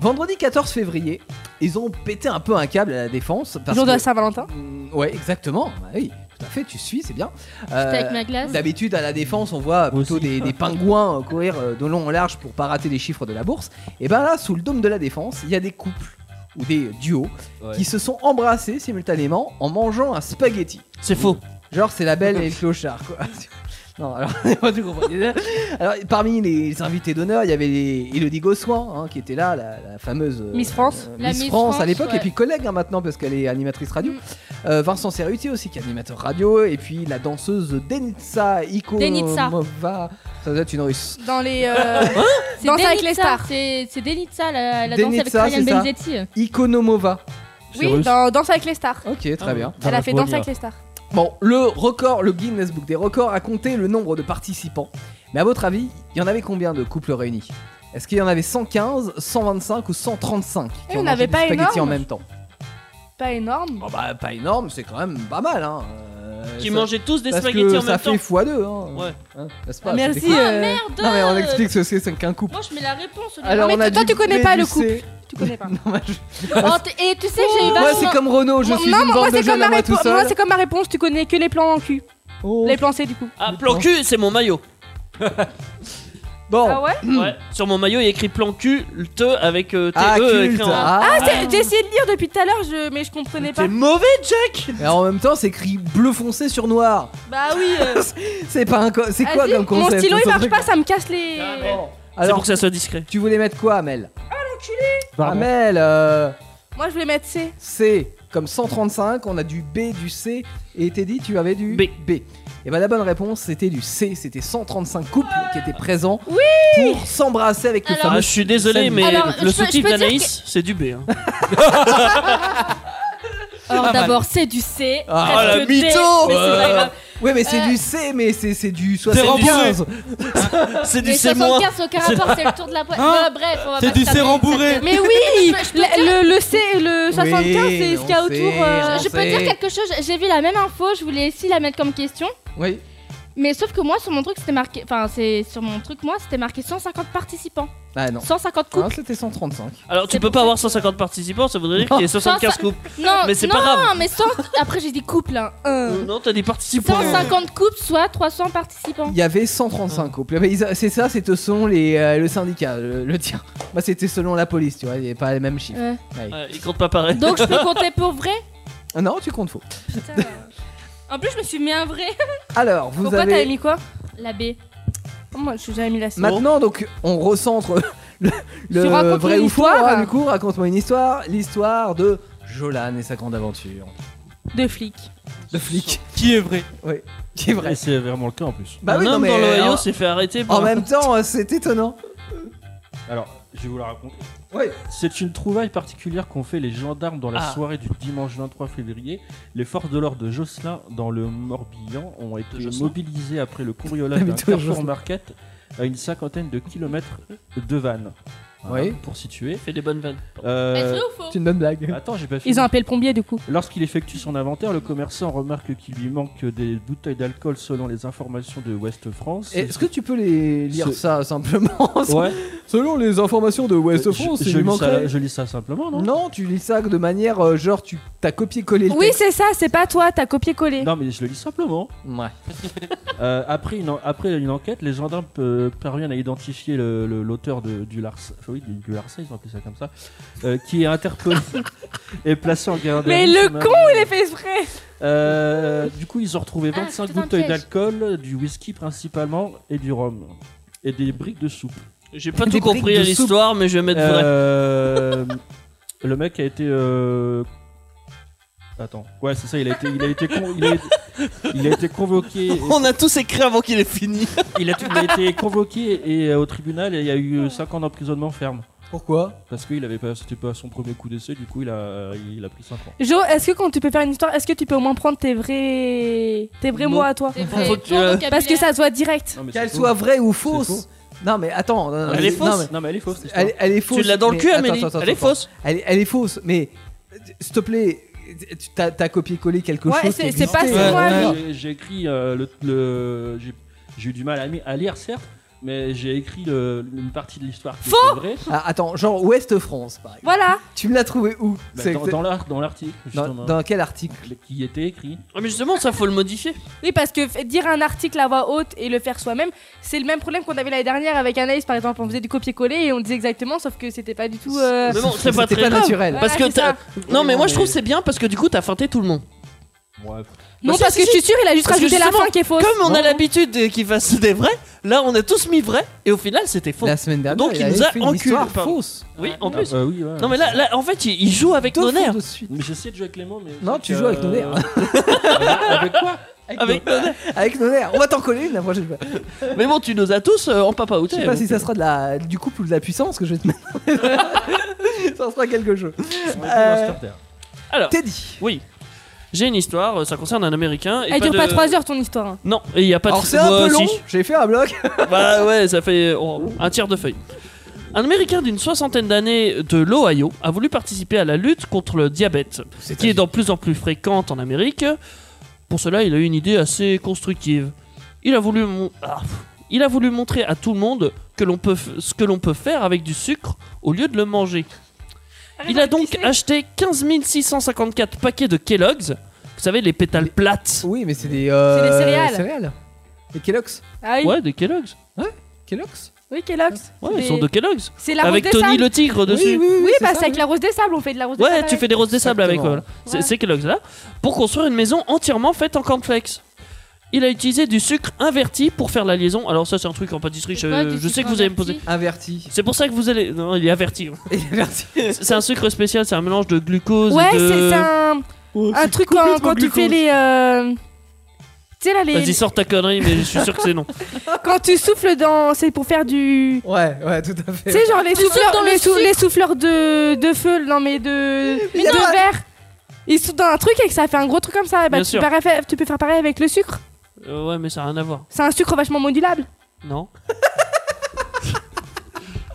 Vendredi 14 février, ils ont pété un peu un câble à la défense. Parce
Jour de
que-
la Saint-Valentin.
Mm, Ouais, exactement. Bah oui, tout à fait, tu suis, c'est bien. Euh,
avec ma glace.
D'habitude, à la défense, on voit plutôt des, des pingouins euh, courir euh, de long en large pour pas rater les chiffres de la bourse. Et ben là, sous le dôme de la défense, il y a des couples ou des duos qui se sont embrassés simultanément en mangeant un spaghetti.
C'est faux.
Genre, c'est la belle et le clochard, quoi. [LAUGHS] Non, alors, [LAUGHS] tu comprends. Alors, parmi les invités d'honneur, il y avait les- Elodie Gossoin, hein, qui était là, la, la fameuse. euh,
Miss France.
La
Miss
Miss
France, à
France,
l'époque,
ouais.
et puis collègue hein, maintenant, parce qu'elle est animatrice radio. Euh, Vincent Cerruti aussi, qui est animateur radio, et puis la danseuse Denitsa
Denitsa.
Ikomova. Ça doit être une russe.
Dans les. euh,
[LAUGHS]
C'est
Danse avec
Denitsa,
les stars.
C'est c'est Denitsa, la, la danse avec
Denitsa,
Ryan
c'est ça.
Benzetti.
Ikonomova.
Oui, dans Danse avec les stars.
Ok, très bien.
Elle a fait Danse
hein.
avec les stars.
Bon, le record, le Guinness Book des records a compté le nombre de participants. Mais à votre avis, il y en avait combien de couples réunis Est-ce qu'il y en avait 115, 125 ou 135
Eh,
qui
on
ont mangé
n'avait pas
du spaghetti en
énorme.
même temps
Pas énorme.
Bon bah pas énorme, c'est quand même pas mal hein. Euh,
Qui
ça-
mangeaient tous des
parce
spaghettis
que
en même
ça
temps.
fait x2 hein.
Ouais.
Hein, n'est-ce
Ah,
pas
merci.
C'est des-
euh,
Merde
Non mais on explique ce que c'est qu'un couple.
Moi, je mets la [LAUGHS] réponse. au lieu-
Alors
mais
on a
toi,
du
tu connais
B,
pas
du
le couple.
C.
Tu connais pas.
Non, moi, [LAUGHS] je-
Oh, t- Et tu sais, j'ai
Moi
vachement-
c'est comme Renaud, je
Bon,
suis
non,
une
moi,
bande de
c'est comme
jeunes
ma
à moi
répo-
tout
moi,
seul.
c'est comme ma réponse, tu connais que les plans en cul.
Oh.
Les plans C, du coup.
[CLEARS THROAT]
Ah, plan cul, c'est mon maillot.
Bon.
Ah ouais
Ouais. Sur mon maillot, il y a écrit plan culte avec euh,
Ah,
TE écrit
culte.
en-
Ah.
Ah, c'est- j'ai essayé de lire depuis tout à l'heure, je... mais je comprenais
Ah.
pas.
mauvais, Jack
Et en même temps, c'est écrit bleu foncé sur noir.
Bah oui. euh,
C'est pas un co- [LAUGHS] c'est quoi
vas-y,
comme concept
Mon stylo
ce
il marche
truc
pas, ça me casse les.
Alors,
pour que ça soit discret.
Tu voulais mettre quoi, Amel
Ah,
Pardon.
Amel, euh,
Moi je vais mettre C.
C comme 135, on a du B, du C, et Teddy, tu avais du
B.
Et bah la bonne réponse, c'était du C, c'était 135 couples qui étaient présents
Oui
pour s'embrasser avec le
Ah,
fameux
je suis désolé,
samedi.
mais
Alors, je peux-
le
je peux
sous-titre
dire
d'Anaïs, c'est du
[LAUGHS]
B. hein.
Alors
Ah,
d'abord, c'est du C.
Ah,
presque
la
D,
mytho
mais c'est pas
Ouais.
grave.
Ouais, mais c'est
Euh,
du C, mais c'est c'est du
du
75
C'est du
Mais
C-. moins.
75 aucun rapport, c'est le tour de la boîte.
Hein
Bah, bref, on va
C'est
pas
du
se taper.
C rembourré.
Mais oui
Je peux dire-
Le, le- le C et le 75, c'est ce
on
qu'il y a
sait,
autour. euh,
on
Je peux
sait.
dire quelque chose, j'ai vu la même info, je voulais aussi la mettre comme question.
Oui.
Mais sauf que moi sur mon truc c'était marqué, enfin c'est sur mon truc moi c'était marqué 150 participants,
Ah non.
150
Ah,
couples.
c'était 135.
Alors, tu
C'est
peux
pour
pas
ça.
avoir 150 participants, ça voudrait dire qu'il y a 75 couples.
Non,
Mais c'est
non,
pas grave.
mais 100. Après j'ai dit couple. Hein.
euh,
Un.
Non, t'as des participants. hein.
150 couples soit 300 participants.
Il y avait 135 couples. Ah bah, ils a- C'est ça, c'était selon les, euh, le syndicat, le, le tien. Moi, c'était selon la police, tu vois, il n'y avait pas les mêmes chiffres.
Ouais.
Ouais.
Ouais, Ils comptent pas pareil.
Donc je peux compter pour vrai.
Ah non, tu comptes faux.
Putain. En plus je me suis mis un vrai.
Alors, vous
Pourquoi t'avais
avez.
mis quoi
La B.
Moi je suis jamais mis la C.
Maintenant, donc, on recentre [LAUGHS] le, le
Tu racontes
vrai
une
ou faux. hein,
histoire
du coup, raconte-moi une histoire. L'histoire de Jolan et sa grande aventure.
De flic.
De flic.
Qui est vrai
Oui, qui est
Et
vrai.
c'est vraiment le cas en plus.
Bah
un
oui, non,
homme
mais.
dans l'Ohio
euh,
s'est fait arrêter
en
par.
même temps, euh, c'est étonnant.
Alors, je vais vous la raconter.
Oui.
C'est une trouvaille particulière qu'ont fait les gendarmes dans la
Ah.
soirée du dimanche 23 février. Les forces de l'ordre de Josselin dans le Morbihan ont été
De Josselin
mobilisées
[LAUGHS]
après le cambriolage
Ah,
d'un
mais toi,
Carrefour
Josselin.
Market à une cinquantaine de kilomètres de Vannes. Voilà,
Oui.
Pour situer.
Fait des bonnes vannes.
Euh,
Est-ce vrai ou faux
C'est une bonne blague.
Attends, j'ai pas fini.
Ils ont appelé le plombier du coup.
Lorsqu'il effectue son inventaire, le commerçant remarque qu'il lui manque des bouteilles d'alcool selon les informations de Ouest France.
Est-ce que tu peux les lire
Ce-
ça simplement
Ouais.
[LAUGHS]
Euh,
Selon les informations de West France, il
je, je
lui
lis ça,
manquerait.
je lis ça simplement, non
Non, tu lis ça de manière euh, genre tu t'as copié-collé le
Oui
texte.
c'est ça, c'est pas toi, t'as copié-collé.
Non, mais je le lis simplement.
Ouais.
[LAUGHS] Euh, après, une en- après une enquête, les gendarmes euh, parviennent à identifier le- le- l'auteur de- du larcin, enfin oui, du, du larcin, ils ont appelé ça comme ça, euh, qui est interpellé et placé en garde à
Mais
vue
le
sur ma-
con, il est fait exprès
Euh, Du coup, ils ont retrouvé
Ah,
25
c'était un
bouteilles
piège.
d'alcool, du whisky principalement, et du rhum. Et des briques de soupe.
J'ai pas
Des
tout compris
briques
à
de soupe.
l'histoire, mais je vais mettre vrai.
Euh, le mec a été. euh, Attends, ouais, c'est ça, il a été, il a été, con- il a été, il a été convoqué. et-
a tous écrit avant qu'il ait fini.
Il a, il a été convoqué et euh, au tribunal et il y a eu 5 ans d'emprisonnement ferme
Pourquoi
parce qu'il avait pas c'était pas son premier coup d'essai du coup il a il a pris 5 ans.
Jo, est-ce que quand tu peux faire une histoire, est-ce que tu peux au moins prendre tes vrais, tes vrais
Non.
mots à toi
C'est
Faut
vrai.
que,
Ton
euh,
vocabulaire.
Parce que ça soit direct.
Non, mais
Qu'elle
c'est
soit
faux.
vraie ou
C'est
fausse.
faux.
Non mais attends. non, non,
Elle est
non,
fausse.
mais
Non mais elle est fausse. cette histoire.
elle, elle est fausse.
Tu l'as dans le
mais-
cul,
attends,
Amélie.
attends,
Elle est
attends.
fausse.
Elle est, elle est fausse. Mais euh, s'il te plaît, tu t'as, t'as copié-collé quelque
Ouais,
chose.
c'est-
qui
c'est pas
existait.
Ouais, moi,
Ouais,
ouais.
j'ai- j'ai écrit euh, le, le- j'ai j'ai eu du mal à, mi- à lire certes mais j'ai écrit le- une partie de l'histoire qui était vraie.
Ah, attends, genre Ouest France, par exemple.
Voilà.
Tu me l'as trouvé où
Bah,
C'est-
dans
c'est-
dans l'art- dans l'article
dans-
justement
dans quel article
qui était écrit.
Ah, mais justement, ça faut le modifier.
Oui, parce que f- dire un article à voix haute et le faire soi-même, c'est le même problème qu'on avait l'année dernière avec Anaïs, par exemple. On faisait du copier-coller et on disait exactement, sauf que c'était pas du tout. euh,
Mais bon, c'est pas
C'était
très grave.
naturel.
Voilà,
Parce que
c'est ça.
Non, mais
non,
moi je
mais-
trouve c'est bien parce que du coup t'as feinté tout le monde.
Ouais.
Non,
Bah,
parce
si,
que je
si,
suis sûre, il a juste
Parce que
rajouté la
justement,
fin qui est fausse.
Comme on a
Non.
l'habitude euh, qu'ils fassent des vrais, là on a tous mis vrai et au final c'était faux.
La semaine dernière,
Donc, il nous
avait
a
fait une
enculé,
histoire
pardon.
fausse.
Oui, en plus.
Ah,
Euh,
bah oui, ouais.
Non, mais là, là en fait il, il joue avec
Deux
nos
fois
nerfs.
de suite.
Mais j'essaie de jouer avec les mots mais
Non,
c'est
tu
que- euh,
joues avec ton hein.
[LAUGHS]
nerf.
avec quoi
Avec nos nerfs.
Avec nos nerfs. On va t'en coller une la prochaine fois.
Mais bon, tu nous as tous euh, en papa
Je sais pas si ça sera de la, du couple ou de la puissance que je vais te mettre. [LAUGHS] ça sera quelque chose.
On est dans
Euh,
Starter.
Alors,
Teddy.
oui. J'ai une histoire, euh, ça concerne un américain. Et
Elle
pas
dure
de-
pas 3 heures ton histoire. hein.
Non, et il n'y a pas de.
Alors c'est un
Ouais,
peu
si.
long. J'ai fait un bloc.
Bah ouais, ça fait oh, un tiers de feuille. Un Américain d'une soixantaine d'années de l'Ohio a voulu participer à la lutte contre le diabète, qui est de plus en plus fréquente en Amérique. Pour cela, il a eu une idée assez constructive. Il a voulu, mon- ah, pff. il a voulu montrer à tout le monde que l'on peut f- ce que l'on peut faire avec du sucre au lieu de le manger. Il a donc acheté 15 654 paquets de Kellogg's, vous savez, les pétales plates.
Oui, mais c'est des. euh,
C'est des céréales.
céréales. Des Kellogg's.
Ah oui.
Ouais, des Kellogg's.
Kellogg's.
Oui, Kellogg's.
Ouais,
Mais-
ils sont de Kellogg's.
C'est la
Avec
rose des
Tony
sables.
le tigre dessus.
Oui, bah c'est avec la rose des sables, on fait de la rose des
Ouais,
sables.
tu fais des roses des sables avec
Exactement.
voilà. C'est- C'est Kellogg's là. Pour construire une maison entièrement faite en cornflakes. Il a utilisé du sucre inverti pour faire la liaison. Alors ça c'est un truc en pâtisserie, je,
quoi, du
je sais
sucre
que vous allez me poser.
Inverti. [LAUGHS]
C'est pour ça que vous allez non, il est averti. C'est c'est un sucre spécial, c'est un mélange de glucose
Ouais,
et de
c'est c'est un, un truc quand, quand tu fais les. euh, Tu sais là, les.
Vas-y, sors ta connerie, mais je suis sûr que c'est non. [LAUGHS]
Quand tu souffles dans. C'est pour faire du.
Ouais, ouais, tout à fait.
Tu sais, genre les
Tu souffles
souffleurs,
dans le
les, sou-
sucre.
les souffleurs de, de feu, non mais de,
Mais
de
non.
verre. Ils soufflent dans un truc et que ça fait un gros truc comme ça. Et bah,
Bien
tu,
sûr.
peux faire, tu peux faire pareil avec le sucre.
Euh, ouais, mais ça n'a rien à voir.
C'est un sucre vachement modulable.
Ah,
Non. [LAUGHS]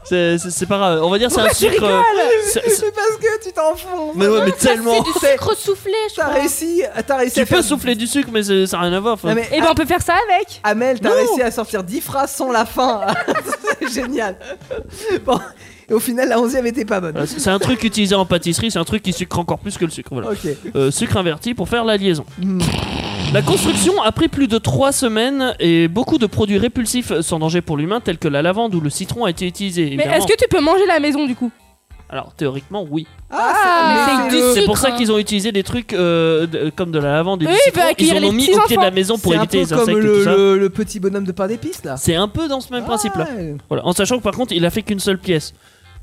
c'est c'est- c'est pas grave. On va dire c'est un
Pourquoi tu
sucre. euh,
rigoles
c'est- c'est-
C'est parce que tu t'enfonces.
Mais ouais, mais tellement. [LAUGHS]
C'est-
soufflé, je
T'as réussi, t'as réussi à
Tu peux
faire.
souffler du sucre, mais c'est- ça n'a rien à voir. enfin.
Et ben
on peut faire ça avec.
Amel, t'as réussi à sortir 10 phrases sans la fin. [LAUGHS] c'est génial. Bon, et au final, la 11 était pas bonne.
Voilà, Euh, c'est- c'est un truc utilisé en pâtisserie, c'est un truc qui sucre encore plus que le sucre. Voilà.
Ok.
Euh, sucre inverti pour faire la liaison. La construction a pris plus de 3 semaines et beaucoup de produits répulsifs sans danger pour l'humain, tels que la lavande ou le citron, a été utilisé.
Mais est-ce que tu peux manger la maison du coup
Alors théoriquement, oui.
Ah, mais
C'est pour ça qu'ils ont utilisé des trucs euh, de- comme de la lavande et
Oui,
du citron.
bah,
Ils
accueillir
en ont
les
mis
petits
au pied de la
enfants.
maison pour
C'est un
éviter
peu
les
comme
insectes et
le,
tout ça.
le- le petit bonhomme de pain d'épices là.
C'est un peu dans ce même principe là.
Ouais.
Voilà. En sachant que par contre, il a fait qu'une seule pièce.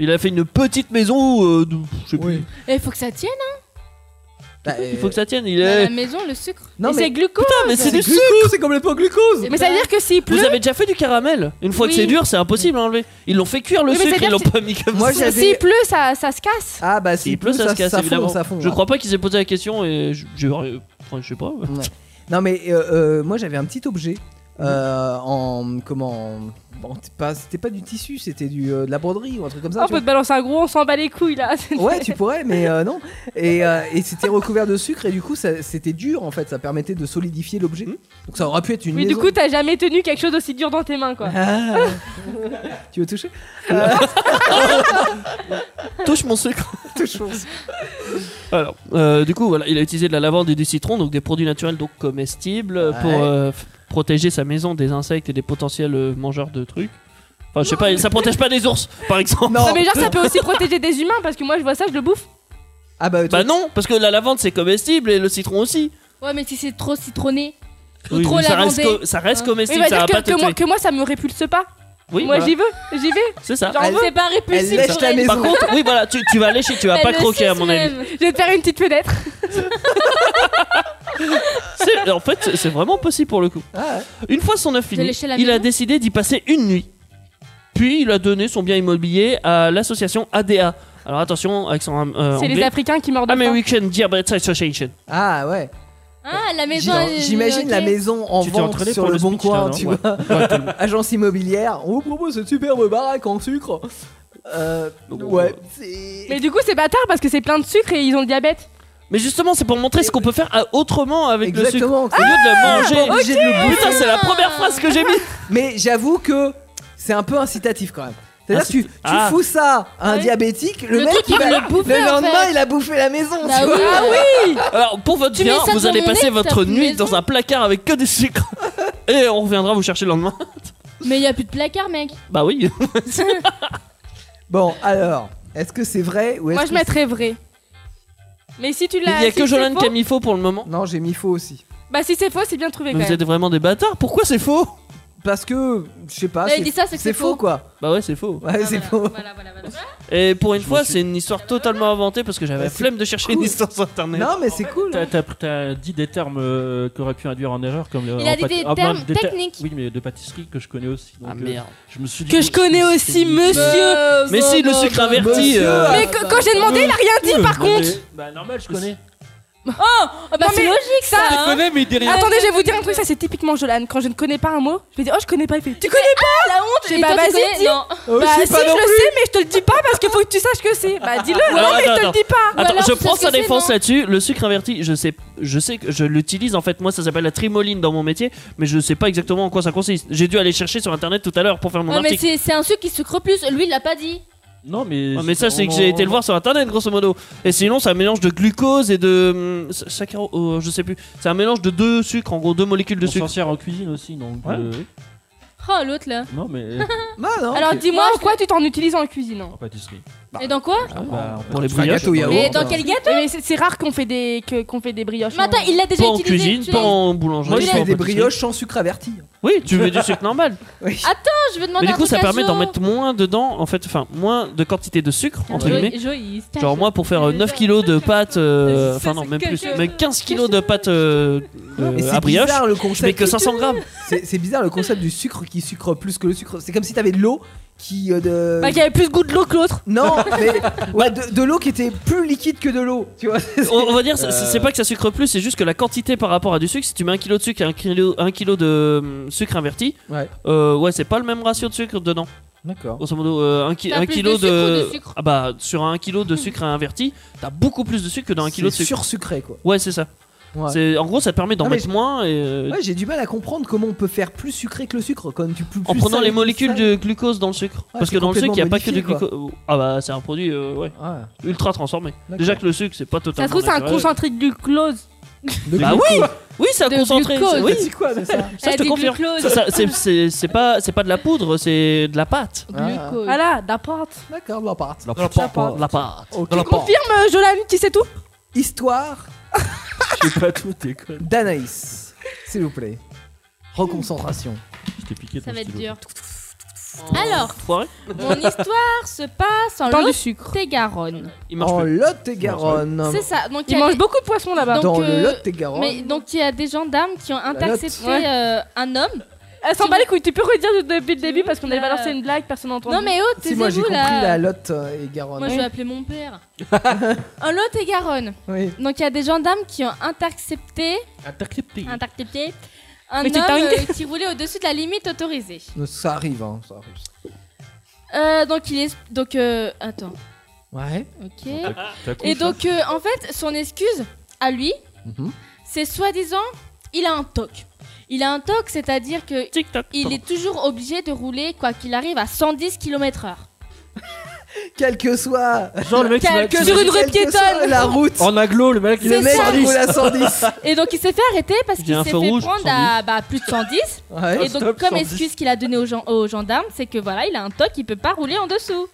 Il a fait une petite maison, euh, de- je sais plus.
Et faut que ça tienne, hein.
Bah,
Il faut que ça tienne. Il
Mais
est.
à la maison, le sucre.
Non,
Et
mais-
c'est glucose.
Putain, mais c'est du sucre
C'est complètement glucose
Mais ça veut dire que s'il
Vous
pleut.
avez déjà fait du caramel Une fois que
Oui.
c'est dur, c'est impossible à enlever. Ils l'ont fait cuire le
Oui, mais
sucre, ils
c'est-à-dire
l'ont
que-
pas mis comme
Moi,
ça.
j'avais-
S'il pleut, ça, ça se casse.
Ah bah s'il
S'il pleut, ça, se casse,
ça
évidemment.
fond, ça fond, hein.
je
ouais.
crois pas qu'ils aient posé la question et je, je, enfin, je sais pas.
Ouais. Non mais euh, euh, moi j'avais un petit objet
Mm.
euh, en comment en- bon, c'était pas c'était pas du tissu c'était du euh, de la broderie ou un truc comme ça.
Ah, on
tu
peut te balancer un gros, on s'en bat les couilles là.
vois. ouais tu pourrais mais euh, non
[LAUGHS]
et, euh, et c'était recouvert de sucre et du coup ça- c'était dur en fait ça permettait de solidifier l'objet
Mm.
donc ça aurait pu être une
Mais du
maison.
coup, t'as jamais tenu quelque chose d'aussi dur dans tes mains quoi.
Ah. tu veux toucher
[LAUGHS] Touche
[LAUGHS]
mon sucre.
Touche mon sucre.
Alors, euh, du coup, voilà, il a utilisé de la lavande et du citron, donc des produits naturels, donc comestibles, euh, pour
Ouais.
euh, f- protéger sa maison des insectes et des potentiels euh, mangeurs de trucs. Enfin, je sais pas, ça protège pas des ours, [LAUGHS] par exemple.
Non.
Non, mais genre, ça peut aussi protéger des humains parce que moi, je vois ça, je le bouffe.
Ah bah,
Bah non, parce que la lavande c'est comestible et le citron aussi.
Ouais, mais si c'est trop citronné. Ou
Oui,
trop
mais ça reste,
lavandé.
co- ça reste
Mais
comestible,
va
ça va
bah, dire
pas
que,
te
que moi,
tuer.
que moi, ça me répulse pas.
Oui,
moi,
bah. voilà.
j'y veux, j'y vais.
C'est ça.
Genre,
Elle-
c'est pas
elle
répulsif.
lèche la
Par
maison.
contre, oui, voilà, tu, tu vas lécher, tu
[LAUGHS]
vas pas croquer à mon avis.
Je vais te faire une petite fenêtre.
C'est- En fait, c'est- c'est vraiment possible pour le coup.
Ah, ouais.
Une fois son œuf
De
fini,
lécher la
il a
maison
décidé d'y passer une nuit. Puis il a donné son bien immobilier à l'association ADA. Alors attention, avec son euh,
C'est les
anglais.
Africains qui mordent. de faim.
American Diabetes Association.
Ah ouais.
Ah, la maison.
J'im-
elle-
J'imagine
ok.
la maison en
Tu t'es
vente
entraîné
sur
pour
le,
le
bon
speech,
coin,
là,
tu
non Ouais.
vois. [LAUGHS] Agence immobilière, on vous propose cette superbe baraque en sucre. Euh, ouais, c'est-
Mais du coup, c'est bâtard parce que c'est plein de sucre et ils ont le diabète.
Mais justement, c'est pour montrer ce qu'on peut faire à- autrement avec
Exactement.
le
Ah,
sucre. Au lieu de le
Pas
manger.
obligé de le bouffer.
Putain, c'est la première phrase que j'ai mise.
Mais j'avoue que c'est un peu incitatif quand même. C'est-à-dire que tu, tu
Ah.
fous ça à un
Ouais.
diabétique, le,
Le
mec
truc,
il
il
va-
l'a bouffé,
le
en
lendemain
fait.
il a bouffé la maison.
Bah
tu vois.
oui.
Alors, pour votre
Tu
bien,
mets ça
vous
devant
allez
mon
passer
nez,
votre
t'as plus
nuit
raison.
dans un placard avec que du
[LAUGHS]
sucre. Et on reviendra vous chercher le lendemain.
Mais y a plus de placard, mec.
Bah oui.
Bon alors, est-ce que c'est vrai ou est-ce
Moi,
que
je mettrais vrai. Mais si tu
Mais
l'as.
il y a
si
que
c'est
Jolan
faux-
Camifo pour le moment.
c'est- Non, j'ai mis faux aussi.
Bah, si c'est faux, c'est bien trouvé
Mais
quand
vous
même.
êtes vraiment des bâtards. Pourquoi c'est faux
Parce que je sais pas.
Ouais, il
c'est-
dit ça, c'est que c'est
faux
faux.
quoi.
Bah ouais, c'est faux.
Ouais, c'est faux.
Voilà, voilà, voilà.
Et pour une fois, c'est une histoire totalement inventée parce que j'avais
Bah, c'est
flemme de chercher
cool.
une histoire sur internet.
Non mais c'est cool.
T'as- T'as t'as dit des termes euh, qu'aurait pu induire en erreur comme le-
Il a
en
dit
pâti-
des
ah,
termes
des ter-
techniques.
Oui, mais de pâtisserie que je connais aussi. donc,
Ah
euh,
merde.
je me suis dit-
Que je connais aussi, monsieur. Bah,
Mais si, le sucre inverti.
monsieur.
euh,
Mais que- quand j'ai demandé, il a rien dit par
Non,
contre.
mais- Bah normal, je connais.
Ah bah
Non,
c'est
mais
logique ça.
ça,
hein.
mais il dit rien.
Attendez, je vais vous dire un truc, ça c'est typiquement Jolan. Quand je ne connais pas un mot, je vais dire oh je connais pas. Il fait, tu connais
La honte.
J'ai
bah
pas
et toi, tu
basé,
connais
dis.
Non.
Oh,
bah,
je
si
sais pas
je
non
le
plus.
sais, mais je te le dis pas parce qu'il faut que tu saches que c'est. Bah dis-le.
Alors,
non mais
attends,
je te le
attends.
dis pas.
Ou
Attends,
alors,
je
tu sais
prends
ce
sa
que c'est,
défense
non
là-dessus. Le sucre inverti, je sais, je sais que je l'utilise en fait. Moi, ça s'appelle la trimoline dans mon métier, mais je sais pas exactement en quoi ça consiste. J'ai dû aller chercher sur internet tout à l'heure pour faire mon
Ouais, mais
article.
c'est c'est un sucre qui sucre plus. Lui, il l'a pas dit.
Non, Ah, mais.
Ouais, mais ça, c'est que
on-
j'ai été le voir sur internet, grosso modo. Et sinon, c'est un mélange de glucose et de. hum, Saccharose. oh, je sais plus. C'est un mélange de deux sucres, en gros, deux molécules de
On
sucre.
s'en sert en cuisine aussi, donc.
Ouais.
euh,
Oh, Oh, l'autre là.
Non, mais.
Alors dis-moi,
en Oh, quoi tu t'en utilises en cuisine
En pâtisserie.
et dans quoi
Ah, bah, on
Dans les
peut-
brioches.
Gâteau, yaourt.
Mais dans quel gâteau
Mais c'est c'est rare qu'on fait des que- qu'on fait des brioches. hein.
Mais
Euh,
attends, il l'a déjà
Pas en
utilisé.
cuisine,
tu-
pas en boulangerie.
Moi, je
pas en
fais des
pâtisserie.
brioches sans sucre averti.
Oui, tu mets du sucre normal.
Attends, je veux
Mais
demander
du
un
coup, ça
truc à
permet d'en
Jo.
mettre moins dedans, en fait, enfin, moins de quantité de sucre, entre
Jo-
guillemets.
Jo, il se cache.
Genre moi pour faire euh, 9 kilos de pâtes, euh, enfin non même
que-
plus,
que-
mais 15 kilos de pâtes euh, de-
Mais
à
c'est
brioche,
bizarre le
je mets
concept.
que 500 grammes.
C'est c'est bizarre le concept du sucre qui sucre plus que le sucre. C'est comme si t'avais de l'eau qui. euh, de...
Bah, qui avait plus goût de l'eau que l'autre.
[LAUGHS] Non, mais ouais, de, de l'eau qui était plus liquide que de l'eau. Tu vois
On, on va dire c'est- c'est
Euh.
pas que ça sucre plus, c'est juste que la quantité par rapport à du sucre, si tu mets un kilo de sucre et un kilo, un kilo de hum, sucre inverti,
Ouais.
euh, ouais c'est pas le même ratio de sucre dedans.
D'accord.
Grosso modo, euh, un, ki-
T'as
un
plus
kilo
de
de,
sucre ou de sucre
ah bah sur un kilo de
[LAUGHS]
sucre inverti, t'as beaucoup plus de sucre que dans un kilo de
C'est
sucre.
sursucré quoi.
Ouais c'est ça.
Ouais.
C'est en gros ça te permet d'en
Non, mais
mettre
je-
moins et euh,
Ouais, j'ai du mal à comprendre comment on peut faire plus sucré que le sucre. Comme tu plus,
en
plus
prenant
salé
les
que
molécules
salé.
de glucose dans le sucre.
Ouais,
Parce
c'est
que dans le sucre, il n'y a pas que du
complètement
glucose. Ah bah c'est un produit euh, ouais,
Ouais.
ultra transformé. Déjà que le sucre, c'est pas
Ça
totalement.
se trouve c'est un
naturel.
concentré de glucose.
Bah oui
[LAUGHS]
Oui, c'est un
De
concentré.
glucose.
c'est- Oui,
C'est quoi c'est ça
ça
Elle
Euh,
je te
dit
confirme.
glucose.
Ça, ça, c'est- c'est- C'est pas, c'est pas de la poudre, c'est de la pâte.
Glucose.
Voilà, d'apporte.
D'accord, la part.
La
De la pâte.
Ok.
De la pâte.
Confirme euh, Jolane qui sait tout
Histoire
Je sais pas tout, t'es con.
d'Anaïs, s'il vous plaît. Reconcentration.
Je t'ai piqué
Ça
ton
va être
stylo.
dur. Alors,
Foiré.
mon histoire se passe en
Dans le
lot
sucre.
et garonne
Il marche
En
plus.
Lot-et-Garonne.
C'est ça. Donc, il
Ils
y a
mangent
des-
beaucoup de poissons là-bas.
Donc,
Dans
euh,
le Lot-et-Garonne.
Mais donc il y a des gendarmes qui ont intercepté
Ouais.
euh, un homme.
Elle s'en bat les couilles, tu peux redire depuis le début parce qu'on avait
Là.
balancé une blague, personne n'a entendu.
Non mais oh,
Si moi j'ai
taisez-vous
compris
là.
la Lot-et-Garonne.
Moi je vais appeler mon père. en Lot-et-Garonne.
Oui.
Donc il y a des gendarmes qui ont intercepté,
Intercepté.
intercepté un
Mais t'es
homme
dingue.
euh, qui roulait au-dessus de la limite autorisée.
Mais Ça arrive, hein, ça arrive.
Euh, donc il est donc euh, attends.
Ouais.
OK.
T'as con, ça
Et
Mm-hmm.
donc euh, en fait, son excuse à lui,
Mhm.
c'est soi-disant il a un toc. Il a un toc, c'est-à-dire que
Tic-tac.
il est toujours obligé de rouler quoi qu'il arrive à 110 km/h.
Quel que soit
Genre le mec, il
Quel
a-
que-
Sur une rue
quelle que soit
piétonne.
la
Oh,
route,
en aglo, le mec, il
le
est
mec
sur
roule
10.
à
[LAUGHS]
110.
Et donc il s'est fait arrêter parce
J'ai
qu'il
un
s'est fait
feu rouge,
prendre à bah, plus
[LAUGHS]
de 110.
Ouais.
et donc
stop,
comme
110.
excuse qu'il a donné aux, gens, aux gendarmes, c'est que voilà, il a un toc, il peut pas rouler en dessous.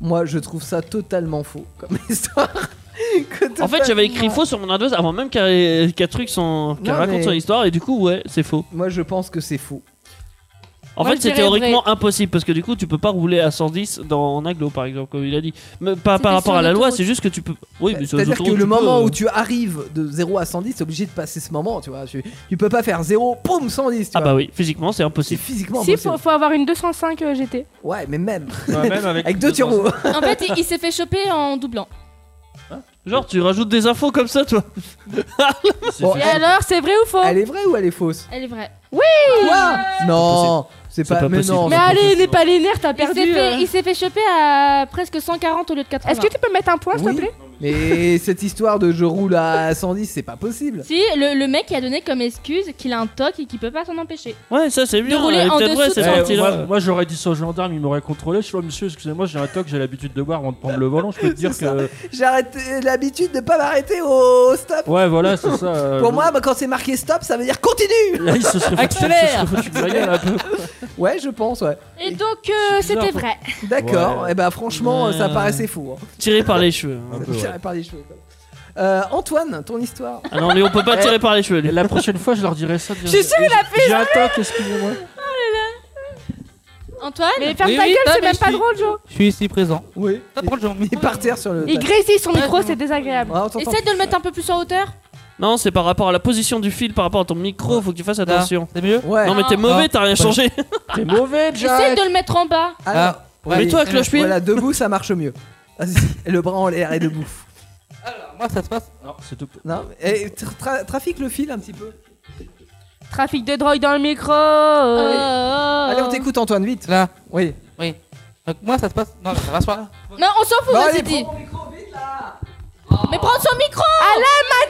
Moi, je trouve ça totalement faux comme [LAUGHS] histoire. Que
En fait,
totalement-
j'avais écrit faux sur mon ardoise avant même qu'elle qu'elle truc son- qu'elle
Non,
raconte
mais-
son histoire, et du coup, ouais, c'est faux.
Moi, je pense que c'est faux.
En
Moi,
fait,
je
c'est
dirais
théoriquement impossible parce que du coup, tu peux pas rouler à 110 dans en aglo, par exemple, comme il a dit. Mais pas
C'était
par rapport
sur
à la loi,
l'autoroute.
c'est juste que tu peux. Oui, mais sur les
C'est-à-dire que
autoroutes,
le
tu
moment
peux,
où
euh.
tu arrives de 0 à 110, t'es obligé de passer ce moment, tu vois. Tu, tu peux pas faire 0, poum, 110, tu
Ah
vois.
bah oui, physiquement, bah, c'est
C'est
impossible.
physiquement
Si,
impossible.
faut, faut avoir une 205 euh, GT.
Ouais, mais même.
Ouais,
[LAUGHS]
même
Avec deux turbo.
En fait, il, il s'est fait choper en
[LAUGHS]
doublant.
Genre, tu rajoutes des infos comme ça, toi.
Bon,
Et alors, c'est vrai ou faux
elle est vraie ou elle est fausse
Elle est vraie.
Quoi Non, c'est
C'est
pas,
pas
mais
possible.
non.
Mais
c'est
allez,
possible.
n'est pas linéaire, t'as
Il
perdu.
s'est
euh.
fait, il s'est fait choper à presque 140 au lieu de 80.
Est-ce que tu peux mettre un point, s'il
Oui.
te plaît
Mais [LAUGHS] cette histoire de je roule à 110, c'est pas possible.
si le, le mec il a donné comme excuse qu'il a un toc et qu'il peut pas s'en empêcher.
Ouais, ça c'est bien.
rouler
elle est
en
peut-être
dessous
vraie,
de
cette
son-
Eh,
partie-là.
moi, moi, j'aurais dit ça aux gendarmes, ils m'auraient contrôlé. Je suis monsieur, excusez-moi, j'ai un toc, j'ai l'habitude de boire avant de prendre le
[LAUGHS]
volant. Je peux te dire
C'est ça.
que.
J'ai arrêté- l'habitude de pas m'arrêter au stop.
Ouais, voilà, c'est ça. euh,
Pour moi, bah, quand c'est marqué stop, ça veut dire continue.
Là, il se serait foutu-
Accélère
il se serait foutu de ma gueule
hein.
un peu.
Ouais, je pense, ouais.
Et donc euh,
C'est bizarre,
c'était
faut-
vrai.
D'accord.
Ouais.
Et bah franchement,
Ouais.
ça paraissait fou. hein.
Tirer par les cheveux. hein.
[LAUGHS]
Un peu, ouais.
Tiré par les cheveux. quoi. Euh, Antoine, ton histoire.
Ah non, mais on peut pas tirer par les cheveux.
Et
lui.
La prochaine fois, je leur dirai ça. Je
suis sûre,
il a fait J'ai un toc, excusez-moi.
Antoine,
Mais faire
Oui,
ta
oui,
gueule,
non,
c'est
mais
même
je
pas
suis-
drôle, Jo.
Je suis ici présent.
Oui.
Pas de problème,
Il est par terre sur le.
Il grésille son micro, c'est désagréable.
Ah, on t'entend.
essaie de le mettre un peu plus en hauteur.
Non, c'est par rapport à la position du fil, par rapport à ton micro, faut que tu fasses
Là,
attention.
C'est mieux
Ouais.
Non, mais t'es
Non.
mauvais, t'as rien
Bah,
changé.
T'es mauvais,
Essaie
Jack
de le mettre en bas.
Alors,
ouais.
allez.
Mais toi, cloche-pied.
Voilà, debout, ça marche mieux. Vas-y, le bras en l'air et debout.
Moi, ça se passe.
Non, c'est tout.
Non. Et tra- tra- trafique le fil un petit peu.
Trafic de drogue dans le micro.
Euh,
Allez, on t'écoute, Antoine, vite.
Là.
Oui.
Donc, moi, ça se passe. Non, mais ça va se passer.
Non, on s'en fout,
Bah,
vas-y,
allez,
dit.
prends mon micro vite là.
Mais prends son micro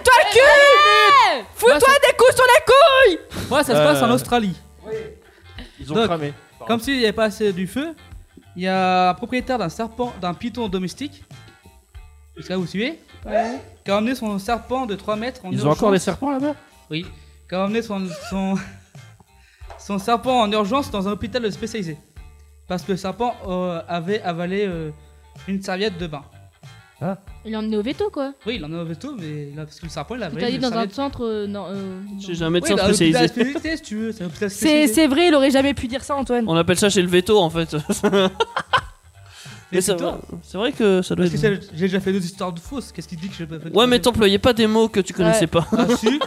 Toi le cul Fous-toi des coups sur la coupe
Moi, ça se passe en
Euh.
Australie.
Ils ont
Donc,
cramé.
Comme s'il n'y avait pas assez du feu, il y a un propriétaire d'un serpent, d'un python domestique. Est-ce que là, vous suivez Qui a emmené son serpent de 3 mètres en
Ils ont
urgence.
encore des serpents là-bas
Oui. Qui a emmené son, son, [LAUGHS] son serpent en urgence dans un hôpital spécialisé. Parce que le serpent euh, avait avalé euh, une serviette de bain.
Il est emmené au veto quoi.
Oui, il en a au veto, mais là, parce que le serpent, il avait.
T'as dit
une
dans un
serviette-
centre. euh, non, euh,
Chez
non.
un médecin
Oui, dans un
spécialisé.
hôpital spécialisé, si tu veux, c'est un hôpital
C'est
spécialisé.
c'est vrai, il aurait jamais pu dire ça, Antoine.
On appelle ça chez le veto en fait.
Mais
Mais ça
putain.
va. C'est vrai que ça doit
Parce que
être.
c'est- j'ai déjà fait deux histoires de fausses. Qu'est-ce qu'il dit que je peux
Ouais, mais t'employais pas des mots que tu connaissais
Ouais.
pas.
Ah, si.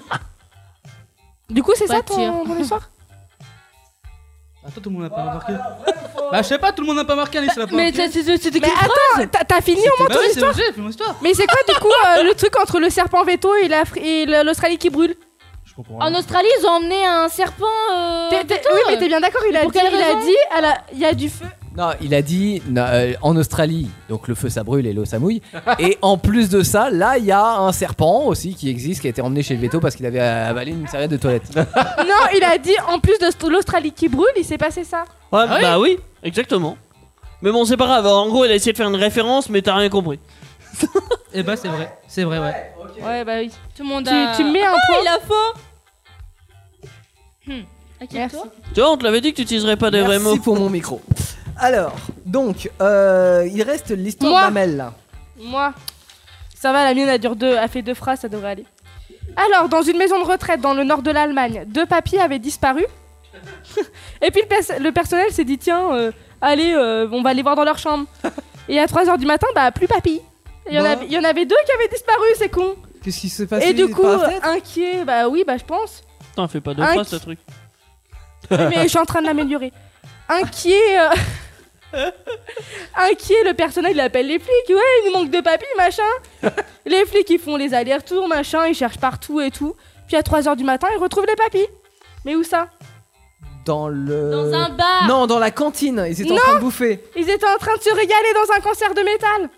Du coup, c'est
Pas
ça
de tir.
ton, ton histoire
Attends, tout le monde n'a pas marqué. Bah, je sais pas, tout le monde n'a pas marqué, Alice, elle a pas
Mais
marqué.
t'as- c'était c'était qu'une phrase T'as- T'as fini au moins
Bah
ton
oui, c'est
histoire
obligé, c'est mon histoire.
Mais c'est quoi du coup euh, le truc entre le serpent veto et l'Afri- et le- l'Australie qui brûle
En Australie, ils ont emmené un serpent. euh,
T'es- t'es-
veto.
Oui, mais t'es bien d'accord, il, a
Pour
dit-
quelle
il a
raison
dit, à la- il y a du feu.
Non, il a dit non, euh, en Australie, donc le feu ça brûle et l'eau ça [LAUGHS] mouille. et en plus de ça, là il y a un serpent aussi qui existe qui a été emmené chez le veto parce qu'il avait euh, avalé une serviette de
[LAUGHS]
toilette.
[LAUGHS] Non, il a dit en plus de st- l'Australie qui brûle, il s'est passé ça.
Ouais, bah oui, exactement. Mais bon, c'est pas grave. En gros, elle a essayé de faire une référence, mais t'as rien compris.
Eh bah, c'est vrai, c'est vrai, ouais.
Ouais, bah Ah, oui.
Tout le monde
Tu,
a.
tu me mets un point.
Il a faux Inquiète-toi.
Tu vois, on te l'avait dit que tu utiliserais pas des vrais
Merci
mots.
pour mon micro. Alors, donc euh, il reste l'histoire
Moi.
d'Amel. là.
Moi. Ça va, la mienne a, dure deux, a fait deux phrases, ça devrait aller. Alors, dans une maison de retraite dans le nord de l'Allemagne, deux papis avaient disparu. [LAUGHS] Et puis le, pers- le personnel s'est dit tiens, euh, allez, euh, on va aller voir dans leur chambre. Et à 3h du matin, bah, plus papy. Il y, en
Bah.
avait, il y en avait deux qui avaient disparu, c'est con.
Qu'est-ce qui s'est passé
Et du
par
coup,
la fenêtre
inquiet, bah oui, bah je pense.
Putain, fais pas deux
Un
fois
qui-
ce truc.
euh, mais je suis en train de l'améliorer. Inquiet. euh, [LAUGHS] Inquiet, le personnel il appelle les flics. Ouais, il nous manque de papy, machin. les flics ils font les allers-retours, machin, ils cherchent partout et tout. Puis à 3h du matin, ils retrouvent les papys. Mais où ça
Dans le.
Dans
Euh,
un
Ah.
bar.
Non, dans la cantine. Ils étaient en train de bouffer.
Ils étaient en train de se régaler dans un concert de métal.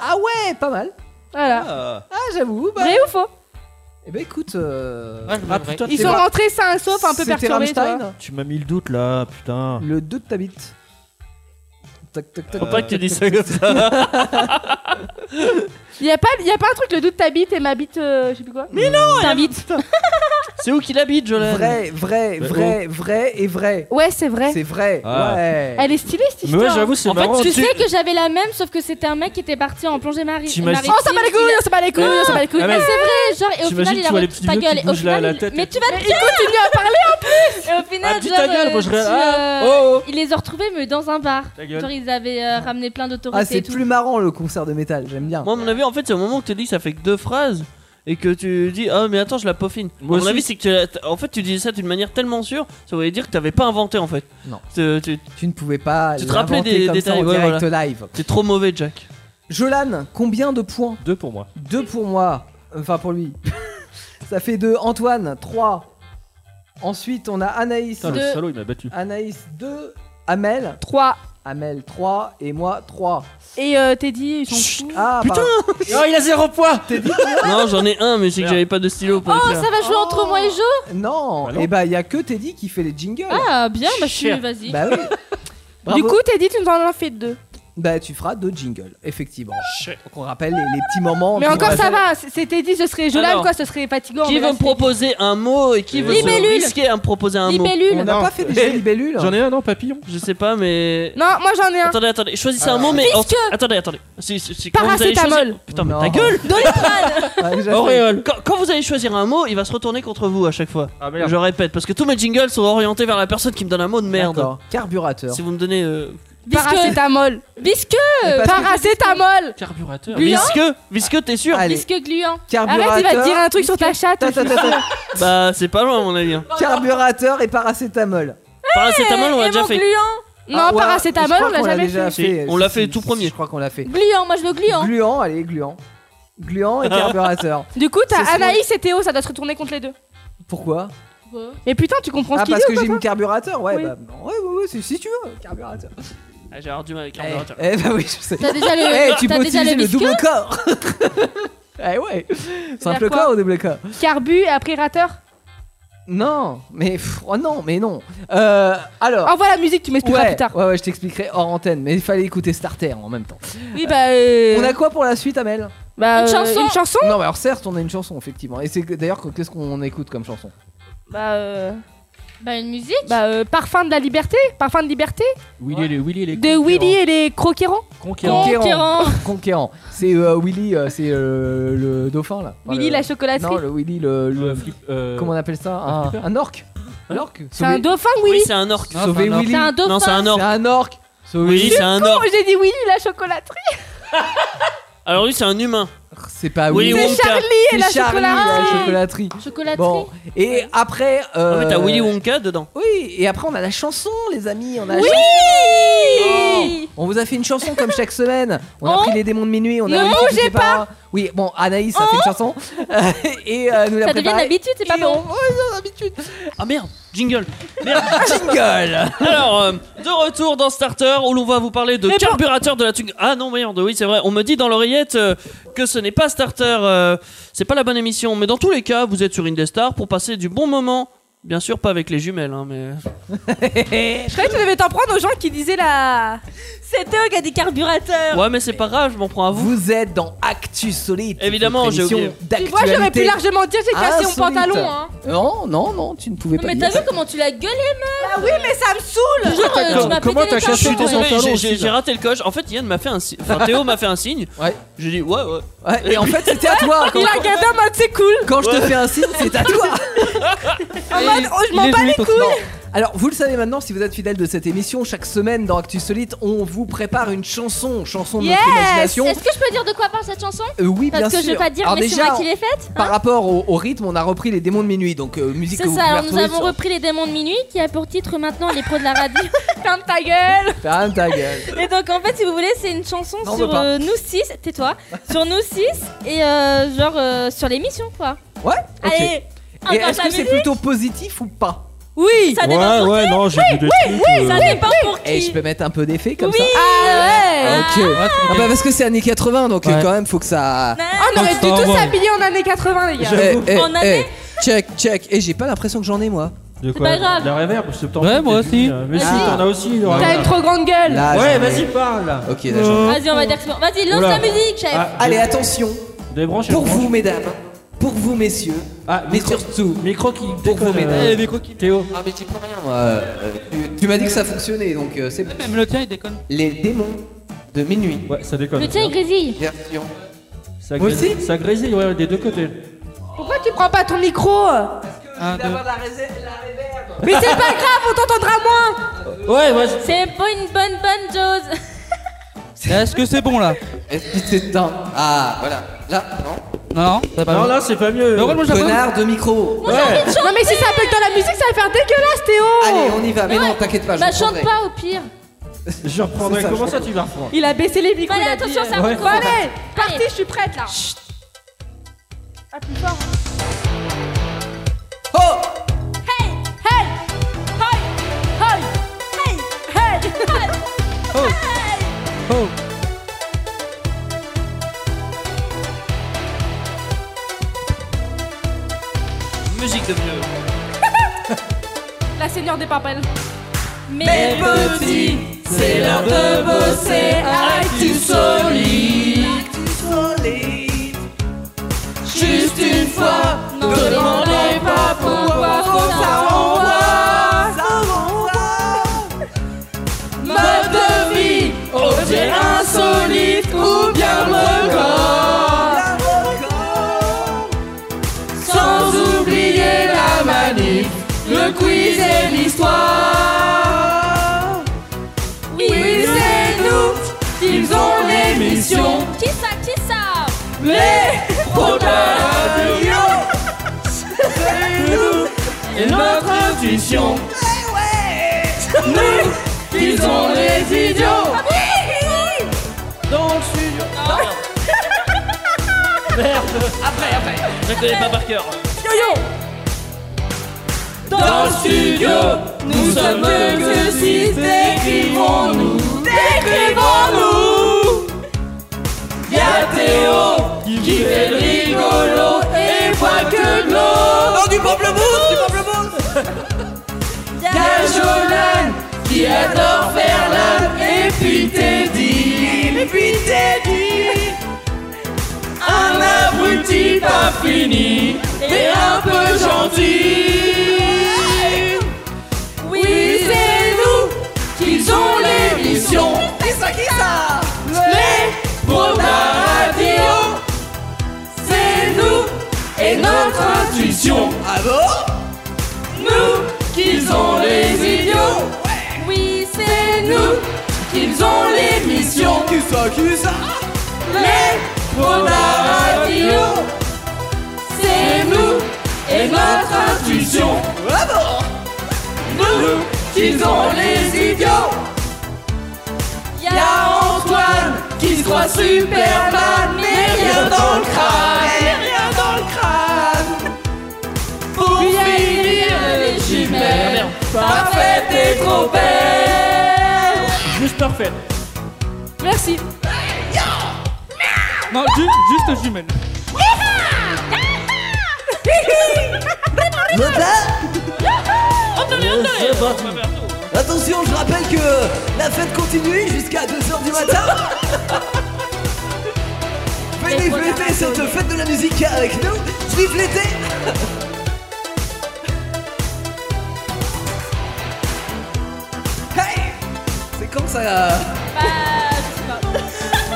Ah ouais, pas mal.
Voilà.
Ah.
Ah j'avoue. Bah.
Vrai ou faux
Eh ben écoute. euh,
Ouais, je me
Ah,
vrai.
putain,
Ils
C'est
sont
vrai.
rentrés sains et saufs, un peu
c'était
perturbés. tu vois.
Rammstein,
tu m'as mis le doute là, putain.
Le 2 de ta bite. Tac tac tac.
Faut pas que tu dis ça comme ça.
Il y a pas, il y a pas un truc le doute ta bite et ma bite, euh, je sais plus quoi. Mais non, ta bite.
[LAUGHS] C'est où qu'il habite, Jolene
Vrai, vrai,
Mais
oh.
vrai, vrai et vrai.
Ouais, c'est vrai.
C'est vrai.
Ah.
Ouais.
Elle est stylée cette
Mais ouais,
histoire.
j'avoue, c'est
En fait,
marrant.
Tu sais que j'avais la même, sauf que c'était un mec qui était parti en plongée mari-
T'imagines-
maritime.
Oh, ça bat les couilles, ça bat les couilles, ça bat les couilles.
Ah, mais-
Mais c'est vrai, genre, et au
T'imagines,
final, il
tu
a
vois les
repris
petits
ta
vieux qui
gueule. et Au
bougent la-
final,
la
il-
tête.
mais tu vas te
Il continue à parler
Et au final,
Ah, dis
genre,
ta gueule,
euh,
moi, je
tu,
ré- ah,
euh,
oh, oh.
Il les a retrouvés, mais dans un bar.
Ta gueule.
Genre, ils avaient euh, ramené plein d'autorités
Ah, c'est
et tout.
plus marrant le concert de métal, j'aime bien.
Moi, à mon avis, en fait, c'est au moment où tu dis que ça fait que deux phrases et que tu dis Ah, mais attends, je la peaufine.
Moi
à mon
aussi.
avis, c'est que tu l'as- en fait, tu disais ça d'une manière tellement sûre, ça voulait dire que t'avais pas inventé en fait.
Non.
Tu- tu-
Tu ne pouvais pas
Tu te rappelais
l'inventer
des
comme ça en
détails, ouais,
direct live.
T'es trop mauvais, Jack.
Jolan, combien de points
Deux pour moi.
2 pour moi, Euh, enfin pour lui. [LAUGHS] Ça fait 2. Antoine, 3. Ensuite, on a Anaïs.
Putain, le
Deux.
salaud, il m'a battu.
Anaïs, 2. Amel.
3.
Amel, 3. Et moi, 3.
Et euh, Teddy, ils sont fous.
Ah,
Putain
pardon.
Oh, il a zéro point
[LAUGHS] non, j'en ai un, mais c'est que
Merde.
j'avais pas de stylo pour
Oh,
écrire.
ça va jouer entre moi et Jo
Non,
Bah non.
et bah, il y a que Teddy qui fait les jingles.
Ah, bien, bah, je suis.
Cher.
Vas-y.
Bah oui. Bravo.
Du coup, Teddy, tu nous en as fait deux.
bah tu feras deux jingles, effectivement. Donc on rappelle les, les petits moments.
Mais
qui-
encore, ça va. c- C'était dit, ce serait Jolane,
Alors,
quoi, ce serait fatigant.
Qui
mais
veut
là,
me proposer un mot et qui veut
Libellule.
se risquer à me proposer un mot
On
Libellule.
n'a
Non.
pas fait des hein. jeux
Eh,
libellules.
J'en ai un, non, papillon
Je sais pas, mais.
c'est- Non, moi j'en ai un.
Attendez, attendez, choisissez
Ah.
un mot, mais.
Fisque.
Attendez, attendez. Si, si, si, quand vous allez
Paracétamol.
choisir- Putain, mais ta
Non.
gueule
Ouais, déjà fait.
Auréole. Quand, quand vous allez choisir un mot, il va se retourner contre vous à chaque fois.
Ah,
Je répète, parce que tous mes jingles sont orientés vers la personne qui me donne un mot de merde.
D'accord. Carburateur.
Si vous me donnez euh,
Bisque.
Paracétamol.
Bisque.
Mais
Euh,
parce que-
Paracétamol.
carburateur,
Gluant.
visqueux, visqueux, t'es sûr
Allez,
Bisque gluant.
carburateur.
Arrête, il va te dire un truc sur ta chatte.
Attends, attends, attends,
Bah, c'est pas loin, à mon avis. hein.
attends. Carburateur et paracétamol.
Paracétamol, on l'a
Et
déjà
Eh, mon
fait.
Gluant.
Non,
Ah, ouais, je
paracétamol,
crois
on l'a
qu'on
jamais
déjà
fait.
fait.
fait.
On l'a
Si,
fait
si,
tout
si,
premier.
Je crois qu'on l'a fait.
Gluant, moi je veux gluant.
Gluant, allez, gluant. Gluant
[LAUGHS]
et carburateur.
Du coup,
Ce
t'as
serait-
Anaïs et Théo, ça doit se retourner contre les deux.
Pourquoi
Mais putain, tu comprends ce
Ah,
qu'il
parce que
dit
j'ai mis carburateur, ouais,
Oui.
bah, ouais, ouais, ouais, si, si tu veux, carburateur.
Ah, J'ai avoir du mal avec
Eh,
carburateur.
eh, bah oui, je sais.
T'as déjà
Eh,
le.
tu
T'as
peux
déjà
utiliser
le
le
bisque.
double corps. [LAUGHS] eh ouais, simple
quoi
corps ou double corps
Carbu et après rateur.
Non, mais pff, oh non, mais non. Euh, alors,
Envoie la musique, tu m'expliqueras
ouais,
Ah, plus tard.
ouais, ouais, je t'expliquerai hors antenne, mais il fallait écouter Starter en même temps.
Oui, bah. euh,
On a quoi pour la suite, Amel
bah,
Une
euh,
chanson.
Une chanson
Non, mais alors certes, on a une chanson effectivement, et c'est que- d'ailleurs que- qu'est-ce qu'on écoute comme chanson
Bah. euh,
Bah, une musique Bah, Parfum de la liberté Parfum de liberté
Willy, et les, Willy et les
De Willy et les croquérants
Conquérant. Conquérant. Conquérant. C'est euh, Willy, euh, c'est euh, le dauphin là. Enfin,
Willy
le-
la chocolaterie.
Non, le Willy, le. le-
Euh,
euh, Comment on appelle ça un,
flipper.
un orque Un orque
C'est un dauphin, Willy
Oui, c'est un orque.
Sauver Willy.
C'est un dauphin.
Non, c'est un orque.
C'est un orque. Sauver
Oui, c'est un orque.
Oh, j'ai dit Willy la chocolaterie.
Alors lui, c'est un humain.
C'est pas
Willy
Willy.
Wonka.
C'est Charlie et
C'est
la
Charlie, la
chocolaterie.
chocolaterie.
Chocolaterie.
Bon, et après.
Ah, mais t'as Willy
euh,
Wonka dedans.
Oui, et après on a la chanson, les amis. On a la
Oui
chanson. On vous a fait une chanson comme chaque semaine. On a
Oh.
pris les démons de minuit. On
Ne
a mis
bougez
Qui était là. Oui, bon, Anaïs a fait une chanson [LAUGHS] et euh, nous l'a
Ça devient une
préparée.
habitude, c'est pas
Et
bon.
Ah merde, jingle. Merde.
Jingle.
[LAUGHS] Alors, euh, de retour dans Starter où l'on va vous parler de
Mais par-
carburateur de la Tug. Ah non, merde, oui, c'est vrai. On me dit dans l'oreillette euh, que ce n'est pas Starter. euh, c'est pas la bonne émission. Mais dans tous les cas, vous êtes sur Indestar pour passer du bon moment. Bien sûr, pas avec les jumelles, hein, mais.
Je croyais que tu devais t'en prendre aux gens qui disaient la. C'est eux qui a des carburateurs.
Ouais, mais c'est pas grave, je m'en prends à vous.
Vous êtes dans Actus Solide.
Évidemment, j'ai oublié.
Tu vois, j'aurais pu largement dire j'ai cassé mon
Insolite.
pantalon. Hein.
Ah, Euh, Non, non, non, tu ne pouvais pas.
Mais
dire
t'as
ça.
vu comment tu l'as gueulé, meuf
Ah oui, mais ça me saoule.
Genre, euh, tu m'as
Comment
pété
t'as
les
cassé
cartons,
ton
ouais.
sang
Désolé,
pantalon
j'ai-
aussi,
j'ai j'ai
là.
raté le coche. En fait, Yann m'a fait un signe. Enfin, Théo m'a fait un signe.
Ouais.
J'ai dit ouais, ouais.
Ouais, et en fait, c'était à toi. Quand,
Il a regardé en mode c'est cool.
quand je te fais un signe, c'est à toi.
En mode oh, je m'en bats les couilles.
Non. Alors, vous le savez maintenant, si vous êtes fidèle de cette émission, chaque semaine dans Actus Solite, on vous prépare une chanson, chanson de notre
Yes
imagination.
Est-ce que je peux dire de quoi parle cette chanson
Euh, oui, bien
Parce que
sûr.
je vais pas dire,
Alors
mais c'est
déjà,
moi qui l'ai faite.
par rapport au, au rythme, on a repris les démons de minuit, donc euh, musique que
C'est
vous
ça,
pouvez
alors nous
retrouver
avons
sur-
repris Les Démons de Minuit qui a pour titre maintenant Les pros de la radio. [LAUGHS]
Ferme ta gueule.
Ferme ta gueule.
Et donc en fait, si vous voulez, c'est une chanson
Non, on veut
sur
pas.
euh, nous six, tais-toi, sur nous six et euh, genre euh, sur l'émission quoi.
Ouais ok.
Allez,
Et
encore
est-ce
ta
que c'est
musique
plutôt positif ou pas
Oui.
Ça dépend
Ouais,
pour
ouais, non, j'ai vu des trucs. euh,
ça dépend pour
Et Eh, je
qui.
peux mettre un peu d'effet comme
Oui.
ça
Ah ouais.
Ok. Ah bah parce que c'est années 80, donc euh,
Ouais.
quand même, faut que ça.
Ah, on aurait dû
Attends,
tous
ouais.
s'habiller en années 80, les gars.
Eh, eh,
En
eh,
année
check, check. Et j'ai pas l'impression que j'en ai moi.
De
C'est pas grave.
La réverb, c'est temps.
Ouais, moi aussi.
euh, Mais si, t'en as aussi. le
T'as
réverb.
une trop grande gueule.
Là,
Ouais,
j'en ai.
vas-y, parle.
Ok, là, j'en ai.
Vas-y, on va dire que c'est bon. Vas-y, lance
Hein Oula.
la musique, chef.
Ah,
Allez, attention.
Débranche.
Pour
débranche.
vous, mesdames. Pour vous, messieurs.
Ah,
Mais
micro-
surtout.
Micro qui
vous,
déconne.
mesdames.
euh,
Eh,
Théo.
Ah, mais j'y peux rien, moi. Euh, tu- tu m'as dit que ça fonctionnait, donc euh, c'est bon.
Même le tien, il déconne.
Les démons de minuit.
Ouais, ça déconne.
Le tien il grésille.
Version.
Ça
Moi
grésille-
aussi
Ça grésille, ouais, des deux côtés.
Pourquoi tu prends pas ton micro Ah, bah,
Un, deux.
Mais
[LAUGHS]
c'est pas grave, on t'entendra moins.
Ouais, ouais.
C'est pas une bonne bonne chose.
c'est- Est-ce que c'est bon là
Est-ce qu'il s'éteint Ah, voilà. Là, non.
Non, non, c'est pas
Non,
bon.
là, c'est pas mieux.
Mais regarde, moi, j'ai l'impression-
Connard de micro.
Non mais si ça bug dans la musique, ça va faire dégueulasse,
Allez,
Théo.
on y va. Mais non, t'inquiète pas. je
Bah chante
reprendrai.
pas au pire.
Je reprendrai.
C'est ça,
Comment
je
ça, tu vas reprendre
Il a baissé les micros.
Allez,
il a dit,
attention,
euh,
ça
ouais.
recommence.
Bon, allez, parti,
Allez.
je suis prête là. Ah, plus fort.
Oh
Hey, hey, hey, hey, hey, hey, hey.
Oh.
Musique de vieux.
La seigneur des papelles.
Mais
petits,
c'est l'heure de bosser. Actu solide.
Juste une fois, ne
demandez pas pourquoi, faut que ça
renvoie. Mode de vie, objet insolite ou bien
Ah,
record. Sans oublier la manif, le quiz et l'histoire. Oui, c'est nous, ils ont l'émission.
Qui ça, qui ça
Les probables et notre intuition. Nous, ils ont les idiots.
Ah.
Je la connais pas par cœur.
Dans le studio, nous sommes que six. Décrivons-nous, décrivons-nous. Y'a Théo qui fait le rigolo et voit que de l'eau.
Non, du pamplemousse Du pamplemousse
Y'a Jolan qui adore faire l'âme et puis Teddy. Et puis Teddy. Un abruti pas fini, mais un peu gentil.
émission.
Ah bon
Nous, qu'ils ont les idiots.
Oui, c'est
nous, qu'ils ont l'émission. Qui ça, qui ça Les pros de la radio. C'est nous et notre intuition. Ah bon Nous, qu'ils ont les idiots.
Y'a
Antoine qui se croit Superman, mais rien dans le crâne, mais rien dans le crâne. Pour finir les jumelles, parfaite et trop belle.
Juste parfait.
Merci.
Non, ju- juste jumelle.
Le Attention, je rappelle que la fête continue jusqu'à 2h du matin. Venez fêter cette fête de la musique avec nous. Vive l'été Hey C'est comme ça euh,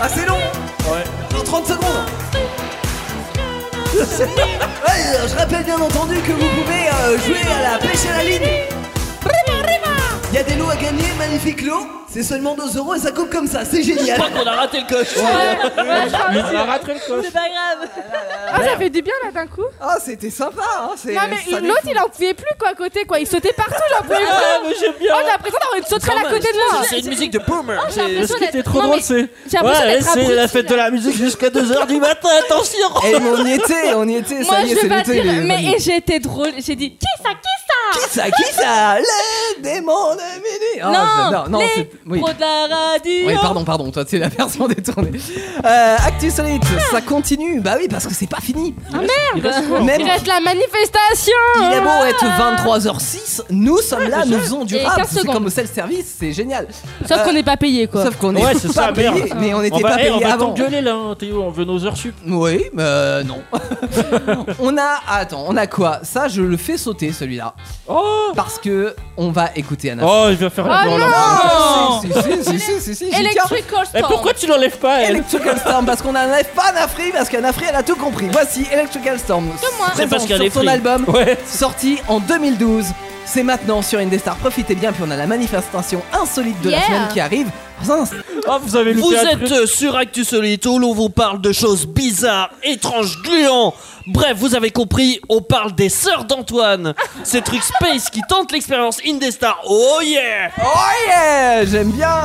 Assez long Ouais. Dans 30 secondes Ouais, euh, je rappelle bien entendu que vous pouvez euh, jouer à la pêche à la ligne. Il y a des lots à gagner, magnifique lot. C'est seulement 2 euros et ça coupe comme ça, c'est
Je
génial.
crois qu'on a raté le coche.
On a raté
le coche.
C'est pas grave. Ah, ça fait du bien là d'un coup.
Ah, c'était sympa. Hein, c'est-
non, mais
ça
une- l'autre
défoule.
il en pouvait plus quoi à côté quoi. Il sautait partout, j'en pouvais plus.
[LAUGHS]
Ah, mais j'aime bien.
Oh, j'ai l'impression d'avoir une sauterelle à côté de moi. Oh,
C'est une musique de boomer.
j'ai l'impression
Ce qui était
d'être-
trop
Non,
drôle,
mais
c'est.
j'ai l'impression
Ouais,
d'être
c'est la
abruti,
fête de la musique jusqu'à 2h du matin, attention
Et Eh, on y était, on y était, ça
Moi
y est,
je
c'est
vais pas
l'été.
dire,
les
mais
amis.
et j'ai été drôle. J'ai dit qui ça, qui ça
Qui ça, qui ça Les démons de minuit Oh,
Non,
j'adore. non,
les
c'est- oui.
pros de la radio.
Oui, pardon, pardon, toi, c'est la version [LAUGHS] détournée. Euh, Actu Solide, ça continue. Bah oui, parce que c'est pas fini.
Ah merde
Même-
Il reste la manifestation
Il est beau
Ah.
être 23h06, nous sommes là, nous faisons du
Et
rap,
15
c'est
secondes. Bah.
comme au self-service, c'est génial.
Sauf
Euh,
qu'on n'est pas payé quoi.
Sauf qu'on est [LAUGHS]
Ouais,
pas
c'est ça,
payé,
merde.
mais on n'était
va-
pas
eh,
payé
on va
avant.
t'engueuler là, hein, Théo, on veut nos heures sup.
Oui, mais euh, non. [LAUGHS] on a attends, on a quoi Ça, je le fais sauter celui-là. Parce que on va écouter Anna.
Oh, il va faire la
Oh
branle.
non Si, si, si, si, si, si, si, j'y tiens.
Electrical
Eh,
Storm.
tu l'enlèves
Eh,
pas
Electrical Storm parce qu'on n'enlève pas Anafri parce qu'Anafri elle a tout compris. Voici Electrical Storm.
C'est
présent
parce qu'elle est
sur son
free.
album
Ouais.
sorti en 2012. C'est maintenant sur Indestar. Profitez bien puis on a la manifestation insolite de la
Yeah.
semaine qui arrive. Oh,
vous avez
Vous êtes euh, sur Actu Solite où l'on vous parle de choses bizarres, étranges, gluants. Bref, vous avez compris, on parle des sœurs
[LAUGHS]
d'Antoine. Ces trucs space qui tentent l'expérience Indestar. Oh yeah
Oh yeah J'aime bien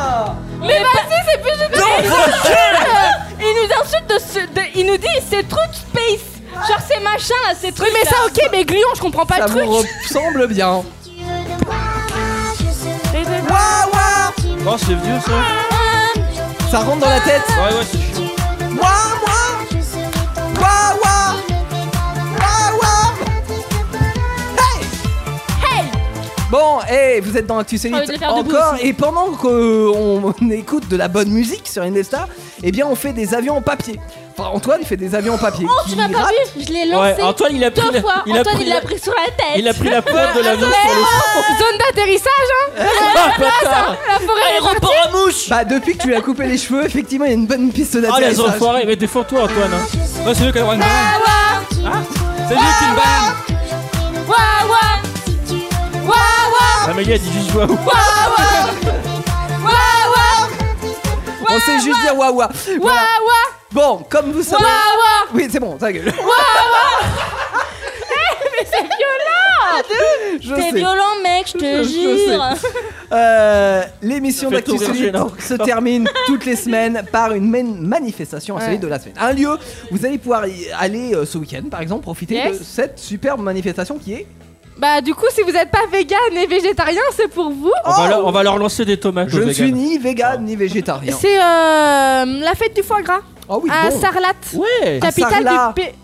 Mais vas-y, c'est plus juste
Dans
Il nous
votre
insulte Il nous insulte de ce. de- il nous dit ces trucs space Genre ces machins là, ces trucs. mais ça, ok, mais gluon, je comprends pas
Ça
le truc
vous ressemble bien.
Oh, c'est vieux ça
Ça rentre dans la tête.
Ouais, ouais, c'est chiant.
Bon, hey, vous êtes dans Actu
Ah, je
Solite
vais faire debout
encore,
aussi.
et pendant qu'on on écoute de la bonne musique sur Indestar, eh bien on fait des avions en papier. Enfin, Antoine fait des avions en papier.
Oh, tu
qui
m'as pas
rappe.
vu Je l'ai lancé
Ouais, Antoine, il a
deux
pris la-
fois.
il a
Antoine,
pris
il l'a
la-
pris sur la tête.
il a pris la pointe de l'avion sur le
Mais, Zone d'atterrissage, hein
Ah,
La place,
bâtard.
hein, La forêt
Aéroport à mouche
Bah, depuis que tu lui as coupé les cheveux, effectivement, il y a une bonne piste
Oh,
d'atterrissage.
les enfoirés, mais défends-toi, Antoine. Moi, c'est lui qui a une Hein C'est lui qui me banane. La méga, dit juste waouh.
On sait juste dire wawa. Voilà. Bon, comme vous savez.
Wawa.
Oui, c'est bon, ta gueule.
[LAUGHS] Eh, Mais c'est violent
Je
T'es
sais.
violent, mec, je
[LAUGHS]
te
Je- je
jure
sais. Ah, Euh, L'émission
Ça fait
d'Actu
tout rire,
Solide
gênant.
se termine toutes les semaines par une main- manifestation insolite
Ouais.
de la semaine. Un lieu, où vous allez pouvoir y aller euh, ce week-end par exemple, profiter
Yes.
de cette superbe manifestation qui est.
Bah, du coup, si vous êtes pas vegan et végétarien, c'est pour vous.
On, va leur, on va leur lancer des tomates.
Oh Je
aux
ne suis
véganes.
ni vegan ni végétarien. Ah
C'est euh, la fête du foie gras.
oui,
à
bon. Eh.
Sarlat.
Ouais.
Capitale
Sarlat.
du P-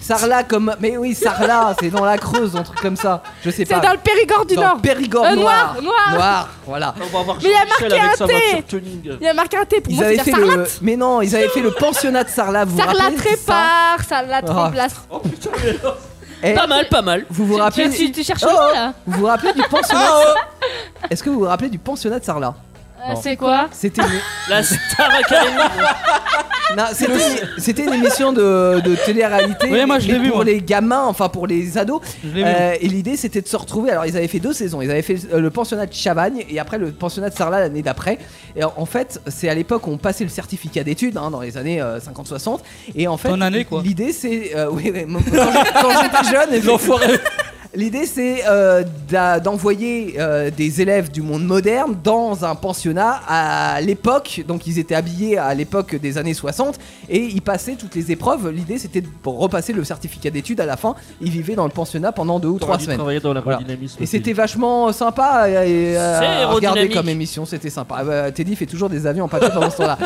Sarlat comme. Mais oui,
[LAUGHS]
Sarlat, c'est dans la Creuse, un truc comme ça. Je sais pas.
C'est dans le Périgord du
Dans
Nord.
le Périgord
Euh,
noir.
noir, noir.
voilà.
On va avoir
Mais il y a
Jean-Michel
marqué
avec
un
sa
T.
voiture tuning.
Il y a marqué un T pour
Ils
moi,
avaient
c'est
fait
bien
le.
Sarlat.
Mais non, ils avaient fait le pensionnat de Sarlat, vous vous
Sarlat
rappelez
Trépart, Sarlat
Ah.
Tremblasse.
Eh,
Pas mal, pas mal. Oh.
Vous vous rappelez.
Tu- tu- tu cherches
Oh,
le mot,
oh.
là
Vous vous rappelez du pensionnat de Sarlat Est-ce que vous vous rappelez du pensionnat de Sarlat
[LAUGHS] Euh, C'est quoi
C'était une-
La Star Academy
Non, c'était- C'était une émission de, de télé-réalité
Ouais, moi, je
mais
l'ai vu,
pour
moi.
les gamins, enfin pour les ados.
l'ai vu.
Euh, et l'idée c'était de se retrouver. Alors ils avaient fait deux saisons. Ils avaient fait euh, le pensionnat de Chavagne et après le pensionnat de Sarlat l'année d'après. Et en, en fait, c'est à l'époque où on passait le certificat d'études hein, dans les années euh, 50-60. Et en fait,
Ton année, quoi.
l'idée c'est. euh, [LAUGHS] oui, oui, moi, quand j'ai- quand j'étais jeune,
[LAUGHS]
effectivement. L'idée, c'est euh, d'a- d'envoyer euh, des élèves du monde moderne dans un pensionnat à l'époque. Donc, ils étaient habillés à l'époque des années 60 et ils passaient toutes les épreuves. L'idée, c'était de repasser le certificat d'études à la fin. Ils vivaient dans le pensionnat pendant deux ou trois semaines.
travailler dans
Voilà.
l'aérodynamisme.
Et c'était vachement sympa et, euh,
C'est
à regarder
aérodynamique.
comme émission, c'était sympa. Ah bah, Teddy fait toujours des avions en papier pendant ce temps-là.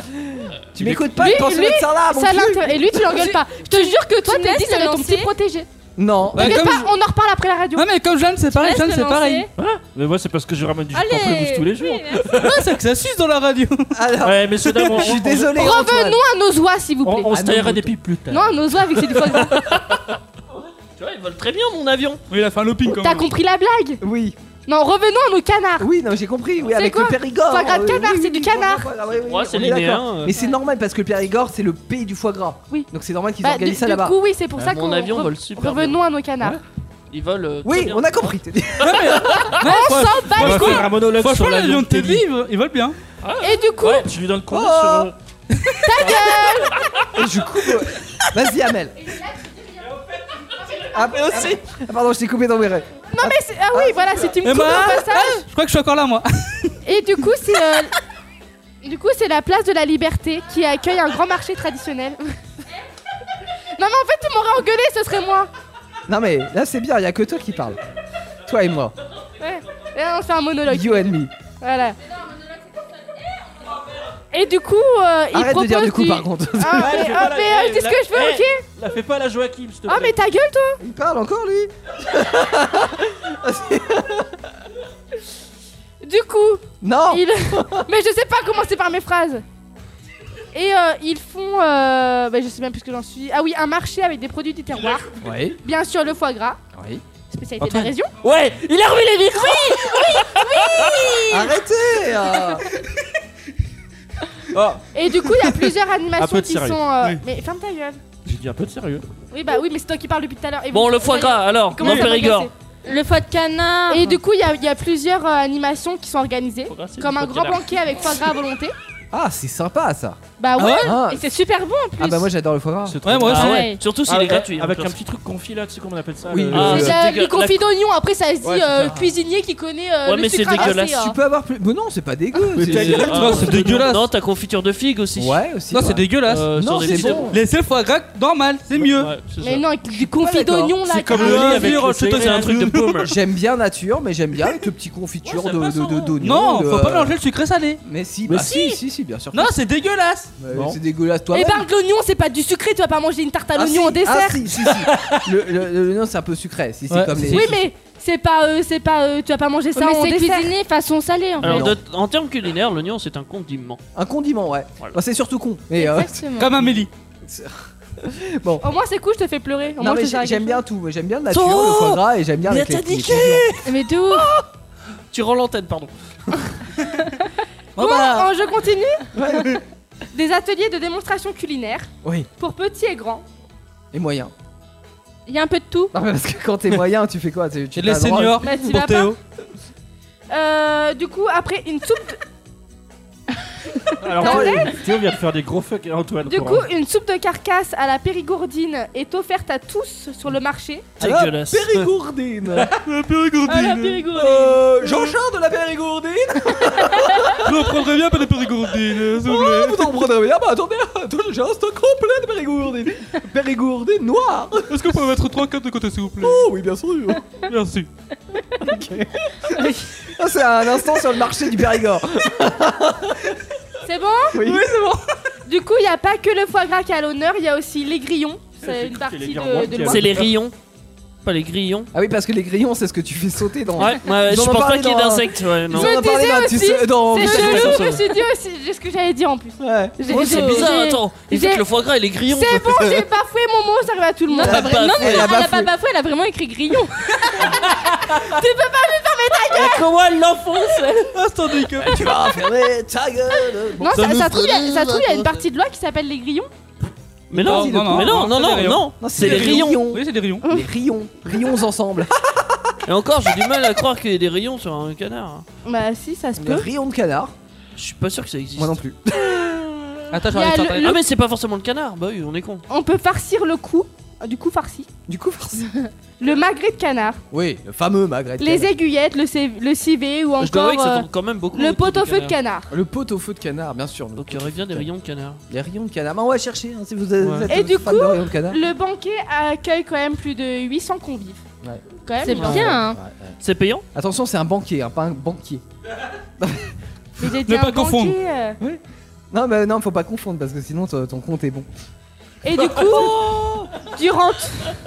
tu m'écoutes pas,
Lui,
le pensionnat
lui,
de Sarlat, mon Ah,
ça
cul
l'inter- Et lui, tu l'engueules pas. Je te jure que toi,
tu
t'es
laisses
dit, ça
le
va être ton
lancer.
petit
Euh,
protégé.
Non.
Bah,
T'inquiète
comme
pas,
je-
on en reparle après la radio.
Hein
Ouais, mais comme Jeanne, c'est pareil,
laisses
Jeanne,
le
c'est
lancer.
pareil.
Mais moi, c'est parce que je ramène du
Allez.
pamplemousse tous les jours.
Ouais, c'est que ça suce dans la radio.
Ah,
Alors,
Ouais, messieurs, dames, on- Je suis on- désolé,
Revenons à nos oies, s'il
Oh.
vous plaît.
Ah,
On, on se taillera des pipes plus tard.
Non, à nos oies, vu que c'est du
[LAUGHS]
foie gras.
Tu vois, ils volent très bien mon avion.
Oui, il a fait un looping
T'as compris la blague
Oui.
Non, revenons à nos canards.
Oui, non, j'ai compris. Oui, avec
quoi
le Périgord.
Foie gras de
oui,
canard,
oui, oui,
c'est du
oui,
canard.
voilà, oui, oui,
Ouais, c'est
on est
linéaire,
d'accord.
euh.
Mais c'est normal parce que le Périgord, c'est le pays du foie gras.
Oui.
Donc c'est normal qu'ils
Bah, du,
organisent ça
du
là-bas.
coup, oui, c'est pour
Bah,
ça
mon
qu'on.
avion
re-
vole super bien.
Revenons à nos canards.
Ils volent. euh, très
Oui,
bien.
on a compris.
On s'en bat les couilles.
un monologue
Franchement,
sur l'avion
l'avion de
de Teddy.
Teddy, ils vo- ils volent bien.
Et du coup,
Ouais, tu lui donnes combien
Oh.
sur. euh,
Et du coup, euh, vas-y, Amel. Ah, aussi. pardon, je t'ai coupé dans mes rêves.
non mais c'est- ah oui, voilà, c'est une
Eh
coupes
ben,
au passage.
Je crois que je suis encore là, moi.
Et du coup, c'est euh, du coup, c'est la place de la Liberté qui accueille un grand marché traditionnel. [LAUGHS] non mais en fait, tu m'aurais engueulé, ce serait moi.
Non, mais là, c'est bien, il y a que toi qui parle. Toi et moi.
Ouais. Et Eh, on fait un monologue.
You and me.
Voilà. Et du coup, euh, il
Arrête de
propose
dire du coup, par contre. [LAUGHS]
Ah, mais, ah, mais, euh, je dis ce que je veux, ok
La fais pas à la Joachim, s'il te plaît.
Ah mais ta gueule, toi
Il parle encore, lui
Du coup,
Non
Il- [LAUGHS] Mais je sais pas commencer par mes phrases. Et euh, ils font, euh, bah, je sais même plus ce que j'en suis. Ah oui, un marché avec des produits du terroir.
Oui,
Bien sûr, le foie gras,
oui.
spécialité de
Antoine.
la région.
Ouais, il a remis les vitres
Arrêtez euh.
Et du coup, il y a plusieurs
[LAUGHS]
Un peu
animations
de
qui
sérieux.
sont. euh, Mais ferme ta gueule.
J'ai dit un peu de sérieux.
Oui, bah oui, mais c'est toi qui parles depuis tout à l'heure. Et
Bon,
vous-
le foie
vous-
gras, alors,
Comment
dans
ça va
Périgord.
passer
Le foie de canard.
Et du coup, il y, a- il y a plusieurs euh, animations qui sont organisées.
Foie gras, Oh, c'est
Comme
du
un
foie
grand
canard.
banquet avec foie gras à volonté.
Ah, c'est sympa ça.
Bah ouais,
Ah.
et c'est super bon en plus.
Ah, bah, moi, j'adore le foie gras.
C'est
Ouais, moi aussi.
Ah ouais.
Ouais.
Surtout s'il
Ah,
est gratuit. hein, en
Avec
plus.
un petit truc confit là, tu sais comment on appelle ça
Oui,
le-
le-
Ah,
c'est de
c'est
la-
dégueu-
les confits d'oignon. Après, ça se dit
Ouais, c'est
euh,
ça.
cuisinier qui connaît euh,
Ouais,
le
mais c'est
sucre
dégueulasse.
glacé, hein.
Tu peux avoir plus. Mais non, c'est pas dégueu.
Mais ta gueule,
Ah,
toi, c'est dégueulasse.
Non, ta confiture de figues aussi.
Ouais, aussi.
Non,
ouais.
c'est dégueulasse.
Euh,
Non,
sur des
c'est
petits-
bon.
Laissez le foie gras normal, c'est mieux.
Ouais, c'est
Mais
ça.
non, avec du confit
d'accord.
d'oignon là.
C'est comme
qui-
le
Ah,
lit
oui,
avec
oh,
le
c'est
soleil,
toi, c'est
un
un
truc de
truc
boomer.
J'aime bien nature, mais j'aime bien avec le petit confiture
Ouais, ça
de,
passe,
de, de,
hein.
d'oignon,
Non,
de-
faut pas mélanger le sucré salé.
Mais si,
Mais
bah si,
si.
si, si, bien sûr. que
Non, c'est dégueulasse.
si. Mais
bon.
C'est dégueulasse toi.
Eh ben, de l'oignon, c'est pas du sucré, tu vas pas manger une tarte à
ah, si,
l'oignon au
Ah,
dessert.
si, si, si. Le, le, le- l'oignon, c'est un peu sucré. Ah, Si, c'est
Ouais,
comme les.
si.
Oui, mais c'est pas, euh, c'est pas, euh, tu vas pas manger ça
mais
en
c'est
dessert.
cuisiné façon salée en fait.
Alors,
Non.
de- en termes culinaires, l'oignon c'est un condiment.
Un condiment, ouais.
Voilà.
Bah, c'est surtout con. Mais euh,
Exactement.
Comme Amélie.
Au moins, c'est cool, je te fais pleurer. Au
non,
moins,
mais
je te
j'ai-
fais
j'aime
quelque
bien tout. mais J'aime bien le nature, le foie gras et j'aime bien avec les petits confiture.
Ah.
Mais de ouf.
Tu rends l'antenne, pardon.
chose. Bon, euh, je continue. Des ateliers de démonstration culinaire
Oui,
pour petits et grands.
et moyen.
Il y a un peu de tout.
[LAUGHS] Non, mais parce que quand t'es moyen, tu fais quoi tu, tu
Et les
t'as le droit-
seniors
Bah, t'y vas
pour Théo.
Euh, du coup, après une soupe, de-
Alors,
Non,
Théo, Théo vient de faire des gros fuck à Antoine.
du
pour
coup,
un-
une soupe de carcasse à la périgourdine est offerte à tous sur le marché.
Ah,
Dégueulasse.
Périgourdine
À la périgourdine.
euh, Jean-Charles de la Périgourdine
Je me prendrais bien pas de périgourdine,
Oh,
s'il vous
Ah,
plaît.
Vous en prenez bien, bah attendez, attendez, j'ai un stock complet de périgourdine. Périgourdine noire
Est-ce que vous pouvez mettre 3 4 de côté, s'il vous plaît
Oh oui, bien sûr.
Merci.
Ah, C'est un instant sur le marché du Périgord.
C'est bon
[LAUGHS] Oui, c'est bon.
Du coup, il n'y a pas que le foie gras qui est à l'honneur, il y a aussi les grillons.
J'ai
C'est une
cru que
partie
t'allais dire
de,
moi
de
qui
loin.
avais-
C'est les rillons. Pas les grillons.
Ah oui, parce que les grillons, c'est ce que tu fais sauter dans.
Ouais, ouais,
Ils en
je
ont
pense pas
parlé
qu'il y ait
dans-
d'insectes, ouais,
Ils
non.
en
Je
ont
me
parlé
disais
dans
aussi,
Tissot- dans-
C'est
Tissot-
chelou,
Tissot-
je me suis dit aussi, j'ai ce que j'allais dire en plus.
Ouais.
Oh, c'est bizarre, attends. Il fait que le foie gras et les grillons.
C'est bon, j'ai bafoué mon mot, ça arrive à tout le
Non,
monde.
t'as pas
Eh,
non, non,
bafoué,
elle
elle a
a
Ah,
pas
bafoué.
bafoué, elle a vraiment écrit grillon.
tu peux pas me fermer ta gueule
Comment elle l'enfonce
Attendez que.
Tu vas fermer ta gueule.
Non, ça, ça se trouve, il y a- ça se trouve, il y a une partie de loi qui s'appelle les grillons.
Mais non,
Non, non,
mais non,
non,
non,
c'est
non,
des
non,
rayons.
c'est les rayons.
Oui, c'est des rayons.
Les rayons. Rions ensemble.
Ah,
Et encore, j'ai du mal à croire qu'il y ait des rayons sur un canard.
Bah si, ça se
Les
peut.
rayons de canard.
Je suis pas sûr que ça existe.
Moi non plus.
Attends,
Il y a
j'arrête.
le-
attends,
Ah, mais c'est pas forcément le canard. Bah oui, on est con.
On peut farcir le cou, du coup farci.
Du coup, farci.
Le magret de canard,
Oui, le fameux magret. de
les
canard.
aiguillettes, le, CV le civet ou
Je
encore
dois avouer que ça
euh,
tombe quand même beaucoup.
le
autour
pot
du
au feu de canard.
Le pot au feu de canard, bien sûr.
Donc il y aurait bien des rayons de canard.
Les rayons de canard. Bah, on va chercher hein, si vous êtes
Ouais.
vous êtes
Et du
fan de
coup,
rayons de canard.
Le banquet accueille quand même plus de 800 convives.
Ouais.
Quand même,
C'est
euh,
bien, hein.
Ouais, ouais.
C'est payant
Attention, c'est un banquier, hein, pas un banquier.
mais j'ai dit
Ne pas
un
confondre.
banquet, euh,
Non, mais non, faut pas confondre parce que sinon ton ton compte est bon.
Et du coup, durant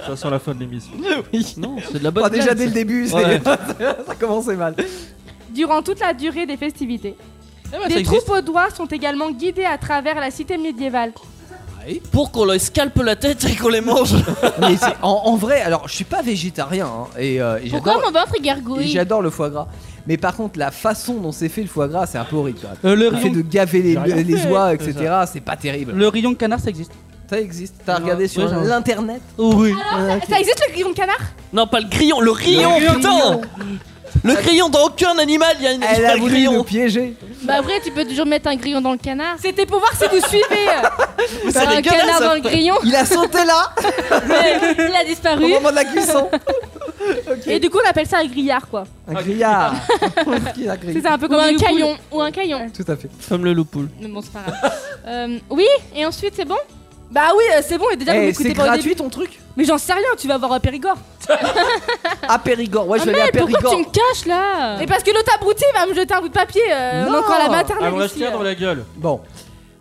Ça sent la fin de l'émission.
Oui.
Non, c'est de la bonne
Bah, déjà
blague,
dès
ça.
le [LAUGHS] début, c'est-
Ouais.
ça commençait mal.
Durant toute la durée des festivités.
Eh ben,
mais ça
Des
existe.
troupes aux doigts sont également guidées à travers la cité médiévale.
Ah Pour qu'on leur scalpe la tête et qu'on les mange.
Mais c'est- en, en vrai, alors je suis pas végétarien hein, et, euh, et
Pourquoi
j'adore-
mon ventre il
et
gargouille
j'adore le foie gras. Mais par contre, la façon dont c'est fait le foie gras, c'est un peu horrible. quand même.
Euh, le,
Le fait
rayon,
de gaver les,
J'ai rien
les
[LAUGHS]
fait.
oies,
C'est
etc., c'est pas terrible.
le rayon de canard, ça existe.
Ça existe. T'as
Ouais,
regardé sur
ouais, j'ai-
l'internet
oui.
Ça existe le grillon de canard
Non, pas le grillon, le rayon, putain Le grillon, dans aucun animal, il y a une il
Elle
y a
a
le
voulu nous
grillon.
piéger.
Bah après, tu peux toujours mettre un grillon dans le canard.
C'était pour voir si vous suivez.
[LAUGHS]
euh,
C'est un
dégueulasse,
canard dans
ça.
le
[LAUGHS]
grillon,
Il a sauté
[LAUGHS]
là
il a
au
disparu.
moment de la cuisson.
Et du coup, on appelle ça un grillard, quoi.
Un
[LAUGHS]
grillard. Qui a grillé
C'est ça, un peu
Ou
comme
un
une poule.
caillon. Ou un caillon.
Tout à fait.
Comme le loupoule.
Mais bon, c'est pas
[LAUGHS]
grave. Euh, oui, et ensuite, c'est bon
Bah oui, euh, c'est bon, et déjà, vous
Eh,
m'écoutez
c'est
pas au début.
gratuit ton truc
Mais j'en sais rien, tu vas voir euh, Périgord.
À Périgord.
Ah
Ouais, je vais aller à
Ah, Pourquoi tu
Périgord.
me caches là
Et parce que l'autre abruti va me jeter un bout de papier. euh, on
Non.
est encore à la
Ah,
maternelle
on
ici.
tire dans
euh.
la gueule.
Bon.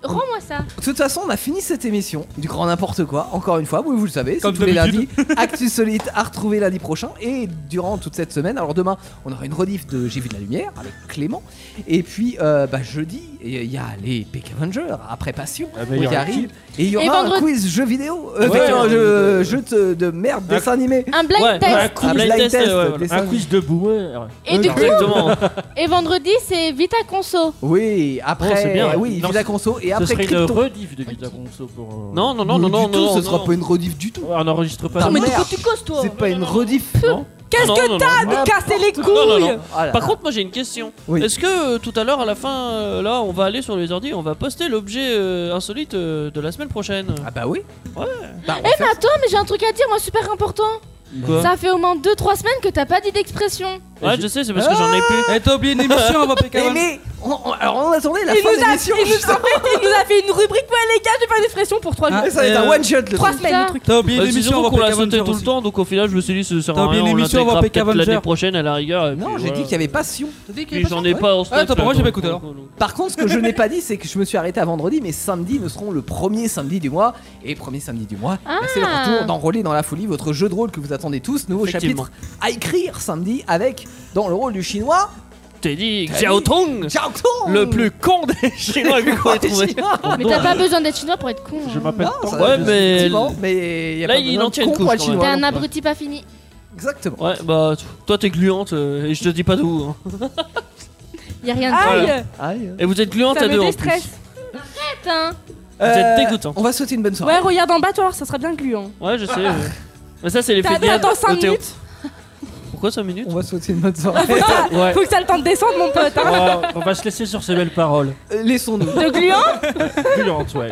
Rends-moi ça.
De toute façon, on a fini cette émission du grand n'importe quoi. Encore une fois, vous, vous le savez, c'est
Comme
tous les lundis.
d'habitude.
Actu Solite à retrouver lundi prochain et durant toute cette semaine. Alors demain, on aura une rediff de J'ai vu de la lumière avec Clément. Et puis euh, bah, jeudi, il y a les Peck Avengers après Passion
Ah bah, il y
qui
aura
arrivent. Et il y aura
Et
un
vendredi-
quiz jeu vidéo. Euh,
Ouais,
avec un
ouais,
jeu,
ouais.
jeu de, de merde,
Un-
dessin animé.
Un blind
Ouais,
test.
un quiz,
Un blind
blind test,
test,
ouais, voilà.
dessin
Un quiz de boomer.
Et du coup,
Exactement.
et vendredi, c'est Vita Conso.
Oui, après,
Oh, c'est bien, ouais.
oui,
Non,
Villa Conso et
Ce
après
serait une
Crypto.
rediff de Guitar Conso pour. euh,
Non, non, non, non,
du
non,
tout,
non.
ce
non,
sera
non. Ah,
pas une rediff du tout.
On n'enregistre pas.
Ta
ça.
mère.
Mais du coup, tu causes, toi.
C'est pas une rediff.
Oh, Non.
Qu'est-ce
Non, non,
que
non,
t'as
non.
de casser les couilles
Non, non, non.
Voilà.
Par contre, moi j'ai une question.
Oui.
Est-ce que euh, tout à l'heure, à la fin, euh, là, on va aller sur les ordi, on va poster l'objet euh, insolite euh, de la semaine prochaine
Ah bah oui.
Ouais.
Bah, on
Eh
fait
mais
ça.
attends, mais j'ai un truc à dire, moi, super important.
Quoi
Ça fait au moins 2-3 semaines que t'as pas dit d'expression.
Ouais, je sais, c'est parce que j'en ai plus. Euh,
Et Eh, t'as oublié une émission avant
[LAUGHS]
PK.
Eh, mais on, on- alors on attendait la
Il
fin de
nous, a,
l'émission.
il nous a fait, il nous a fait une rubrique. Ouais, les gars, j'ai pas d'expression pour 3
Ah,
[LAUGHS]
jours.
Ça va être un
Euh,
one shot le
Trois
truc.
semaines, le
ça.
truc.
T'as
Bah,
oublié
c'est surtout
l'émission avant
qu'on
PK.
l'a sauté tout le
aussi.
temps, donc au final, je me suis dit, ça sert
T'as
à
oublié
rien, on
l'émission avant
l'intégrera
PK
peut-être l'année
Avenger.
prochaine à la rigueur. et
Non,
puis
j'ai
voilà.
dit qu'il y avait passion.
Puis j'en ai pas en stock.
Ah, attends, pour moi,
là,
j'ai pas
donc,
écouté, alors.
donc, donc.
Par contre, ce que je n'ai pas dit, c'est que je me suis arrêté à vendredi, mais samedi ne seront le premier samedi du mois. Et premier samedi du mois, bah, c'est le
Ah.
retour d'Enrôler dans la folie, votre jeu de rôle que vous attendez tous. Nouveau
Effectivement.
chapitre à écrire samedi avec, dans le rôle du chinois,
T'as dit Xiao Tong
Jiao Tong.
le plus con
[LAUGHS]
des Chinois que vous
Ouais,
trouvé.
chinois.
Ah, Mais t'as pas besoin d'être chinois pour être con.
Je
hein.
m'appelle.
Non, ça-
Tang.
Ouais, mais-
effectivement, mais y a
Là,
pas
il
besoin
en
de
tient une
con pour
couche,
être
quand
chinois.
T'es
même.
un abruti pas fini.
Exactement.
Ouais, bah, t- toi t'es gluante euh, et je te dis pas d'où. hein.
Y a rien de
Aïe,
Voilà.
Aïe.
Et vous êtes gluante
ça
à deux
me
en plus.
déstresse.
bête, hein.
Vous êtes dégoûtant.
Euh, On va souhaiter une bonne soirée.
Ouais, regarde en bas, tu vas voir, ça sera bien gluant.
Ouais, je sais.
[LAUGHS]
ouais. Mais ça, c'est l'effet
T'as-
de Yann.
T'attends 5
Théo.
minutes.
Pourquoi 5 minutes
On va souhaiter une bonne soirée.
Ouais.
Faut que ça le temps de descendre, mon pote.
On
hein.
va- on va se laisser sur ces belles paroles.
Euh, [LAUGHS] Laissons-nous.
De gluant
Brillante, ouais.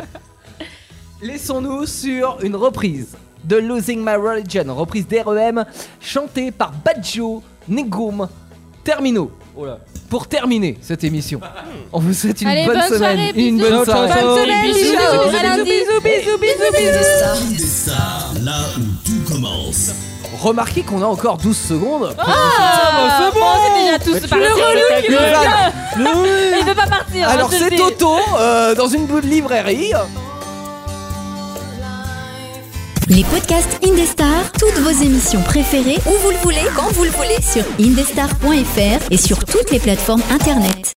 Laissons-nous sur une reprise de Losing My Religion, reprise d'REM, chantée par Badjo, Negum, Termino.
Oh là.
Pour terminer cette émission, on vous souhaite une
Allez,
bonne,
bonne
semaine,
soirée,
une
bisous.
bonne soirée.
Bonne semaine, bisous,
Bisous, bisous, à
bisous,
lundi.
bisous, bisous, bisous, bisous.
Indestar, là où tout commence.
Remarquez qu'on a encore 12 secondes.
Ah, bon, c'est déjà tous parti.
Le relou qui veut pas. Il veut pas partir.
Alors
hein, je le
c'est
dis.
Toto euh, dans une librairie.
life
Les podcasts Indestar, toutes vos émissions préférées, où vous le voulez, quand vous le voulez, sur indestar.fr et sur toutes les plateformes internet.